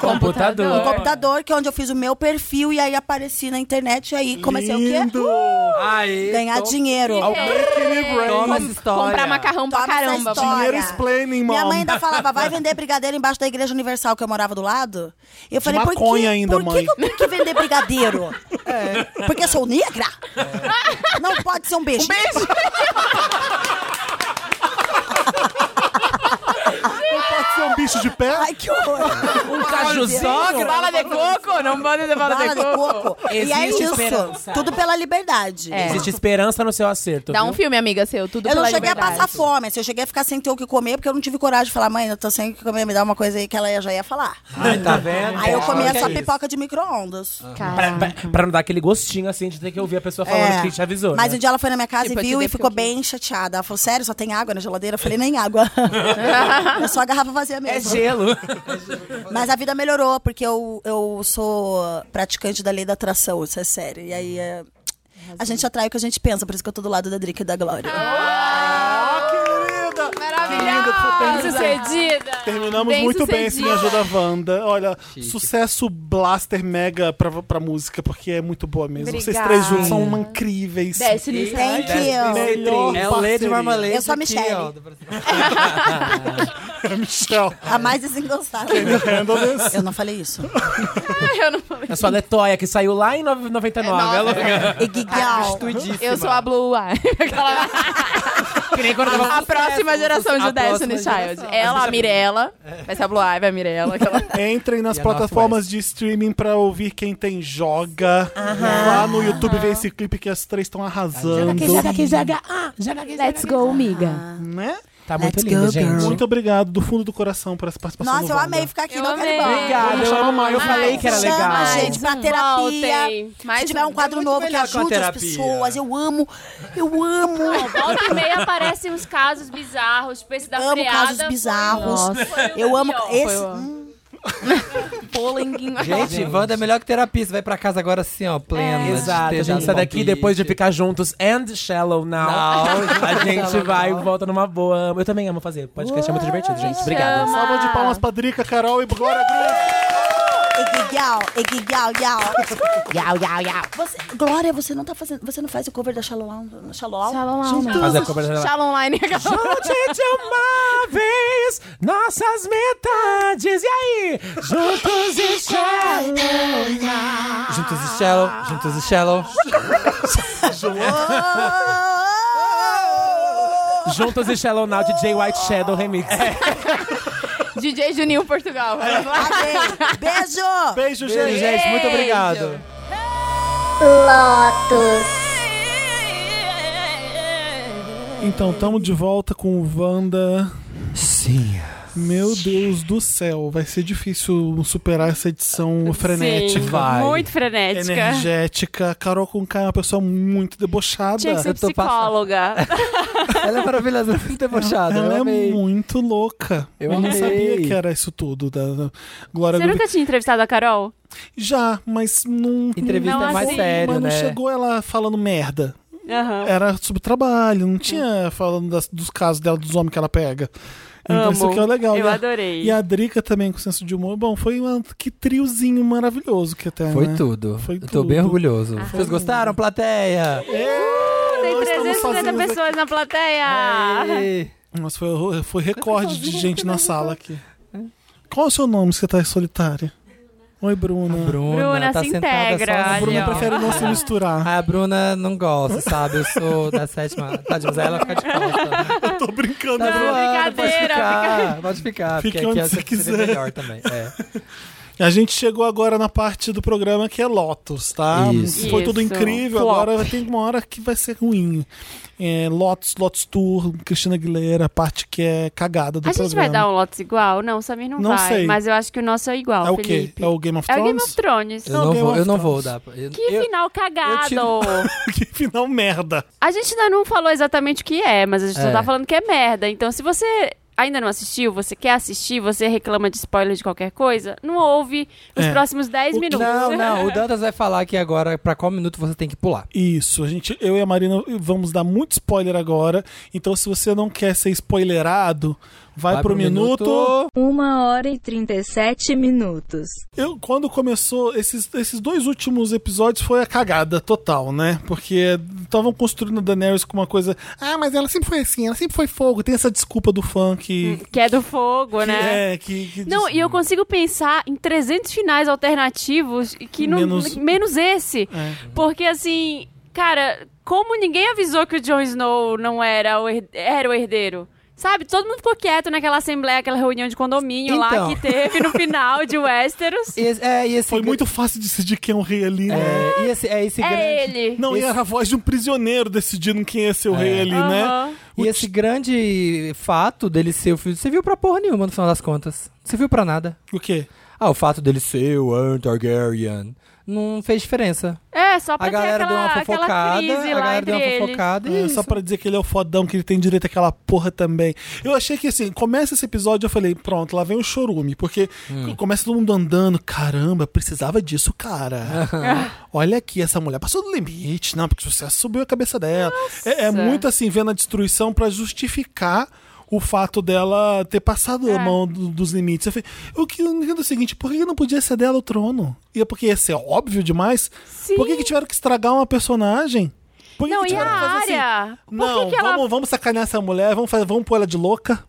Computador. Um computador, que é onde eu fiz o meu perfil, e aí apareci na internet, e aí comecei o quê? Uh, Lindo. Aê, Ganhar toma- dinheiro. É. Toma essa história. Comprar macarrão pra Toma essa caramba. história. Dinheiro explaining, mom. Minha mãe ainda falava, vai vender brigadeiro embaixo da Igreja Universal, que eu morava do lado. E eu falei, por, que, maconha ainda, por mãe." que que eu tenho que vender brigadeiro? Porque eu sou negra? Não pode ser um beijo. Um beijo! Pode ser um bicho de pé? Ai, que horror! Um Sogra, bala de né? coco, não pode ter bala, Bala de coco. E é Existe isso. esperança. Tudo pela liberdade. É. Existe esperança no seu acerto. Dá viu? um filme, amiga, seu. Tudo Eu não pela cheguei a liberdade. passar fome, assim, eu cheguei a ficar sem ter o que comer, porque eu não tive coragem de falar, mãe, eu tô sem o que comer, me dá uma coisa aí que ela já ia falar. Ai, tá vendo? Aí eu comia Olha só isso. pipoca de micro-ondas. Cara, Pra, pra- pra não dar aquele gostinho assim de ter que ouvir a pessoa falando É. que te avisou. Mas né? um dia ela foi na minha casa Tipo, eu e te viu dei e ficou porque eu bem chateada. Ela falou, sério, só tem água na geladeira? Eu falei, nem água. <laughs> é só a garrafa vazia É mesmo. gelo. <laughs> Mas a vida melhorou, porque eu, eu sou praticante da lei da atração, isso é sério. E aí é, a gente atrai o que a gente pensa, por isso que eu tô do lado da Drica e da Glória. Ah, Bem sucedida. Terminamos Bem muito bem esse sucedido. Me Ajuda Wanda. Olha, sucesso blaster mega pra, pra música, porque é muito boa mesmo. Vocês Obrigada. três juntos são uma incríveis. Destiny. é Thank you. Melhor É o Lady parceria. Marmalade. Eu sou a aqui, Michelle. ó, do Brasil. É <laughs> Michel. A mais desengonçada. Handleless. Eu não falei isso. eu não falei. É sua Letóia, que saiu lá em nove- 99. É, Ela- E Gigal. Eu sou a Blue Eye. <laughs> Aquela- que nem quando tava né? a próxima geração de a Destiny próxima Child. Ela, a Mirella. Vai ser a Blue Eye, vai a Mirella. Aquela... Entrem nas E a plataformas de streaming pra ouvir quem tem joga. Lá no YouTube vê esse clipe que as três estão arrasando. Let's go, amiga. Né? Tá muito Let's lindo, go, gente. girl. Muito obrigado do fundo do coração por essa participação. no Nossa, eu Wanda. amei ficar aqui. Eu não quero amei. ir embora. Obrigado, eu amo. Eu falei que era Chama, legal. gente, pra terapia. Voltem. Se Mas tiver um quadro é muito novo que melhor com a ajude as terapia. pessoas, eu amo. Eu amo. Volta e meia aparecem uns casos bizarros, tipo esse da amo freada. um- casos bizarros. Nossa. <laughs> Eu amo esse. Foi o- hum, polenguinho. Gente, Wanda é melhor que terapia. Você vai pra casa agora assim, ó, plena. de É, Exato, ter a dado gente sai daqui palpite. depois de ficar juntos and shallow now. <laughs> a gente vai e volta numa boa. Eu também amo fazer. Podcast é muito divertido, gente. Obrigada. Salva <laughs> Ah. de palmas pra Drica, Carol e Glória Groove. e Gigal, e Gigal, Yau. Yau, Yau, Yau. Você- Glória, você não tá fazendo. Você não faz o cover da Shalom? Shalom? Shalom Online. Fazer a cobra Shalom Online. <laughs> aquela- Junte de é uma vez nossas metades. E aí? Juntos e shallow. Juntos e Shallow, juntos e Shallow. Ah, Juntos e shallow now de J. White Shadow Remix. É, <laughs> DJ Juninho Portugal. Vamos lá. Amei. Beijo! Beijo, Beijo, gente. gente. Muito obrigado. Então, tamo de volta com o Wanda. Sim. Meu Deus do céu, vai ser difícil superar essa edição frenética. Sim, vai. Muito frenética. Energética. Carol com é uma pessoa muito debochada. Tinha que ser Eu tô <laughs> psicóloga. Ela é maravilhosa, muito debochada. Ela eu é amei. muito louca. Eu Eu, não amei. sabia que era isso tudo. Da da Glória Você Groove. nunca tinha entrevistado a Carol? Já, mas não. Entrevista Não, mais assim, séria, mas não né? chegou ela falando merda. Aham. Era sobre trabalho, não tinha falando das- dos casos dela, dos homens que ela pega. Então Amo. isso que é legal. Eu e, a, adorei. e a Drica também com senso de humor. Bom, foi uma, que triozinho maravilhoso que até. Foi né? tudo. Foi eu tô bem tudo. orgulhoso. Vocês gostaram, plateia? É, Tem nós estamos É, 350 sozinhos pessoas na plateia. Ei. aqui. Nossa, foi, foi recorde de gente na sala aqui. Qual é o seu nome, se você tá solitária? Oi, Bruna. Bruna, Bruna, tá se sentada integra, sozinha. A Bruna Olha, ó. prefere não se <laughs> misturar. Ah, a Bruna não gosta, sabe? Eu sou da sétima. Tá, de mas aí ela fica de costa. Tô brincando. Tá Bruna. zoando, pode brincadeira, ficar. Pode ficar, Fique porque onde aqui você essa piscina quiser. é melhor também. <laughs> É. A gente chegou agora na parte do programa que é Lotus, tá? Isso. Foi tudo Isso. incrível, Flop. agora tem uma hora que vai ser ruim. É, Lotus, Lotus Tour, Cristina Aguilera, a parte que é cagada do A programa. gente vai dar um Lotus igual? Não, o Samir não, Não vai. sei. Mas eu acho que o nosso é igual, É o quê? Felipe. É o Game of É o Game Thrones? of Thrones. Eu não Game vou, of eu não Thrones. vou dar. Eu, Que eu- final cagado! tiro- <laughs> que final merda. A gente ainda não falou exatamente o que é, mas a gente só É. tá falando que é merda. Então, se você ainda não assistiu, você quer assistir, você reclama de spoiler de qualquer coisa, não ouve os É. próximos 10 O- minutos. Não, não, o Dantas vai falar aqui agora pra qual minuto você tem que pular. Isso, a gente, eu e a Marina vamos dar muito spoiler agora. Então, se você não quer ser spoilerado, vai, pro, minuto. Uma hora e 37 minutos. Eu, quando começou, esses, esses dois últimos episódios foi a cagada total, né? Porque estavam construindo a Daenerys com uma coisa. Ah, mas ela sempre foi assim, ela sempre foi fogo. Tem essa desculpa do fã que. <laughs> Que é do fogo, que né? É, que. que Não, diz- e eu consigo pensar em 300 finais alternativos e que não, Menos- menos... esse. É. Porque, assim, cara, como ninguém avisou que o Jon Snow não era o, her- era o herdeiro? Sabe, todo mundo ficou quieto naquela assembleia, aquela reunião de condomínio lá Então. que teve no final de Westeros. E esse- é, e esse Foi gr- muito fácil decidir quem é o rei ali, né? É, e esse, é esse É grande. ele. Não, e Esse- era a voz de um prisioneiro decidindo quem ia ser o rei ali, né? Aham. E esse grande fato dele ser o filho. Você viu pra porra nenhuma, no final das contas. Você viu pra nada. O quê? Ah, o fato dele ser o Aegon Targaryen não fez diferença. É, só pra A galera ter aquela, deu uma aquela fofocada, crise a lá galera entre deu uma eles. fofocada É, e só pra dizer que ele é o fodão, que ele tem direito àquela porra também. Eu achei que assim, começa esse episódio, eu falei, pronto, lá vem o chorume, porque começa todo mundo andando, caramba, precisava disso, cara. Olha aqui, essa mulher passou do limite, não, porque o sucesso subiu a cabeça dela. É, é muito assim, vendo a destruição pra justificar o fato dela ter passado a mão do- dos limites. Eu falei, o que eu não entendo é o seguinte, por que não podia ser dela o trono? E é porque ia ser óbvio demais? Sim. Por que, que tiveram que estragar uma personagem? Por que Não, que e a tiveram que fazer assim? área? Por Não, que, que ela. vamos, vamos sacanear essa mulher, vamos, fazer, vamos pôr ela de louca.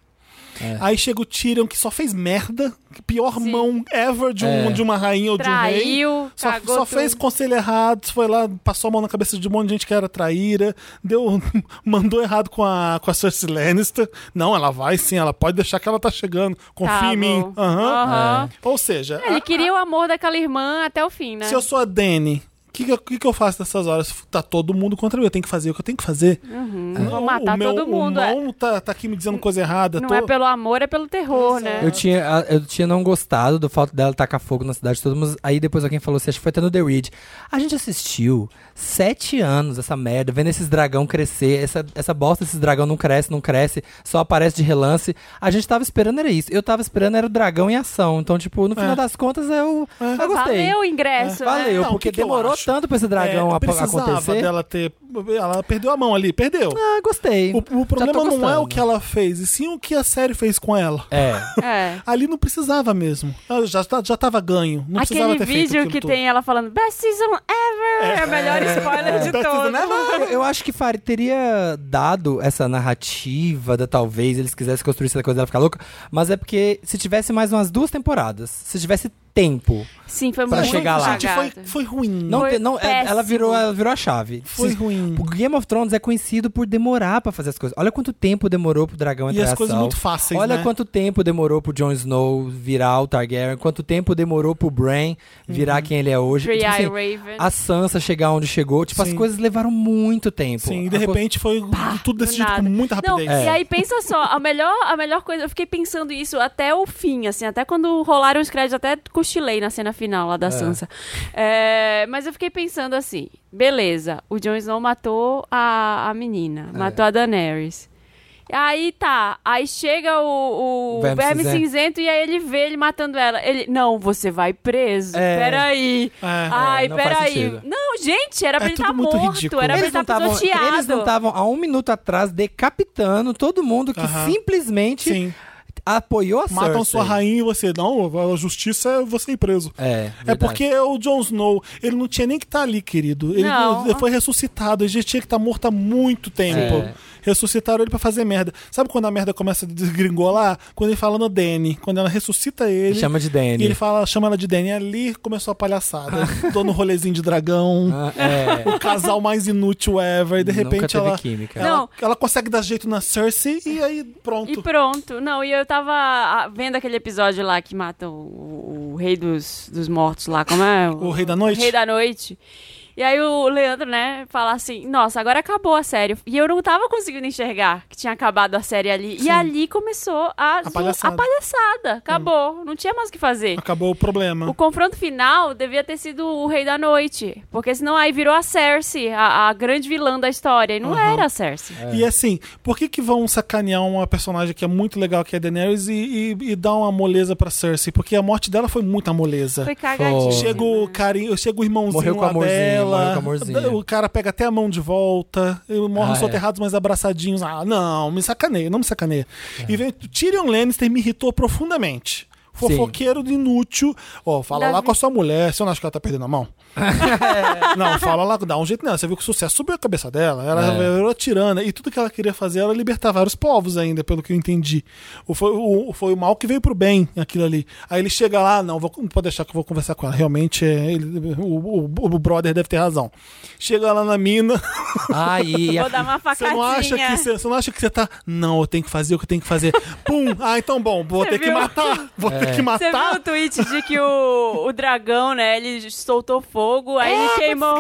Aí chega o Tyrion, que só fez merda. que Pior mão ever de, um- É. de uma rainha ou de um rei. Traiu, Só, cagou só fez tudo. conselho errado, foi lá, passou a mão na cabeça de um monte de gente que era traíra, deu, <laughs> mandou errado com a, com a Cersei Lannister. Não, ela vai sim, ela pode deixar que ela tá chegando. Confia Tá em mim. bom. Aham. É. Aham. Ou seja, É, Ele queria o amor daquela irmã até o fim, né? se eu sou a Dani, o que, que eu- que que eu faço nessas horas? Tá todo mundo contra mim, eu tenho que fazer o que eu tenho que fazer. Uhum. Vou matar o meu, todo mundo, O é. irmão tá, tá aqui me dizendo coisa errada. Não tô- é pelo amor, é pelo terror, né? Eu tinha, a- eu tinha não gostado do fato dela tacar fogo na cidade de todo mundo. Aí depois alguém falou, assim, acho que foi até no The Read. A gente assistiu sete anos essa merda, vendo esses dragão crescer. Essa, essa bosta desses dragão não cresce, não cresce, só aparece de relance. A gente tava esperando era isso. Eu tava esperando era o dragão em ação. Então, tipo, no final É. das contas, eu, eu gostei. É, Valeu o ingresso, né? Valeu, Não, o porque que que eu demorou acho? tanto pra esse dragão é, apa- precisava acontecer. dela ter. Ela perdeu a mão ali, perdeu. Ah, gostei. O, o problema não é gostando. o que ela fez, e sim o que a série fez com ela. É. É. Ali não precisava mesmo. Ela já, tá- já tava ganho. Não precisava Aquele ter feito vídeo aquilo que tudo. tem ela falando Best Season Ever! É, o melhor spoiler Best de season todos. ever. Ah, Eu, eu acho que Fari teria dado essa narrativa da talvez eles quisessem construir essa coisa dela ficar louca, mas é porque se tivesse mais umas duas temporadas, se tivesse tempo, Sim, foi Pra muito chegar lá. Gente, cagado. foi, foi ruim. não, Foi te- não é- ela péssimo. virou ela virou a chave. foi Se- ruim. o Game of Thrones é conhecido por demorar pra fazer as coisas. Olha quanto tempo demorou pro dragão E entrar em as coisas ação. muito fáceis, Olha né? quanto tempo demorou pro Jon Snow virar o Targaryen, quanto tempo demorou pro Bran virar Uhum. quem ele é hoje. Three Tipo assim, Eye Raven. a Sansa chegar onde chegou, tipo, as Sim. coisas levaram muito tempo. Sim, e de A co- repente foi tudo decidido nada. com muita Não, rapidez. É. e aí pensa só, a melhor, a melhor coisa, eu fiquei pensando isso até o fim, assim, até quando rolaram os créditos, até cochilei na cena final lá da Sansa. É, mas eu fiquei pensando assim, beleza, o Jon Snow matou a, a menina, É. matou a Daenerys. Aí tá, aí chega o, o Verme Verme Cinzento. Cinzento e aí ele vê ele matando ela. Ele, não, você vai preso, É. peraí. Ai, é, não faz peraí. sentido. Não, gente, era pra É ele tudo estar muito morto, ridículo. era pra ele Eles não estar tavam- pisoteado. eles não estavam há um minuto atrás decapitando todo mundo que Aham. simplesmente Sim. apoiou a Matam Cersei. sua rainha e você. Não, a justiça é você ir preso. É, É verdade. porque o Jon Snow, ele não tinha nem que estar ali, querido. Ele, Não. ele foi ressuscitado, ele já tinha que estar morto há muito tempo. É. Ressuscitaram ele pra fazer merda. Sabe quando a merda começa a desgringolar? Quando ele fala no Danny, quando ela ressuscita ele. Chama de Danny. E ele fala, chama ela de Danny. Ali começou a <laughs> palhaçada. Tô no rolezinho de dragão. Ah, é. O casal mais inútil ever. E de Nunca repente teve ela, química. Ela, Não. ela consegue dar jeito na Cersei e aí pronto. E pronto. Não, e eu tava ah, vendo aquele episódio lá que mata o, o rei dos, dos mortos lá, como é? O Rei da Noite? O Rei da Noite. E aí o Leandro, né, fala assim, nossa, agora acabou a série. E eu não tava conseguindo enxergar que tinha acabado a série ali. E ali começou a, zo- palhaçada. a palhaçada. Acabou. Não tinha mais o que fazer. Acabou o problema. O confronto final devia ter sido o Rei da Noite. Porque senão aí virou a Cersei, a, a grande vilã da história. E não era a Cersei. É. E assim, por que que vão sacanear uma personagem que é muito legal, que é a Daenerys, e, e, e dar uma moleza pra Cersei? Porque a morte dela foi muita moleza. Foi cagadinho. Foi. Chega o carinho, chega o irmãozinho Morreu com lá amorzinho, morreu dela. com amorzinho. O cara pega até a mão de volta. e um Morrem Ah, soterrados, mas abraçadinhos. Ah, não, me sacaneia, não me sacaneia. E vem Tyrion Lannister me irritou profundamente. Fofoqueiro inútil. Ó, fala Davi- lá com a sua mulher. Você não acha que ela tá perdendo a mão? não, fala lá, dá um jeito nela. Você viu que o sucesso subiu a cabeça dela. Ela virou tirana. E tudo que ela queria fazer, ela libertar vários povos ainda, pelo que eu entendi. O, foi, o, foi o mal que veio pro bem, aquilo ali. Aí ele chega lá, não, vou, não pode deixar que eu vou conversar com ela. Realmente, é, ele- o, o- o brother deve ter razão. Chega lá na mina. Ah, <laughs> e Vou dar uma Você facadinha. não, acha que você, você não acha que você tá. Não, eu tenho que fazer o que eu tenho que fazer. Pum! Ah, então bom, vou Você ter que viu? matar. Vou ter é que Você viu o matar. tweet de que o, o dragão, né, ele soltou fogo, aí Ah, ele queimou.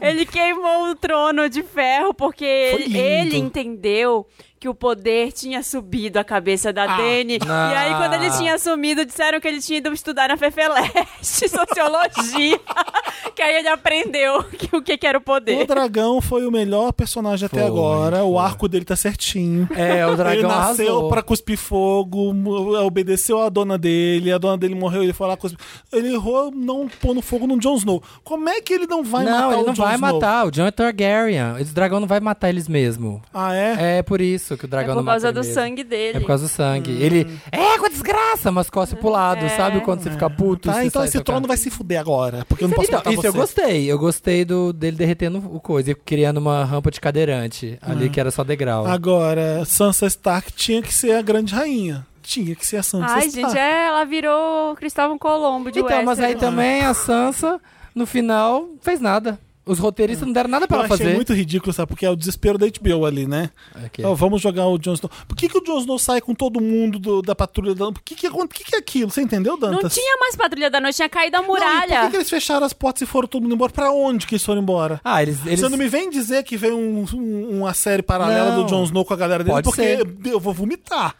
Ele queimou o trono de ferro, porque ele, lindo. ele entendeu que o poder tinha subido a cabeça Ah, da Dani. E aí, quando ele tinha assumido, disseram que ele tinha ido estudar na Fefeleste, <laughs> sociologia. <laughs> que aí ele aprendeu que- o que, que era o O poder. dragão foi o melhor personagem até Foi, agora. O foi. arco dele tá certinho. é, o dragão ele nasceu arrasou. pra cuspir fogo, mo- é, obedeceu a dona dele, a dona dele morreu, ele foi lá cuspir. Ele errou não pôr no fogo no Jon Snow. Como é que ele não vai matar não, ele o não Jon vai Snow? matar. O Jon é Targaryen. Esse dragão não vai matar eles mesmo. Ah, é? É por isso que o É dragão por não mata causa ele do mesmo. sangue dele. É por causa do sangue. Ele. É, com a desgraça! Mas coça pro lado, sabe? Quando você fica puto. Tá, você então sai esse tocando. trono vai se fuder agora, porque eu é não posso Então, matar isso você. eu gostei. Eu gostei do, dele derretendo o coisa e criando uma rampa de Ah. cadeirante ali que era só degrau. Agora, Sansa Stark tinha que ser a grande rainha. Tinha que ser a Sansa. Ai, gente, é, ela virou Cristóvão Colombo de Então, é mas aí Westeros. também a Sansa, no final, fez nada. Os roteiristas não deram nada pra Eu ela achei fazer. muito ridículo, sabe? Porque é o desespero da HBO ali, né? Aqui. Ó, vamos jogar o Jon Snow. Por que, que o Jon Snow sai com todo mundo do- da patrulha da... Por que que, acon- por que que é aquilo? Você entendeu, Dantas? Não tinha mais Patrulha da Noite, tinha caído a Não, e por muralha. que, que eles fecharam as portas e foram todo mundo embora? Pra onde que eles foram embora? Ah, eles. eles... Você não me vem dizer que veio um- um- uma série paralela Não. do Jon Snow com a galera dele, Pode porque ser. eu vou vomitar.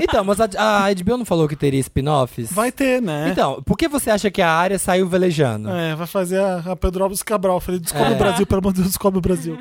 Então, mas a, a HBO não falou que teria spin-offs? Vai ter, né? Então, por que você acha que a área saiu velejando? É, vai fazer a, a Pedro Alves Cabral. Eu Falei, descobre É. o Brasil, pelo amor de Deus, descobre o Brasil.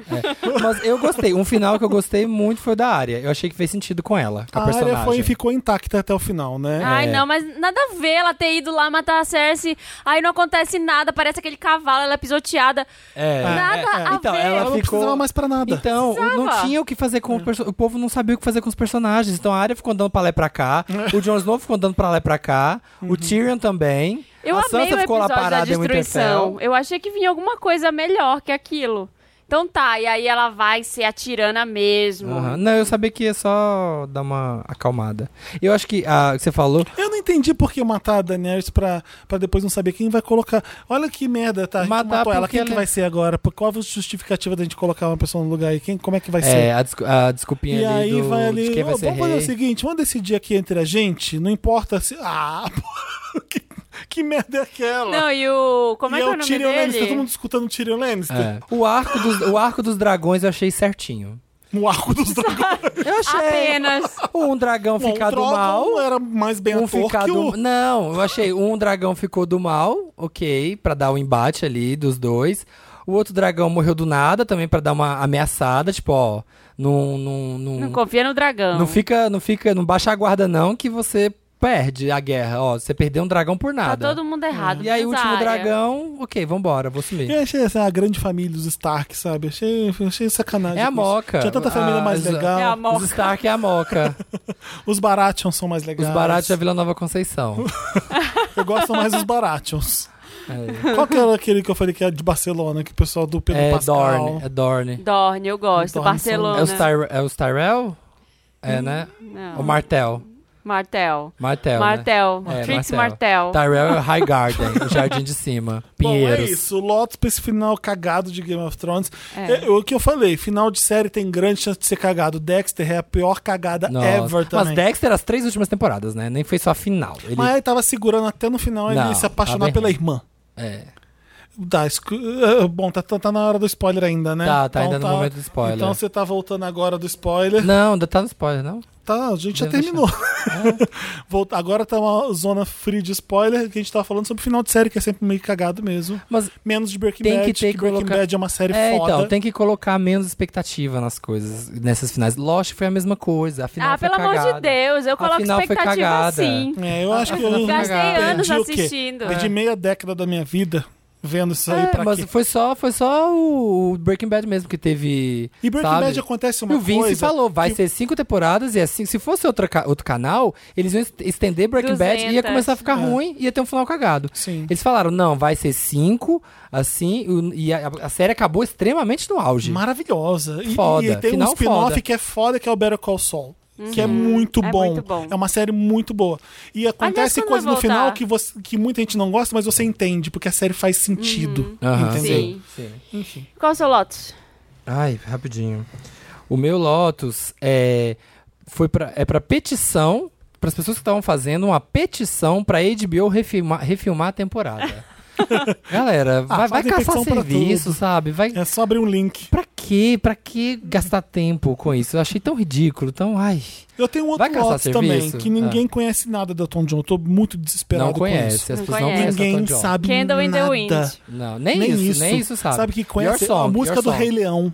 Mas eu gostei. Um final que eu gostei muito foi o da área. Eu achei que fez sentido com ela, com a, A personagem. área foi, ficou intacta até o final, né? Ai, É. não, mas nada a ver ela ter ido lá matar a Cersei. Aí não acontece nada, parece aquele cavalo, ela é pisoteada. É. Ah, Nada a Então, ver. ela Ela não ficou. precisava mais pra nada. Então, o- não Precisava. tinha o que fazer com o perso... O povo não sabia o que fazer com os personagens. Então a área ficou andando pra lá e <laughs> pra cá. o Jon Snow ficou andando pra lá e pra cá. Uhum. O Tyrion também. Eu a amei Sansa o ficou lá episódio parada da em um Winterfell. destruição. Eu achei que vinha alguma coisa melhor que aquilo. Então tá, e aí ela vai ser a tirana mesmo. Aham. Não, eu sabia que ia só dar uma acalmada. Eu acho que ah, o que você falou. Então, Eu não entendi por que matar a Daenerys pra, pra depois não saber quem vai colocar. Olha que merda, tá? A gente Matar matou ela. porque Quem que ela- vai ser agora? Por- Qual a justificativa da gente colocar uma pessoa no lugar aí? Quem, como é que vai É, ser? a, descu- a desculpinha E ali aí do, vai ali. de quem vai "Ô, ser vamos fazer o rei. seguinte, vamos decidir aqui entre a gente. Não importa se. Ah, <laughs> porra, que, que merda é aquela? Não, e o. Como e é que é o o nome Tyrion Lannister, todo dele? mundo escutando o Tyrion Lannister. É. O, arco dos, o arco dos dragões eu achei certinho. No arco dos dragões. Eu achei. <laughs> Apenas. Um dragão Bom, o ficado Drogon mal. era mais bem Um ator que ficado. o... Não, eu achei. Um dragão ficou do mal, ok, pra dar o embate ali dos dois. O outro dragão morreu do nada também pra dar uma ameaçada, tipo, ó, não. Não, não, Não confia no dragão. não fica, não fica, não baixa a guarda, não, que você perde a guerra. Ó, você perdeu um dragão por Tá nada. todo mundo errado. e aí, o último Zarya. dragão, ok, vambora, vou sumir. Eu achei assim, a grande família, os Stark, sabe? Achei, achei sacanagem. É a com isso. Moca. Tinha tanta família Ah, mais exa- legal. É a Os Moca. Stark é a Moca. Os Baratheon são mais Os é legais. Baratheon é a Vila Nova Conceição. <laughs> Eu gosto mais dos Baratheons. É. Qual que era aquele que eu falei que era de Barcelona, que o pessoal do Pedro É Pascal... Dorne, é Dorne. Dorne, eu gosto. Dorne É Barcelona. os, Tyre- é os Tyrell? É, né? né? Não. O Martel. Martel. Martel. né? Martel. É, Trix Martel. Martel. Tyrell é High Garden, o jardim de cima. Pinheiros. <laughs> Bom, é isso. Lotus pra esse final cagado de Game of Thrones. É. É, o que eu falei, final de série tem grande chance de ser cagado. Dexter é a pior cagada Nossa. ever também. Mas Dexter, as três últimas temporadas, né? Nem foi só a final. Ele... Mas ele tava segurando até no final Não, ele se apaixonar tá bem pela ruim. irmã. É. Tá, escu- ah, bom, tá, tá, tá na hora do spoiler ainda, né? Tá, tá ainda no momento do spoiler. Então você tá voltando agora do spoiler. Não, ainda tá no spoiler, não? É. Tá, a gente já Deve terminou. <laughs> Volta, agora tá uma zona free de spoiler que a gente tava falando sobre final de série, que é sempre meio cagado mesmo. Mas Menos de Breaking Tem que Bad, ter que Breaking colocar- Bad é uma série é, foda. então, tem que colocar menos expectativa nas coisas, nessas finais. Lost foi a mesma coisa, a final ah, foi pelo amor de cagada. Deus, eu coloco Afinal, foi expectativa cagada. sim. É, eu Ah, acho que eu Não, Gastei cagada. anos Perdi o quê? assistindo. perdi meia década da minha vida vendo isso aí É, pra mas quê. foi só, foi só o o Breaking Bad mesmo que teve. E Breaking sabe? Bad é acontece E uma o Vince coisa. falou, vai que- ser cinco temporadas e assim, se fosse outra, ca- outro canal, eles iam est- estender Breaking Bad e ia 200. começar a ficar É. ruim e ia ter um final cagado. Sim. Eles falaram, não, vai ser cinco, assim, o- e a, a série acabou extremamente no auge. Maravilhosa. E, Foda. e tem Final um spin-off foda. que é foda, que é o Better Call Saul. Que é muito, É bom. muito bom. É uma série muito boa. E acontece quando coisa vai no final voltar? que, você, que muita gente não gosta, mas você entende, porque a série faz sentido. Aham, entendeu? Uhum. Sim. sim. Qual é o seu Lotus? Ai, rapidinho. O meu Lotus é foi para é para petição para as pessoas que estavam fazendo uma petição para HBO refilmar, refilmar a temporada. <laughs> Galera, vai, vai Ah, fazem caçar petição pra serviço, tudo. sabe? Vai É só abrir um link. Pra quê? Pra que gastar tempo com isso? Eu achei tão ridículo, tão. Ai. Eu tenho um Vai outro caçar Lotus também, serviço? Ah. que ninguém conhece nada do Elton John. Eu tô muito desesperado Não com conhece. isso. As Não pessoas não conhece. conhecem Ninguém Elton John. sabe Candle in Hum, nada. the Wind. Não, nem, isso, nem isso sabe. Sabe que conhece Your Song, a música Your do Song. Rei Leão.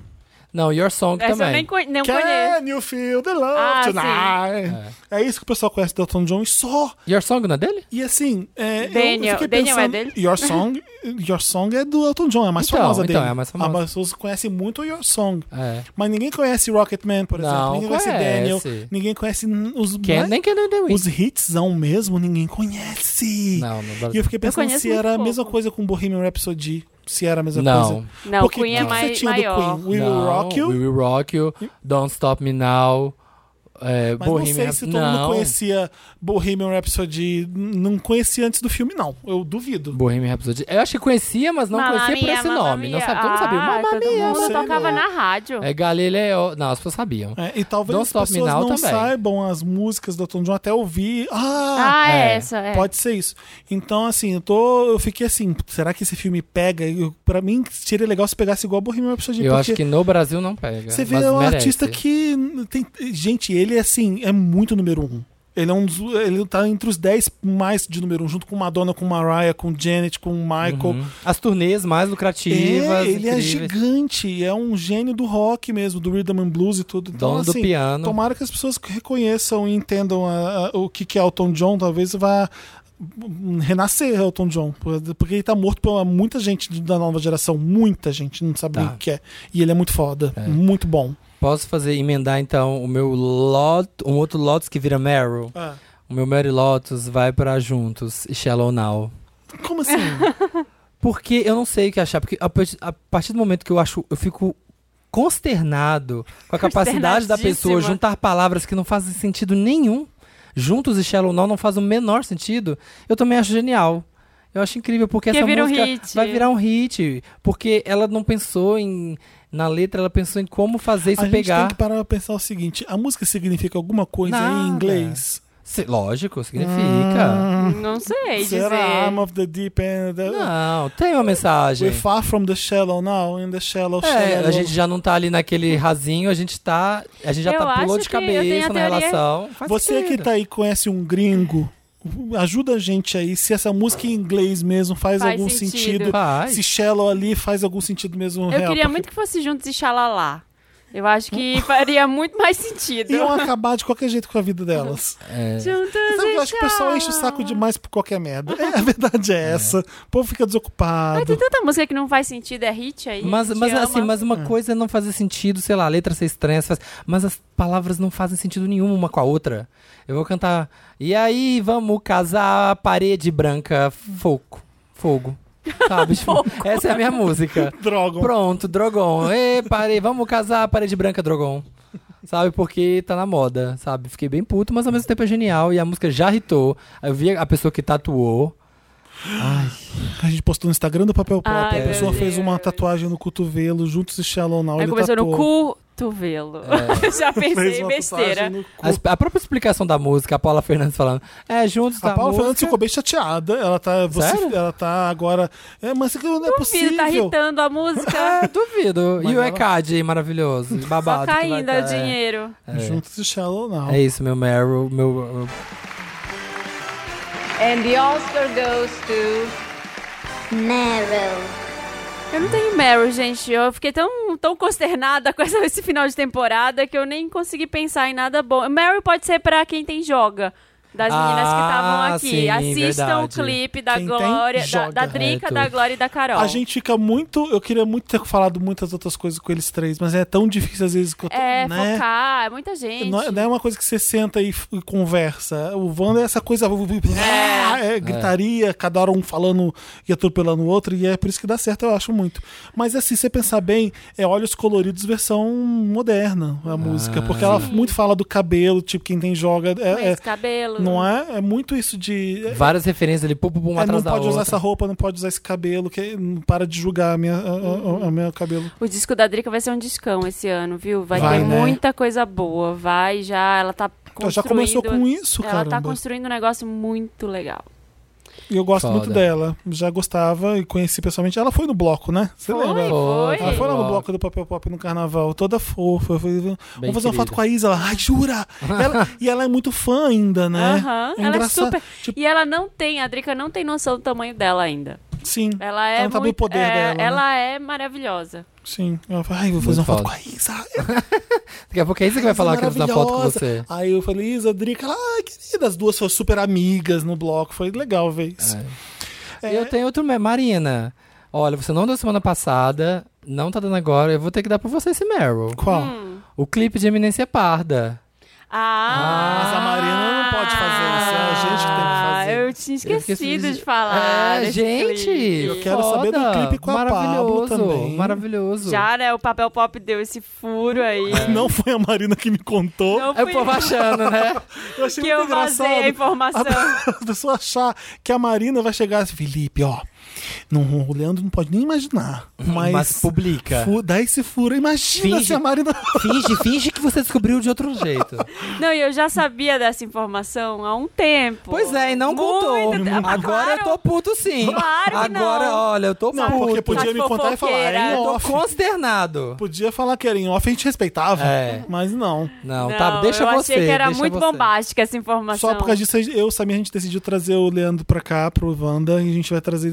Não, Your Song Essa eu também. nem co- não conheço. Can you feel the love Ah, sim. tonight? É. isso que o pessoal conhece do Elton John e só. Your Song não é dele? E assim, é, eu Daniel- fiquei Daniel pensando... é dele? Your Song, Your Song é do Elton John, é a mais Então, famosa então, dele. Ah, é a mais famosa. As pessoas conhecem muito o Your Song. É. Mas ninguém conhece Rocketman, por exemplo. Não ninguém conhece. conhece Daniel. Ninguém conhece os... Can, mais- é? Nem Can I Do It. Os hitsão mesmo, ninguém conhece. Não, no E Brasil. eu fiquei pensando conheço se muito era a pouco. mesma coisa com Bohemian Rhapsody. Se era a mesma Não. coisa. Não, o Porque Queen é o que que você mai- tinha do maior. Queen? We Will Não, Rock You. We Will Rock You. Don't Stop Me Now. é, Mas não sei se todo mundo conhecia Bohemian Rhapsody. Não conhecia antes do filme, não. Eu duvido. Bohemian Rhapsody. Eu acho que conhecia, mas não Mamma conhecia por Mia, esse Mamma nome. Não Mia. sabe, todo mundo sabia. Ah, Mamma todo Mia, mundo Mamma Mia. tocava na rádio. É Galileu. Não, as pessoas sabiam. É, e talvez Don't as Stop pessoas Me Now não também. saibam as músicas do Elton John até ouvir. Ah, Ah, é. é essa. É. Pode ser isso. Então, assim, eu, tô, eu fiquei assim, será que esse filme pega? Eu, pra mim, seria legal se pegasse igual a Bohemian Rhapsody. Eu porque acho que no Brasil não pega. Você vê mas um merece. artista que tem... Gente, ele, assim, é muito número um. Ele é um dos, ele tá entre os 10 mais de número um, junto com Madonna, com Mariah, com Janet, com Michael. Uhum. As turnês mais lucrativas. É, ele é incríveis. gigante, é um gênio do rock mesmo, do rhythm and blues e tudo. Então, Dono assim, do piano. Tomara que as pessoas reconheçam e entendam a- a- o que, que é Elton John, talvez vá hum, renascer Elton John, porque ele tá morto por muita gente da nova geração, muita gente não sabe Tá. nem o que é. E ele é muito foda, muito bom. Posso fazer, emendar então o meu Lot, um outro Lotus que vira Meryl. Ah. O meu Mary Lotus vai pra Juntos e Shallow Now. Como <laughs> assim? Porque eu não sei o que achar, porque a, partir- a partir do momento que eu acho, eu fico consternado com a capacidade da pessoa Consternadíssima. juntar palavras que não fazem sentido nenhum. Juntos e Shallow Now não faz o menor sentido. Eu também acho genial. Eu acho incrível porque Que essa vira um música hit. vai virar um hit, porque ela não pensou em na letra, ela pensou em como fazer isso a gente pegar. tem que parar pra pensar o seguinte: a música significa alguma coisa Nada. em inglês? Se- lógico, Hum. significa. Não sei Será dizer. I'm of the Deep End? Não, tem uma mensagem. We're far from the shallow now, in the shallow, É, shallow. a gente já não tá ali naquele rasinho, a gente tá. A gente já Eu tá pulou acho de que eu tenho cabeça a na teoria- relação. Faz Você que sentido. tá aí conhece um gringo, ajuda a gente aí. Se essa música em inglês mesmo faz, Faz algum sentido. sentido. Faz. Se shallow ali faz algum sentido mesmo. Eu É, real, queria porque- muito que fosse juntos e xalala. Eu acho que Hum. faria muito mais sentido. <laughs> Iam acabar de qualquer jeito com a vida delas. É. Juntos Sabe o e que eu acho que o pessoal xalala. enche o saco demais por qualquer merda. É, a verdade é essa. O povo fica Mas tem desocupado. tanta música que não faz sentido, é hit aí. Mas, a gente mas ama. assim, mas uma coisa é não fazer sentido, sei lá, a letra ser estranha, você faz- mas as palavras não fazem sentido nenhum uma com a outra. Eu vou cantar. E aí, vamos casar parede branca, fogo. Fogo. <laughs> Sabe? Tipo, Essa é a minha música. Droga. <laughs> Pronto, Drogon. Ê, parei, vamos casar parede branca, Drogon. Sabe, porque tá na moda, sabe? Fiquei bem puto, mas ao mesmo tempo é genial. E a música já hitou. Eu vi a pessoa que tatuou. A gente postou no Instagram do Papel Pop. Ai, a pessoa meu fez uma Deus. tatuagem no cotovelo, juntos e shallow now. Aí ele começou no tatuou. cotovelo. <laughs> Já Fez pensei uma besteira. É tatuagem no cu. As- A, própria explicação da música, a Paula Fernandes falando. É, juntos A da Paula Fernandes música. ficou bem chateada. Ela tá, você- Sério? ela tá agora. É, mas isso não é Filho, tá possível. irritando a música. <laughs> É, duvido. Mas e o ela- ECAD maravilhoso, Só babado. que vai caindo tá- o dinheiro. É, é. Juntos e Shallow Now. É isso, meu Meryl. Meu, And the Oscar goes to. Meryl. Eu não tenho Meryl, gente. Eu fiquei tão, tão consternada <laughs> com essa- esse final de temporada que eu nem consegui pensar em nada bom. Meryl pode ser pra quem tem joga. Das Ah, meninas que estavam aqui. sim, Assistam o verdade. clipe da Quem tem, Glória, da, joga. É, da Drica, Correto. da Glória e da Carol. A gente fica muito. Eu queria muito ter falado muitas outras coisas com eles três, mas é tão difícil às vezes que eu tô. É, né? focar, é muita gente. Não, é- não é uma coisa que você senta e, f- e conversa. O Wanda é essa coisa. É, gritaria, cada hora um falando e atropelando o outro, e é por isso que dá certo, eu acho muito. Mas assim, se você pensar bem, é Olhos Coloridos versão moderna, Ah, a música. Porque ela muito fala do cabelo, tipo, quem tem joga. Com É, é- esse cabelo. não é? É muito isso de. é- várias referências ali, pum, pum, pum, é, não atrás da pode usar outra. essa roupa, não pode usar esse cabelo, que não para de julgar a minha, a, a- a meu cabelo. O disco da Drica vai ser um discão esse ano, viu? Vai, Vai, ter né? muita coisa boa. Vai já, ela tá Ela construindo... já começou com isso, Ela cara. tá construindo um negócio muito legal. E eu gosto Foda. muito dela. Já gostava e conheci pessoalmente. Ela foi no bloco, né? Você lembra? Foi. Ela foi lá no bloco do Papel Pop no carnaval, toda fofa. Eu falei, Vamos Bem fazer uma querida. foto com a Isa. Ela, Ai, <laughs> jura? Ela- e ela é muito fã ainda, né? Aham, ela é engraçado. super- Tipo, E ela não tem, a Drica não tem noção do tamanho dela ainda. sim. Ela é Ela não sabe o muito- poder é, dela, né? Ela é maravilhosa. Sim. Ela fala, ai, vou fazer uma Muito foto foda. com a <laughs> Isa. Daqui a pouco é isso que vai falar que eu fiz na foto com maravilhosa. você. Aí eu falei, Isa, Drica, ela, ai, querida. As duas foram super amigas no bloco. Foi legal ver isso. É. Eu tenho outro. me- Marina, olha, você não deu semana passada, não tá dando agora, eu vou ter que dar pra você esse Meryl. Qual? Hum. O clipe de Eminência Parda. Ah, Mas a Marina não pode fazer isso, é a gente que tem que fazer. Ah, eu tinha esquecido de falar. É, desse gente, clipe. Eu quero saber do Foda. clipe com a Pablo Maravilhoso, também. maravilhoso. Já, né? O papel pop deu esse furo aí. <laughs> Não foi a Marina que me contou. Não É o fui povo achando, né? Eu achei <laughs> que muito eu vazei a engraçado. informação. A pessoa achar que a Marina vai chegar assim, Felipe, ó. Não, o Leandro não pode nem imaginar. <laughs> Mas, Mas publica. fu- dá esse furo. Imagina Finge. se a Marina. <laughs> Finge, finge que você descobriu de outro jeito. Não, e eu já sabia dessa informação há um tempo. Pois é, e não contou. Muito tempo. Agora eu tô puto sim. Claro que Agora, não. olha, eu tô Não, puto. porque podia me contar e falar. fofoqueira. É em Eu Tô off. consternado. Podia falar que era em off, a gente respeitava. É. Mas não. Não, tá, deixa eu você. achei que era deixa muito você. bombástica essa informação. Só por causa disso, eu e Samir, a gente decidiu trazer o Leandro pra cá, pro Wanda, e a gente vai trazer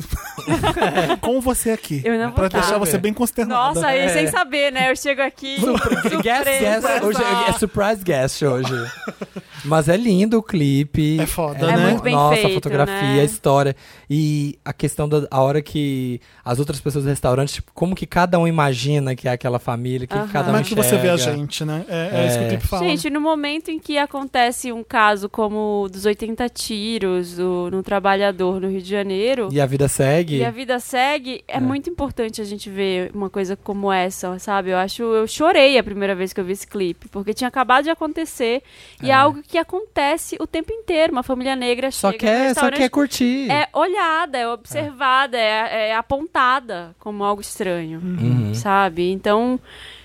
<laughs> com você aqui. Eu não vou Pra tá. deixar você bem consternado. Nossa, aí É. sem saber, né? Eu chego aqui. <laughs> surpresa. Guest, guest, hoje é surprise guest hoje. <laughs> Mas é lindo o clipe. É foda, É né? muito bem Nossa, a feito, fotografia, né? a história. E a questão da a hora que as outras pessoas do restaurante, tipo, como que cada um imagina que é aquela família, que Aham. cada um Como é que você vê a enxerga. gente, né? É, é isso que o É. clipe fala. Gente, no momento em que acontece um caso como o dos 80 tiros do, no trabalhador no Rio de Janeiro, E a vida segue. E a vida segue. É, muito importante a gente ver uma coisa como essa, sabe? Eu acho. Eu chorei a primeira vez que eu vi esse clipe, porque tinha acabado de acontecer. E é algo que acontece o tempo inteiro. Uma família negra Só chega. no é- quer, só restaurante, quer curtir. É olhada, é observada, é, é apontada como algo estranho, Uhum. sabe? Então.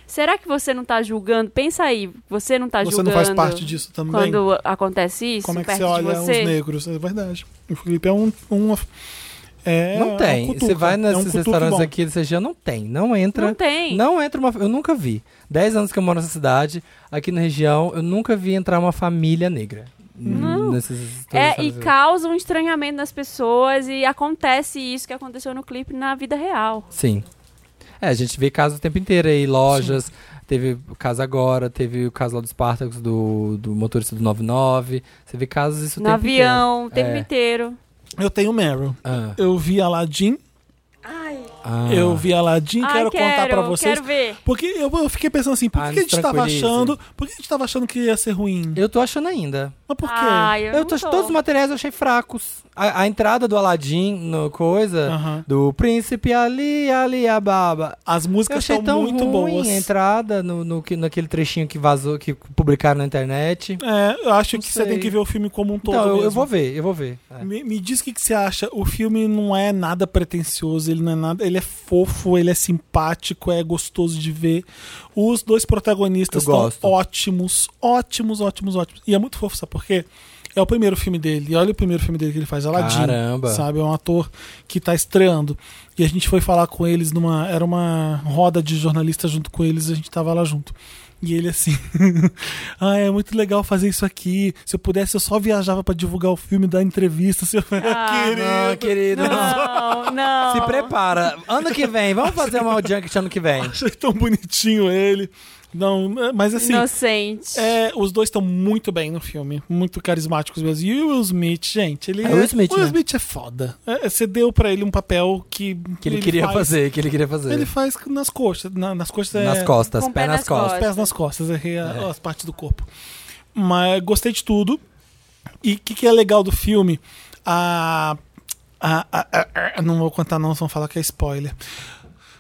Será que você não tá julgando? Pensa aí, você não tá você julgando. não faz parte disso também? Quando acontece isso, Como é que perto você olha de os você? negros? É verdade. O Felipe é um. um é Não tem. uma você cutuca. vai É um nesses cutuque restaurantes bom. aqui, você já não tem. Não entra. Não tem. Não entra uma. Eu nunca vi. Dez anos que eu moro nessa cidade, aqui na região, eu nunca vi entrar uma família negra. Não. Nesses É, e restaurantes. causa um estranhamento nas pessoas e acontece isso que aconteceu no clipe na vida real. Sim. É, a gente vê casos o tempo inteiro aí, lojas. Teve o caso agora, teve o caso lá do Spartacus, do, do motorista do 99. Você vê casos isso o no tempo avião, o tempo É. inteiro. Eu tenho Meryl. inteiro. Eu vi Aladdin. Ah, ah. Eu vi Aladdin. Ai, quero, contar pra quero, vocês. quero ver. Porque eu, eu fiquei pensando assim, por Ah, que, que a nos gente tava tranquiliza. achando. Por que a gente tava achando que ia ser ruim? Eu tô achando ainda. Mas por quê? Ai, eu, Eu não tô, tô. Todos os materiais eu achei fracos. A, a entrada do Aladdin no coisa, Aham. do príncipe ali, ali, a baba. As Eu músicas achei estão tão muito ruim boas. a entrada no, no, que- naquele trechinho que vazou, que publicaram na internet. É, eu acho Não que você tem sei. que ver o filme como um todo. então, eu- eu, mesmo. vou ver, eu vou ver. É. Me, me diz o que, que você acha. O filme não é nada pretensioso, ele não é nada. Ele é fofo, ele é simpático, é gostoso de ver. Os dois protagonistas Eu estão gosto. ótimos, ótimos, ótimos, ótimos. E é muito fofo, sabe por quê? É o primeiro filme dele. E olha o primeiro filme dele que ele faz, Aladdin. Caramba. Sabe? É um ator que tá estreando. E a gente foi falar com eles numa. Era uma roda de jornalistas junto com eles, a gente tava lá junto. E ele assim, <laughs> ah, é muito legal fazer isso aqui. Se eu pudesse, eu só viajava pra divulgar o filme, dar entrevista. Se eu... Querido. Ah, querido. Não, não. Se prepara. Ano que vem, vamos fazer uma junket ano que vem. <laughs> Achei tão bonitinho ele. Não, mas assim, Inocente. é, os dois estão muito bem no filme, muito carismáticos mesmo. E o Will Smith, gente, ele É o Will Smith, né? Smith é foda. É, você deu pra ele um papel que Que ele, queria faz- fazer, que ele queria fazer. Ele faz nas costas, na- nas costas é- Nas costas, Com pé nas costas. os pés nas costas, errei a- É. as partes do corpo. Mas gostei de tudo. E o que, que é legal do filme? A, a- a- a- a- Não vou contar, não, vão falar que é spoiler.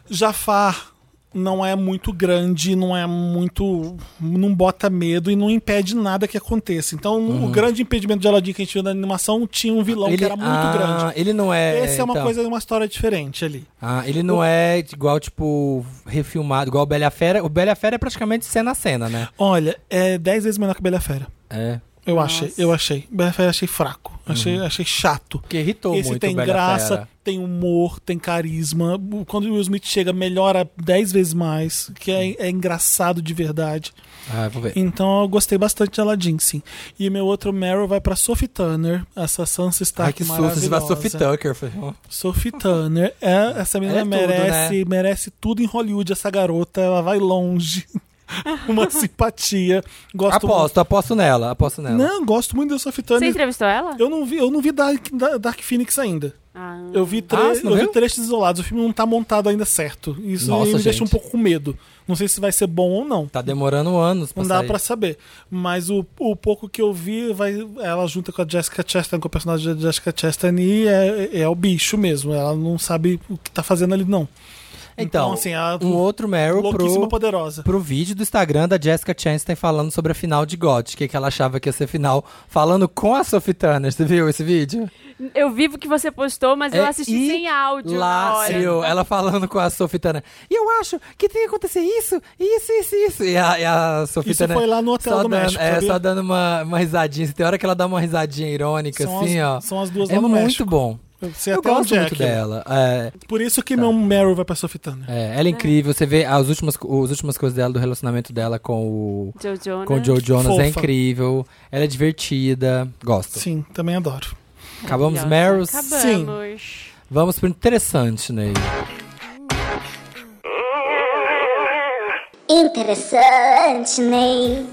Jafar não é muito grande, não é muito. não bota medo e não impede nada que aconteça. Então, Uhum. o grande impedimento de Aladdin que a gente viu na animação tinha um vilão que era muito ah, grande. Ele não é. Essa é uma então. coisa, uma história diferente ali. Ah, ele não é igual, tipo, refilmado, igual o Bela e a Fera. O Bela e a Fera é praticamente cena a cena, né? Olha, é 10 vezes menor que Bela Fera. É. Eu achei, eu achei. Bela Fera achei fraco. Achei, achei chato. Porque irritou Esse Uhum. muito tem o Bela e a graça, Fera. tem humor, tem carisma. Quando o Will Smith chega, melhora 10 vezes mais, que é, é engraçado de verdade. Ah, vou ver. Então eu gostei bastante de Aladdin, sim. E meu outro Meryl vai pra Sophie Turner, essa Sansa Ai, Stark que susto, se vai Tá maravilhosa. Sophie Tucker. eu falei, ó. Sophie Turner, é- essa menina é tudo, merece, merece tudo em Hollywood, essa garota, ela vai longe. <laughs> Uma simpatia. Gosto Aposto, aposto nela, aposto nela. muito. Não, gosto muito da Sophie Turner. Você entrevistou ela? Eu não vi, eu não vi Dark, Da- Dark Phoenix ainda. Eu vi, tre- Ah, você não eu vi viu? trechos isolados. O filme não tá montado ainda certo. Isso Nossa, me deixa gente. um pouco com medo. Não sei se vai ser bom ou não. Tá demorando anos pra Não dá sair. pra saber. Mas o, o pouco que eu vi, vai, ela junta com a Jessica Chastain, com o personagem da Jessica Chastain, e é, é o bicho mesmo. Ela não sabe o que tá fazendo ali, não. Então, ela- um outro Meryl assim, louquíssima pro, poderosa. pro vídeo do Instagram da Jessica Chastain falando sobre a final de God, que, que ela achava que ia ser final, falando com a Sophie Turner. Você viu esse vídeo? Eu vivo que você postou, mas eu É assisti sem áudio. na hora. Lácio, ela falando com a Sophie Turner. E eu acho que tem que acontecer isso, isso, isso, isso. E a, e a Sophie Isso Turner foi lá no hotel só do dando, México, É, sabia? só dando uma, uma risadinha. Tem hora que ela dá uma risadinha irônica, São assim, as- ó. são as duas É lá no muito México. bom. Eu, sei Eu até onde gosto é muito aquilo. dela. É, Por isso que meu Meryl vai pra Sophie Turner. é, ela é incrível. Você vê as últimas, as últimas coisas dela, do relacionamento dela com o... Joe Jonas. Com o Joe Jonas é Fofa. incrível, ela é divertida, gosto. Sim, também adoro. Acabamos os Meryls, Acabamos. vamos pro interessante, Ney. Interessante, Ney.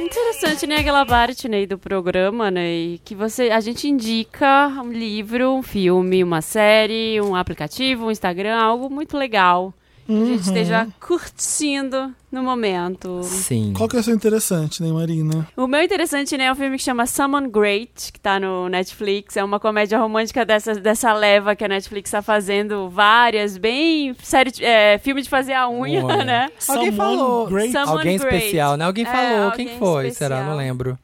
Interessante, né? Aquela parte né, do programa, né? e Que você, a gente indica um livro, um filme, uma série, um aplicativo, um Instagram, algo muito legal. Que a gente esteja curtindo no momento. Sim. Qual que é o seu interessante, né, Marina? O meu interessante, né, é um filme que chama Someone Great, que tá no Netflix. É uma comédia romântica dessa, dessa leva que a Netflix tá fazendo várias, bem série, de- é, filme de fazer a unha, Unha. né? Alguém Someone falou. Great. Someone alguém great. especial, né? Alguém É, falou. Quem alguém foi? especial. Será? Não lembro.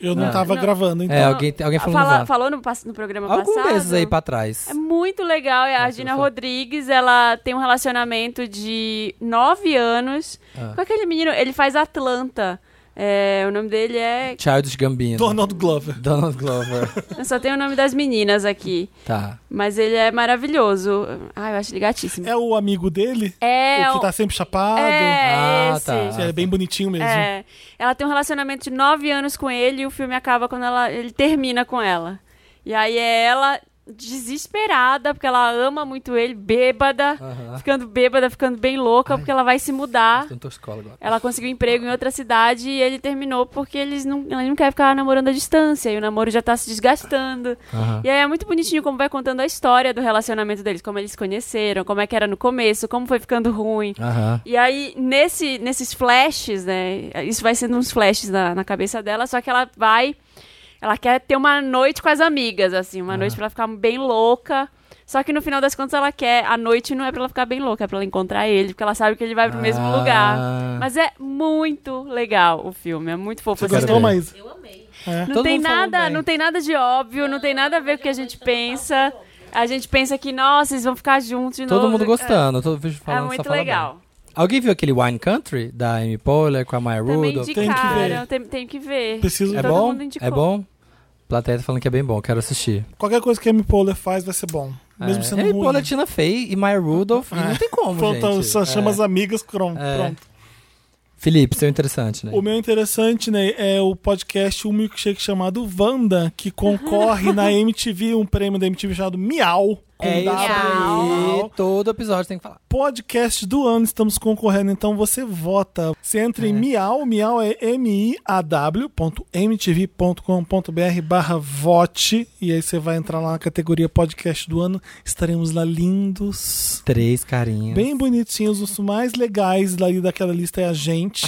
Eu não É. tava Não. gravando, então. É, alguém, alguém falou Ah, Fala- no zap. falou no, pass- no programa Algum passado. desses aí pra trás. É muito legal. É a Nossa, Gina eu sou- Rodrigues, ela tem um relacionamento de nove anos Ah. com aquele menino. Ele faz Atlanta. É, o nome dele é. Childish Gambino. <laughs> Donald Glover. Donald <laughs> Glover. Eu só tenho o nome das meninas aqui. tá. Mas ele é maravilhoso. Ai, eu acho ele gatíssimo. É o amigo dele? É, o que um- tá sempre chapado? é Ah, esse. tá. Ele é bem bonitinho mesmo. É. Ela tem um relacionamento de nove anos com ele e o filme acaba quando ela, ele termina com ela. E aí é ela desesperada, porque ela ama muito ele, bêbada, Aham. ficando bêbada, ficando bem louca, porque ela vai se mudar. Tô escola agora. Ela conseguiu emprego em outra cidade e ele terminou porque eles não, ele não quer ficar namorando à distância e o namoro já tá se desgastando. Aham. E aí é muito bonitinho como vai contando a história do relacionamento deles, como eles se conheceram, como é que era no começo, como foi ficando ruim. Aham. E aí, nesse, nesses flashes, né? Isso vai sendo uns flashes na, na cabeça dela, só que ela vai. Ela quer ter uma noite com as amigas, assim, uma noite pra ela ficar bem louca. Só que no final das contas ela quer. A noite não é pra ela ficar bem louca, é pra ela encontrar ele, porque ela sabe que ele vai pro mesmo Ah. lugar. Mas é muito legal o filme, é muito fofo. Você assim, gostou, ver. Maísa? não Todo tem mundo falou nada, bem. não tem nada de óbvio, não tem nada a ver com o que a gente pensa. A gente pensa que, nossa, eles vão ficar juntos de Todo novo. mundo gostando. Todo mundo É, é falando só muito fala legal. bem. Alguém viu aquele Wine Country da Amy Poehler com a Maya Também Rudolph? Tem que ver. indicaram, tem, tem que ver. Preciso- É Todo bom? mundo indicou. <laughs> É bom? Plateia tá falando que é bem bom, quero assistir. Qualquer coisa que a Amy Poehler faz vai ser bom. Mesmo é. sendo Amy ruim. Poehler, Tina Fey e Maya Rudolph. E não tem como, Pronto, gente. só chama É. as amigas, pronto. É. pronto. Felipe, seu interessante, né? O meu interessante, né, é o podcast Um Milkshake chamado Wanda, que <laughs> concorre na MTV, um prêmio da MTV chamado Miau. com É isso W. aí. Todo episódio tem que falar. podcast do ano estamos concorrendo, então você vota. Você entra em miau, miau é miaw.mtv.com.br barra vote e aí você vai entrar lá na categoria podcast do ano. Estaremos lá lindos. Três carinhas. <laughs> Bem bonitinhos, os mais legais daí daquela lista é a gente.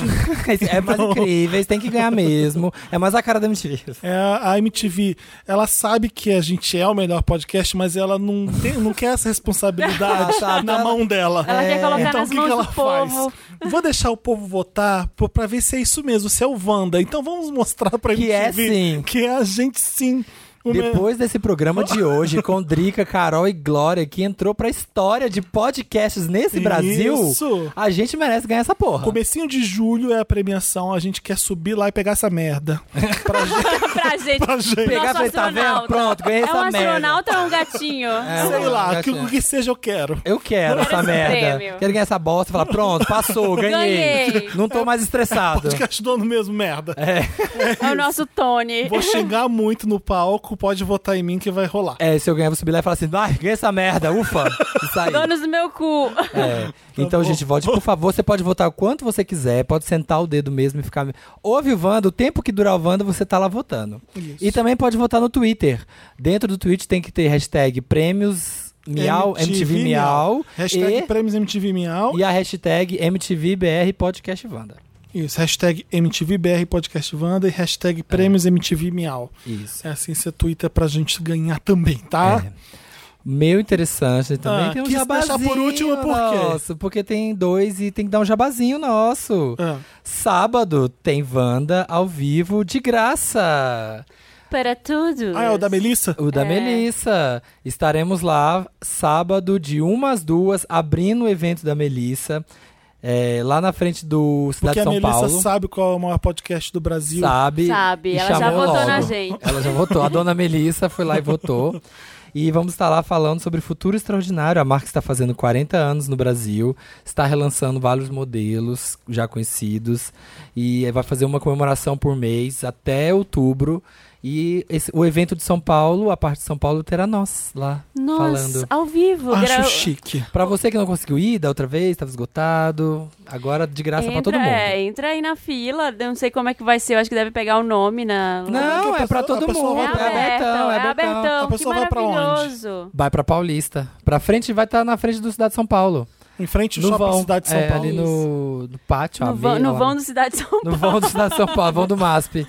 É mais incríveis, tem que ganhar mesmo. É mais a cara da MTV. É a MTV, ela sabe que a gente é o melhor podcast, mas ela não, tem, não quer essa responsabilidade Ah, tá. na mão dela. Ela quer colocar Então o nas que, mãos que ela do povo. faz? Vou deixar o povo votar pô, pra ver se é isso mesmo, se é o Wanda. Então vamos mostrar pra Que MTV é sim. que é a gente sim. O meu- Depois desse <laughs> programa de hoje, com Drica, Carol e Glória, que entrou pra história de podcasts nesse Brasil, Isso. a gente merece ganhar essa porra. Comecinho de julho é a premiação, a gente quer subir lá e pegar essa merda. pra gente. Pra gente. Pegar e Nosso falar, tá astronauta. vendo? Pronto, ganhei É um essa merda. astronauta ou um gatinho? <laughs> É, Sei eu lá, já que, tinha. o que seja eu quero. Eu quero essa esse merda. prêmio. Quero ganhar essa bosta e falar, pronto, passou, ganhei. Ganhei. Não tô mais estressado. Podcast do ano mesmo, merda. É o nosso Tony. Vou xingar muito no palco, público pode votar em mim que vai rolar. É, se eu ganhar, eu vou subir lá e falar assim, ai, ganha essa merda, ufa! E sair. Donos do meu cu. É. Então, gente, vote, por favor. Você pode votar o quanto você quiser, pode sentar o dedo mesmo e ficar. Ouve o Wanda, o tempo que durar o Wanda, você tá lá votando. E também pode votar no Twitter. Dentro do Twitter tem que ter hashtag prêmios Miau, MTV, Miau. Hashtag e- prêmios MTV Miau. E a hashtag MTVBR Podcast Wanda. Isso, hashtag MTVBR Podcast Wanda e É. hashtag prêmios MTV Miau. Isso. É assim você twitta pra gente ganhar também, tá? É. Meu interessante também Ah, tem um quis deixar jabazinho. por último, por quê? Nosso, porque tem dois e tem que dar um jabazinho nosso. É. Sábado tem Wanda ao vivo de graça. Para tudo. Ah, é o da Melissa? O da Melissa. Estaremos lá sábado de umas duas, abrindo o evento da Melissa. é, lá na frente do Porque Cidade de a São Melissa Paulo. sabe qual é o maior podcast do Brasil. Sabe? Sabe, e ela já chamou votou na logo. gente. Ela já votou. A dona Melissa foi lá e votou. E vamos estar lá falando sobre Futuro Extraordinário. A marca está fazendo 40 anos no Brasil, está relançando vários modelos já conhecidos e vai fazer uma comemoração por mês até outubro. E esse- o evento de São Paulo, a parte de São Paulo, terá nós lá Nós, falando. Ah, ao vivo. gra- chique. Pra você que não conseguiu ir da outra vez, estava esgotado. Agora de graça pra todo mundo. É, entra aí na fila. Não sei como é que vai ser. Eu acho que deve pegar o nome na. Não, é pra todo mundo. É É abertão, abertão, é é abertão. abertão. A pessoa que vai pra onde? maravilhoso. Vai pra Paulista. Pra frente vai estar na frente do Cidade de São Paulo. Em frente do No shopping vão, Cidade de São é, Paulo. Ali no, no pátio, No à vão, beira no lá. vão do Cidade de São Paulo. <laughs> No vão do Cidade de São Paulo, vão do MASP.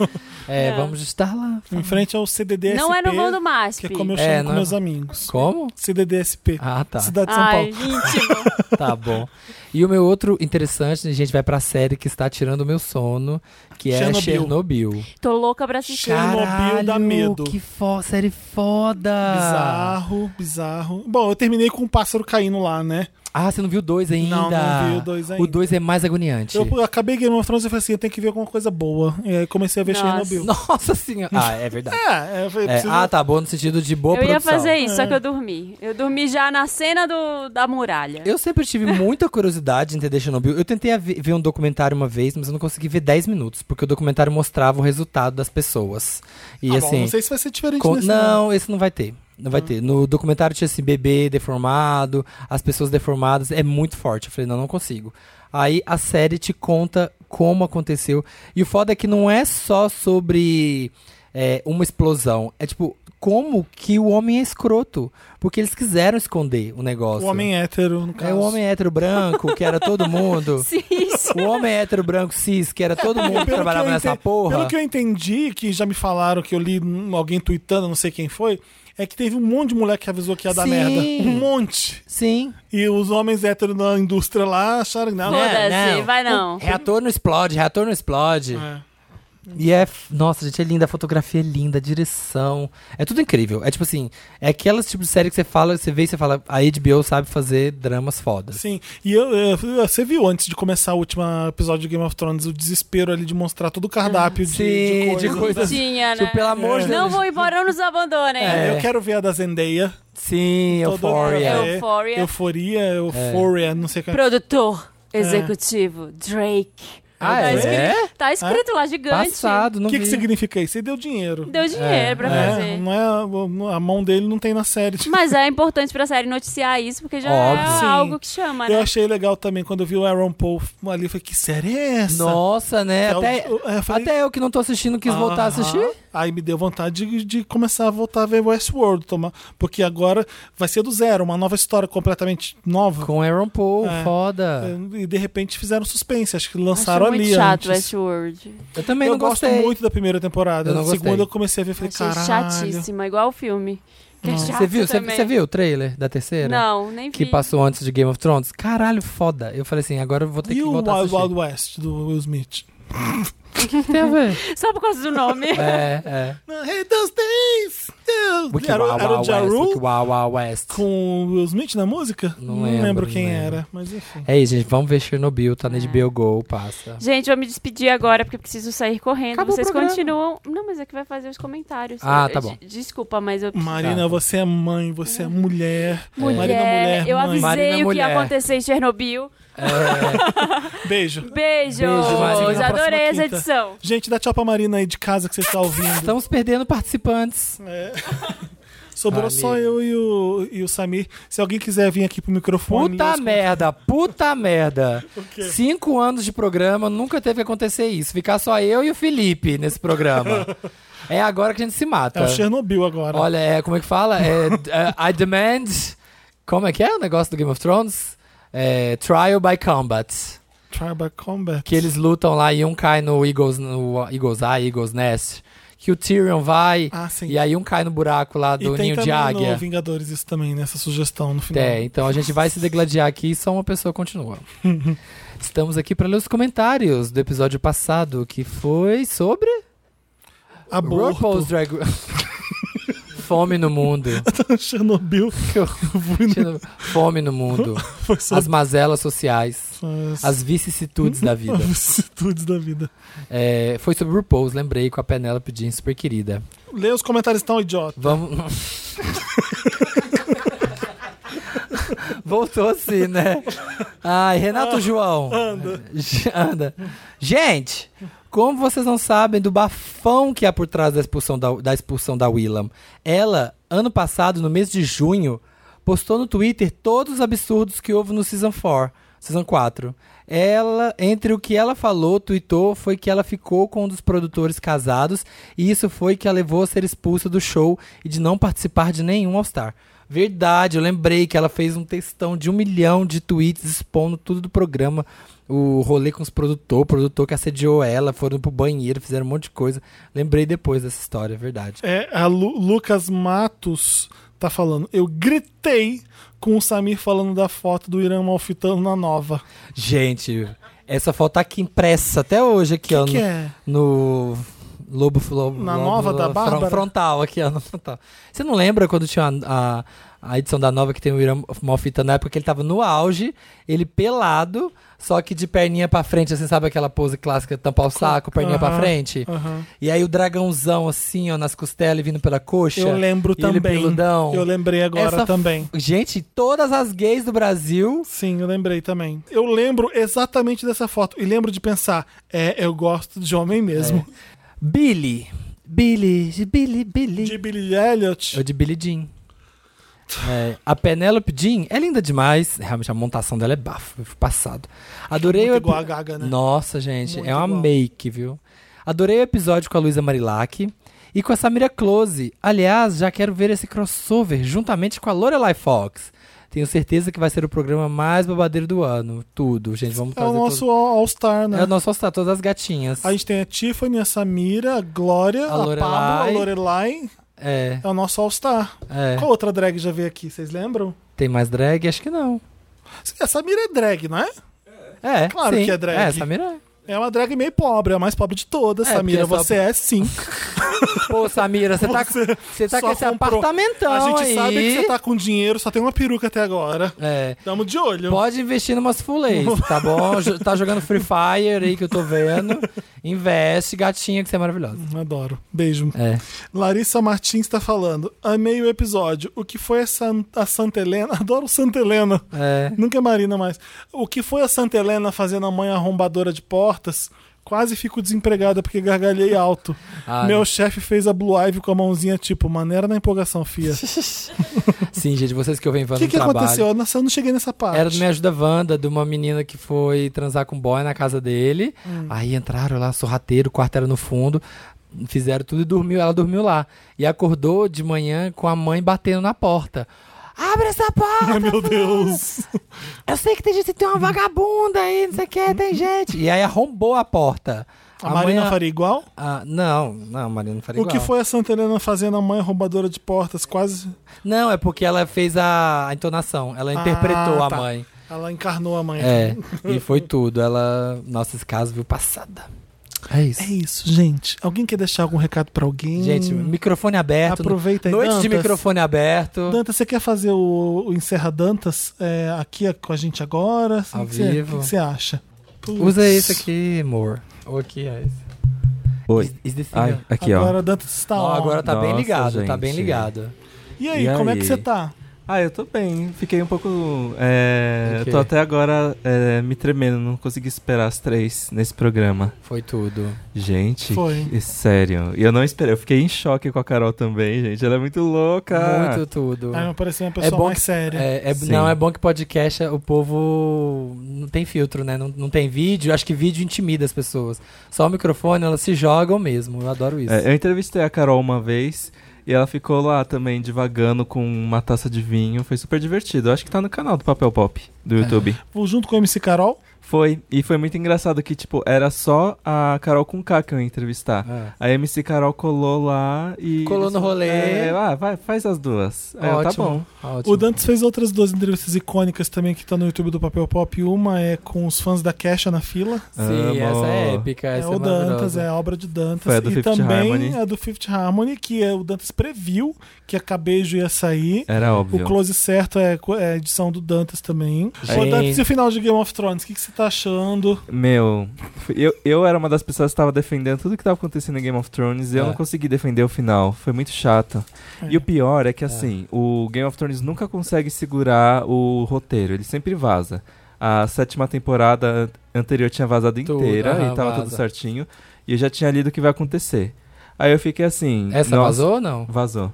É, É. vamos estar lá. Em frente ao CDDSP. Não é no vão do MASP. Que é como eu chamo É, com não é- meus amigos. Como? CDDSP. Ah, <laughs> tá. Cidade de São Ai, Paulo. íntimo. Tá bom. E o meu outro interessante, a gente vai pra série que está tirando o meu sono, que é Chernobyl. Chernobyl. Tô louca pra assistir. Chernobyl dá Caralho, medo. Que fo série foda! Bizarro, bizarro. Bom, eu terminei com um pássaro caindo lá, né? Ah, você não viu o dois ainda? Não, não vi o dois ainda. O dois é mais agoniante. Eu acabei Game of Thrones e falei assim, eu tenho que ver alguma coisa boa. E aí comecei a ver Nossa. Chernobyl. Nossa senhora! Ah, é verdade. É, é, foi É, preciso... ah, tá bom no sentido de boa eu ia produção. fazer isso, só que eu dormi. Eu dormi já na cena do, da muralha. <laughs> Eu sempre tive muita curiosidade em entender Chernobyl. Eu tentei a ve- ver um documentário uma vez, mas eu não consegui ver 10 minutos, porque o documentário mostrava o resultado das pessoas. E Ah, bom, assim. não sei se vai ser diferente com- nesse não, esse não vai ter. Não vai ter. No documentário tinha esse bebê deformado, as pessoas deformadas. É muito forte. Eu falei, não, não consigo. Aí a série te conta como aconteceu. E o foda é que não é só sobre é, uma explosão. É tipo, como que o homem é escroto. Porque eles quiseram esconder o negócio. O homem um hétero, no caso. assim, É o homem hétero branco, que era <laughs> todo mundo. O homem é hétero branco cis, que era todo mundo que Pelo trabalhava eu nessa ente- porra. Pelo que eu entendi, que já me falaram, que eu li hum, alguém tweetando, não sei quem foi, é que teve um monte de mulher que avisou que ia dar Sim. merda. Um monte. Sim. E os homens héteros na indústria lá acharam que não. Foda-se, É, não. vai não. Reator não explode, reator não explode. É. E é. f- Nossa, gente, é linda, a fotografia é linda, a direção. É tudo incrível. É tipo assim, é aquelas tipo de série que você fala, você vê e você fala, a HBO sabe fazer dramas fodas. Sim, e eu, eu- você viu antes de começar o último episódio de Game of Thrones o desespero ali de mostrar todo o cardápio de, de Sim, coisa. de coisas. Tinha, né? Tipo, pelo amor de Não Deus. vou embora, não nos abandonem. É, É. Eu quero ver a da Zendaya. Sim, Todo- Euphoria. é, Euphoria. Euforia, É. Euphoria, não sei o que. Produtor executivo, Drake. Ah, tá, é? escrito, tá escrito lá, gigante. Passado, não O que, que vi. significa isso? Ele deu dinheiro. Deu dinheiro pra É, fazer. não é, a mão dele não tem na série. Mas é importante pra série noticiar isso, porque já Óbvio. é Sim. algo que chama, Eu né? achei legal também quando eu vi o Aaron Paul ali. Eu falei, que série é essa? Nossa, né? É o- Até, eu falei- até eu que não tô assistindo quis voltar a assistir. Aham. Aí me deu vontade de, de começar a voltar a ver Westworld, tomar, porque agora vai ser do zero, uma nova história completamente nova. Com Aaron Paul, É. foda. E de repente fizeram suspense, acho que Achei lançaram muito ali chato antes. Westworord. Eu também eu não gosto gostei. muito da primeira temporada. Eu não da segunda gostei. eu comecei a ver e falei, Achei caralho. chatíssima, igual o filme. Que é chato Você viu? Você, também. você viu o trailer da terceira? Não, nem vi. Que passou antes de Game of Thrones? Caralho, foda. Eu falei assim, agora eu vou ter E que o voltar a Wild assistir. <laughs> Wild West do Will Smith? Só por causa do nome. <laughs> É, é. Hey, those days! Wiki Era, Wow era Wow o Ja West, Rule Wiki Wow Wow West. com o Will Smith na música? Não lembro, lembro, quem não lembro. era, mas enfim. É isso, gente. Vamos ver Chernobyl, tá na HBO Go, passa. Gente, eu vou me despedir agora porque eu preciso sair correndo. Acabou o Vocês programa. continuam. Não, mas é que vai fazer os comentários. Ah, Eu- tá bom. de- Desculpa, mas eu. Marina, você é mãe, você é mulher. Mulher, Marina, mulher, eu é mãe. avisei Marina, o que ia é mulher. acontecer em Chernobyl. É, <laughs> Beijo. Beijos! Marina. Na próxima Adorei essa quinta. edição. Gente, dá tchau pra Marina aí de casa que você está ouvindo. Estamos perdendo participantes. Sobrou Valeu. só eu e o, e o Samir. Se alguém quiser vir aqui pro microfone. é Puta eu- merda, puta merda. quê? Cinco anos de programa, nunca teve que acontecer isso. Ficar só eu e o Felipe <laughs> nesse programa. é agora que a gente se mata. É o Chernobyl agora. Olha, é, como é que fala? É, é, I demand. Como é que é o negócio do Game of Thrones? É, trial by combat. Tribal Combat. Que eles lutam lá e um cai no Eagles, no Eagles Eye, Eagles Nest. Que o Tyrion vai Ah, sim. e aí um cai no buraco lá do e tem ninho de também águia. no Vingadores isso também, nessa sugestão no final. É, então a gente vai se degladiar aqui e só uma <laughs> pessoa continua. Estamos aqui para ler os comentários do episódio passado, que foi sobre RuPaul's Aborto. Drag <laughs> Fome no mundo. <laughs> Chernobyl. Eu Fome no mundo. Foi só As mazelas sociais. as, As vicissitudes <laughs> da vida. as vicissitudes da vida. É, foi sobre RuPaul's, lembrei, com a Penélope Jean super querida. Lê os comentários tão idiota. Vamos. Voltou assim, né? Ai, Renato João. Anda. <laughs> Anda. Gente, como vocês não sabem do bafão que há por trás da expulsão da, da expulsão da Willam. Ela, ano passado, no mês de junho, postou no Twitter todos os absurdos que houve no Season 4. Season 4. Ela, entre o que ela falou, tweetou, foi que ela ficou com um dos produtores casados e isso foi que a levou a ser expulsa do show e de não participar de nenhum All-Star. Verdade, eu lembrei que ela fez um textão de um milhão de tweets expondo tudo do programa. O rolê com os produtores, o produtor que assediou ela, foram pro banheiro, fizeram um monte de coisa. Lembrei depois dessa história, é verdade. <laughs> É, a Lu- Lucas Matos tá falando. Eu gritei com o Samir falando da foto do Irã Malfitano na nova. Gente, essa foto tá aqui impressa até hoje, aqui, ó. que no- é? No. Lobo, lobo Na lobo- nova da fron- Bárbara? Frontal, aqui, ó. no frontal. Você não lembra quando tinha a, a, a edição da nova que tem o Irã Malfita na época que ele tava no auge, ele pelado, só que de perninha pra frente, assim, sabe aquela pose clássica, tampar o saco, perninha pra Aham, frente? aham. E aí o dragãozão, assim, ó, nas costelas e vindo pela coxa. Eu lembro e ele também. peludão. Eu lembrei agora Essa f- também. Gente, todas as gays do Brasil Sim, eu lembrei também. Eu lembro exatamente dessa foto. E lembro de pensar, é, eu gosto de homem mesmo. Billy. Billy, de Billy, Billy. De Billy Elliot. Ou de Billy Jean. É, a Penélope Jean é linda demais. Realmente, a montação dela é bafo. Passado. Adorei Muito o igual a epi- Gaga, né? Nossa, gente. Muito é uma igual. make, viu? Adorei o episódio com a Luísa Marilac e com a Samira Close. Aliás, já quero ver esse crossover juntamente com a Lorelai Fox. Tenho certeza que vai ser o programa mais babadeiro do ano. Tudo, gente. Vamos É o trazer nosso todas- All- All-Star, né? É o nosso All-Star, todas as gatinhas. A gente tem a Tiffany, a Samira, a Glória, A a, Pablo, a Lorelai. Lorelai. É, É o nosso All-Star. é. Qual outra drag já veio aqui? Vocês lembram? Tem mais drag? Acho que não. A Samira é drag, não é? É, Claro sim. que é drag. É, Samira. É uma drag meio pobre, é a mais pobre de todas. É, Samira, porque é só- você é sim. Pô, Samira, você tá, Você você tá só com esse comprou. apartamentão a gente aí. sabe que você tá com dinheiro, só tem uma peruca até agora. É. Tamo de olho. Pode investir numas fuleis, tá bom? Jo- tá jogando Free Fire aí que eu tô vendo. Investe, gatinha, que você é maravilhosa. Adoro. Beijo. É. Larissa Martins tá falando. Amei o episódio. O que foi a, San- a Santa Helena? <laughs> Adoro Santa Helena. É. Nunca é Marina mais. O que foi a Santa Helena fazendo a mãe arrombadora de portas? Quase fico desempregada porque gargalhei alto. Ah, Meu não. chefe fez a Blue Ivy com a mãozinha tipo, maneira na empolgação, fia. Sim, gente, vocês que eu venho O falando que, no que trabalho. aconteceu? Eu não eu não cheguei nessa parte. Era do Me Ajuda Wanda, de uma menina que foi transar com um boy na casa dele. Hum. Aí entraram lá, sorrateiro, o quarto era no fundo. Fizeram tudo e dormiu. Ela dormiu lá. E acordou de manhã com a mãe batendo na porta. Abre essa porta! Meu Deus. Eu sei que tem gente, tem uma vagabunda aí, não sei o que, tem gente. Uhum. E aí arrombou a porta. A Marina mãe- faria igual? Ah, não, não, a Marina faria O que igual. foi a Santa Helena fazendo a mãe arrombadora de portas? Quase. Não, é porque ela fez a, a entonação, ela interpretou Ah, a tá. mãe. Ela encarnou a mãe. É, e foi tudo. Ela, nossa, esse caso viu passada. É isso. É isso, gente. Alguém quer deixar algum recado pra alguém? Gente, microfone aberto. Aproveita aí, Noite de Dantas. microfone aberto. Dantas, você quer fazer o, o Encerra Dantas é, aqui é, com a gente agora? Assim, O Ao que você- vivo. O que você acha? Usa Putz. esse aqui, amor. Ou aqui, é esse. Oi. Is this Ai, single? aqui, agora ó. Dantas está Ó, on. agora tá bem Nossa, ligado, tá gente. bem ligado. E aí, E como é que aí? você tá? Ah, eu tô bem. Fiquei um pouco. É, Ok. eu Tô até agora é, me tremendo. Não consegui esperar as três nesse programa. Foi tudo. Gente, Foi. que- sério. E eu não esperei. Eu fiquei em choque com a Carol também, gente. Ela é muito louca. Muito tudo. Aí me Ah, parecia uma pessoa mais que- séria. é- é- Sim. não, é bom que podcast, o povo não tem filtro, né? Não, não tem vídeo. Acho que vídeo intimida as pessoas. Só o microfone, elas se jogam mesmo. Eu adoro isso. É, eu entrevistei a Carol uma vez e ela ficou lá também divagando com uma taça de vinho. Foi super divertido. Eu acho que tá no canal do Papel Pop do É. YouTube. Vou junto com o MC Carol. Foi, e foi muito engraçado que, tipo, era só a Carol com K que eu ia entrevistar. É. A MC Carol colou lá e. Colou no rolê. É, ah, vai, faz as duas. Aí eu, Ótimo. tá bom. Ótimo. O Dantes fez outras duas entrevistas icônicas também que estão no YouTube do Papel Pop. Uma é com os fãs da Kesha na fila. Sim, Amo. essa é épica. É, essa o Dantas, maravilhosa. é a obra de Dantas. Foi a do e Fifth também Harmony. a do Fifth Harmony, que é, o Dantas previu que a Cabejo ia sair. Era óbvio. O close certo é, co- é a edição do Dantas também. Ô, Gente. Dantas, e o final de Game of Thrones? O que, que você tá achando? Meu, eu, eu era uma das pessoas que tava defendendo tudo que tava acontecendo em Game of Thrones e eu É. não consegui defender o final. Foi muito chato. E o pior é que, assim, o Game of Thrones nunca consegue segurar o roteiro, ele sempre vaza. A sétima temporada anterior tinha vazado Tudo, inteira aham, e tava vaza. tudo certinho. E eu já tinha lido o que vai acontecer. Aí eu fiquei assim. Essa nossa- vazou ou não? Vazou.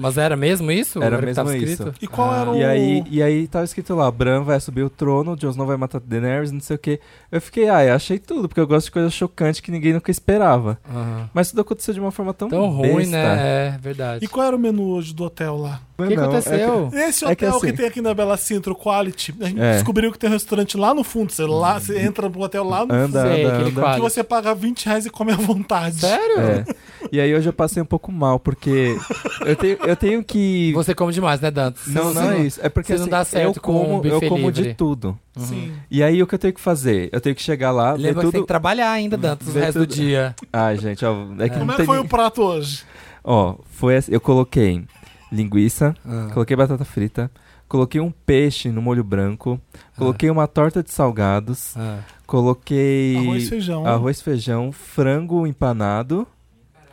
Mas era mesmo isso? Era o que mesmo tava isso. escrito? E qual é? era o. Ah, E aí, Oh. e aí tava escrito lá, Bran vai subir o trono, Jon Snow vai matar Daenerys, não sei o que. Eu fiquei, ai, achei tudo, porque eu gosto de coisa chocante que ninguém nunca esperava. Ah, Aham. Mas tudo aconteceu de uma forma tão, Tão ruim, besta. né? É verdade. E qual era o menu hoje do hotel lá? Não é que não, é aconteceu? Esse É que hotel que, assim- tem aqui na Bela Sintra, o Quality, a gente É. Uhum. descobriu que tem um restaurante lá no fundo. Você, lá, você entra pro hotel lá no Anda, Sei, anda, aquele anda. quadro. fundo. Que você paga 20 reais e come à vontade. Sério? É. E aí hoje eu passei um pouco mal, porque eu tenho, eu tenho que... Você come demais, né, Dantas? Não, não é isso. É porque você não assim, dá certo eu com um como, eu buffet como livre. de tudo. Sim. E aí o que eu tenho que fazer? Eu tenho que chegar lá, ver Lembra que tem Ah, tudo... que trabalhar ainda, Dantas, o Vê resto do tudo. dia. Ai, gente, ó, é que Como não é que tem... foi ni- o prato hoje? Ó, foi essa- eu coloquei linguiça, Ah. coloquei batata frita, coloquei um peixe no molho branco, coloquei uma torta de salgados, Ah. coloquei Arroz e feijão. arroz, feijão, frango empanado.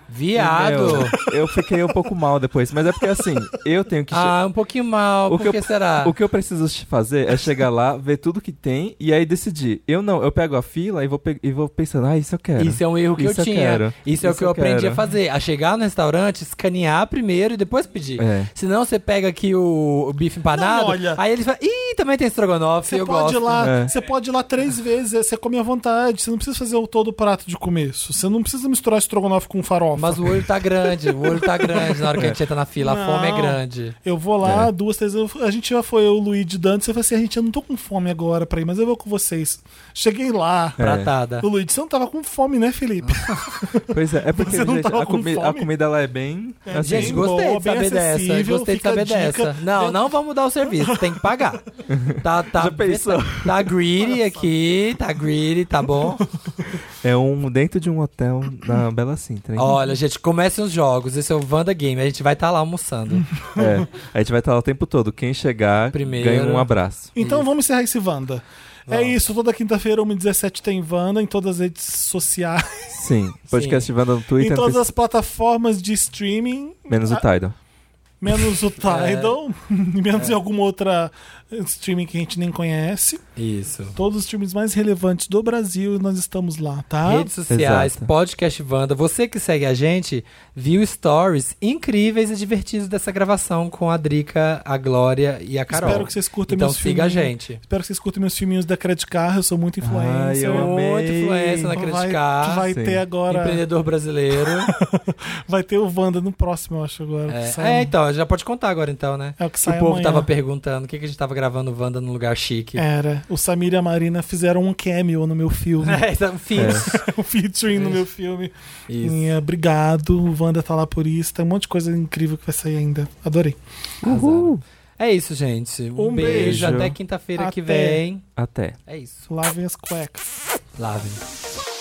Viado! Meu, eu fiquei um pouco mal depois, mas é porque assim, eu tenho que che- Ah, um pouquinho mal, O por que eu- que será? Ah. o que eu preciso che- fazer é chegar lá, ver tudo que tem e aí decidir. Eu não, eu pego a fila e vou, pe- e vou pensando, ah, isso eu quero. Isso é um erro que Isso eu eu tinha. quero. Isso é o Isso que eu, eu aprendi quero. a fazer. A chegar no restaurante, escanear primeiro e depois pedir. É. Senão você pega aqui o, o bife empanado, Não, olha. aí eles falam, ih, também tem estrogonofe, Você eu pode, gosto. ir lá, É. você pode ir lá três vezes, você come à vontade, você não precisa fazer o todo o prato de começo. Você não precisa misturar estrogonofe com farofa. Mas o olho tá grande, o olho tá grande na hora que a gente entra na fila, a Não. fome é grande. Eu vou É. lá, duas, três. eu- a gente já foi, eu, o Luigi Dantes. Eu falei assim: a gente, eu não tô com fome agora pra ir, mas eu vou com vocês. Cheguei lá. É. Pratada. O Luigi, você não tava com fome, né, Felipe? <laughs> Ah, Pois é, é porque <laughs> Você não gente, tava a, com comi- a fome? comida lá é bem. assim, Gente, Bem gostei boa, de bem saber dessa. acessível, Gostei de fica a saber dica. dessa. Não, não vamos mudar o serviço, tem que <laughs> pagar. Tá, tá, Já pensou? tá greedy aqui, tá greedy, tá bom? É um dentro de um hotel na Bela Sintra. hein? Olha, gente, comecem os jogos. Esse é o Wanda Game, a gente vai estar lá almoçando. É, a gente vai estar lá o tempo todo. Quem chegar Primeiro. ganha um abraço. Então vamos encerrar esse Wanda. É isso, toda quinta-feira, 1h17 tem Wanda em todas as redes sociais, Sim. Podcast Vanda no Twitter, em no todas as Facebook, plataformas de streaming, menos o Tidal. menos <laughs> É. o Tidal, <laughs> menos em alguma outra streaming que a gente nem conhece. Isso. Todos os times mais relevantes do Brasil e nós estamos lá, tá? Redes sociais, Exato. podcast Wanda. Você que segue a gente, viu stories incríveis e divertidos dessa gravação com a Drica, a Glória e a Carol. Espero que vocês curtam Então meus siga a filminhos. gente. Espero que vocês curtem meus filminhos da Credit Car, eu sou muito Ai, influencer. eu amo. amei. Muito influência na Vai- criticar. vai sim. ter agora. <laughs> Empreendedor brasileiro. Vai ter o Wanda no próximo, eu acho, agora. que sai um- É, é, então, já pode contar agora então, né? É o que Que sai o povo amanhã. É. tava perguntando o que, que a gente tava gravando Wanda num lugar chique. Era. O Samir e a Marina fizeram um cameo no meu filme. <laughs> É, então, enfim. <laughs> um featuring no meu filme. Isso. E, é, obrigado. O Wanda tá lá por isso. Tem um monte de coisa incrível que vai sair ainda. Adorei. Arrasaram. É isso, gente. Um, Um beijo. beijo. Até quinta-feira que Até. vem. Até. É isso. Lavem as cuecas. Lavem. Shake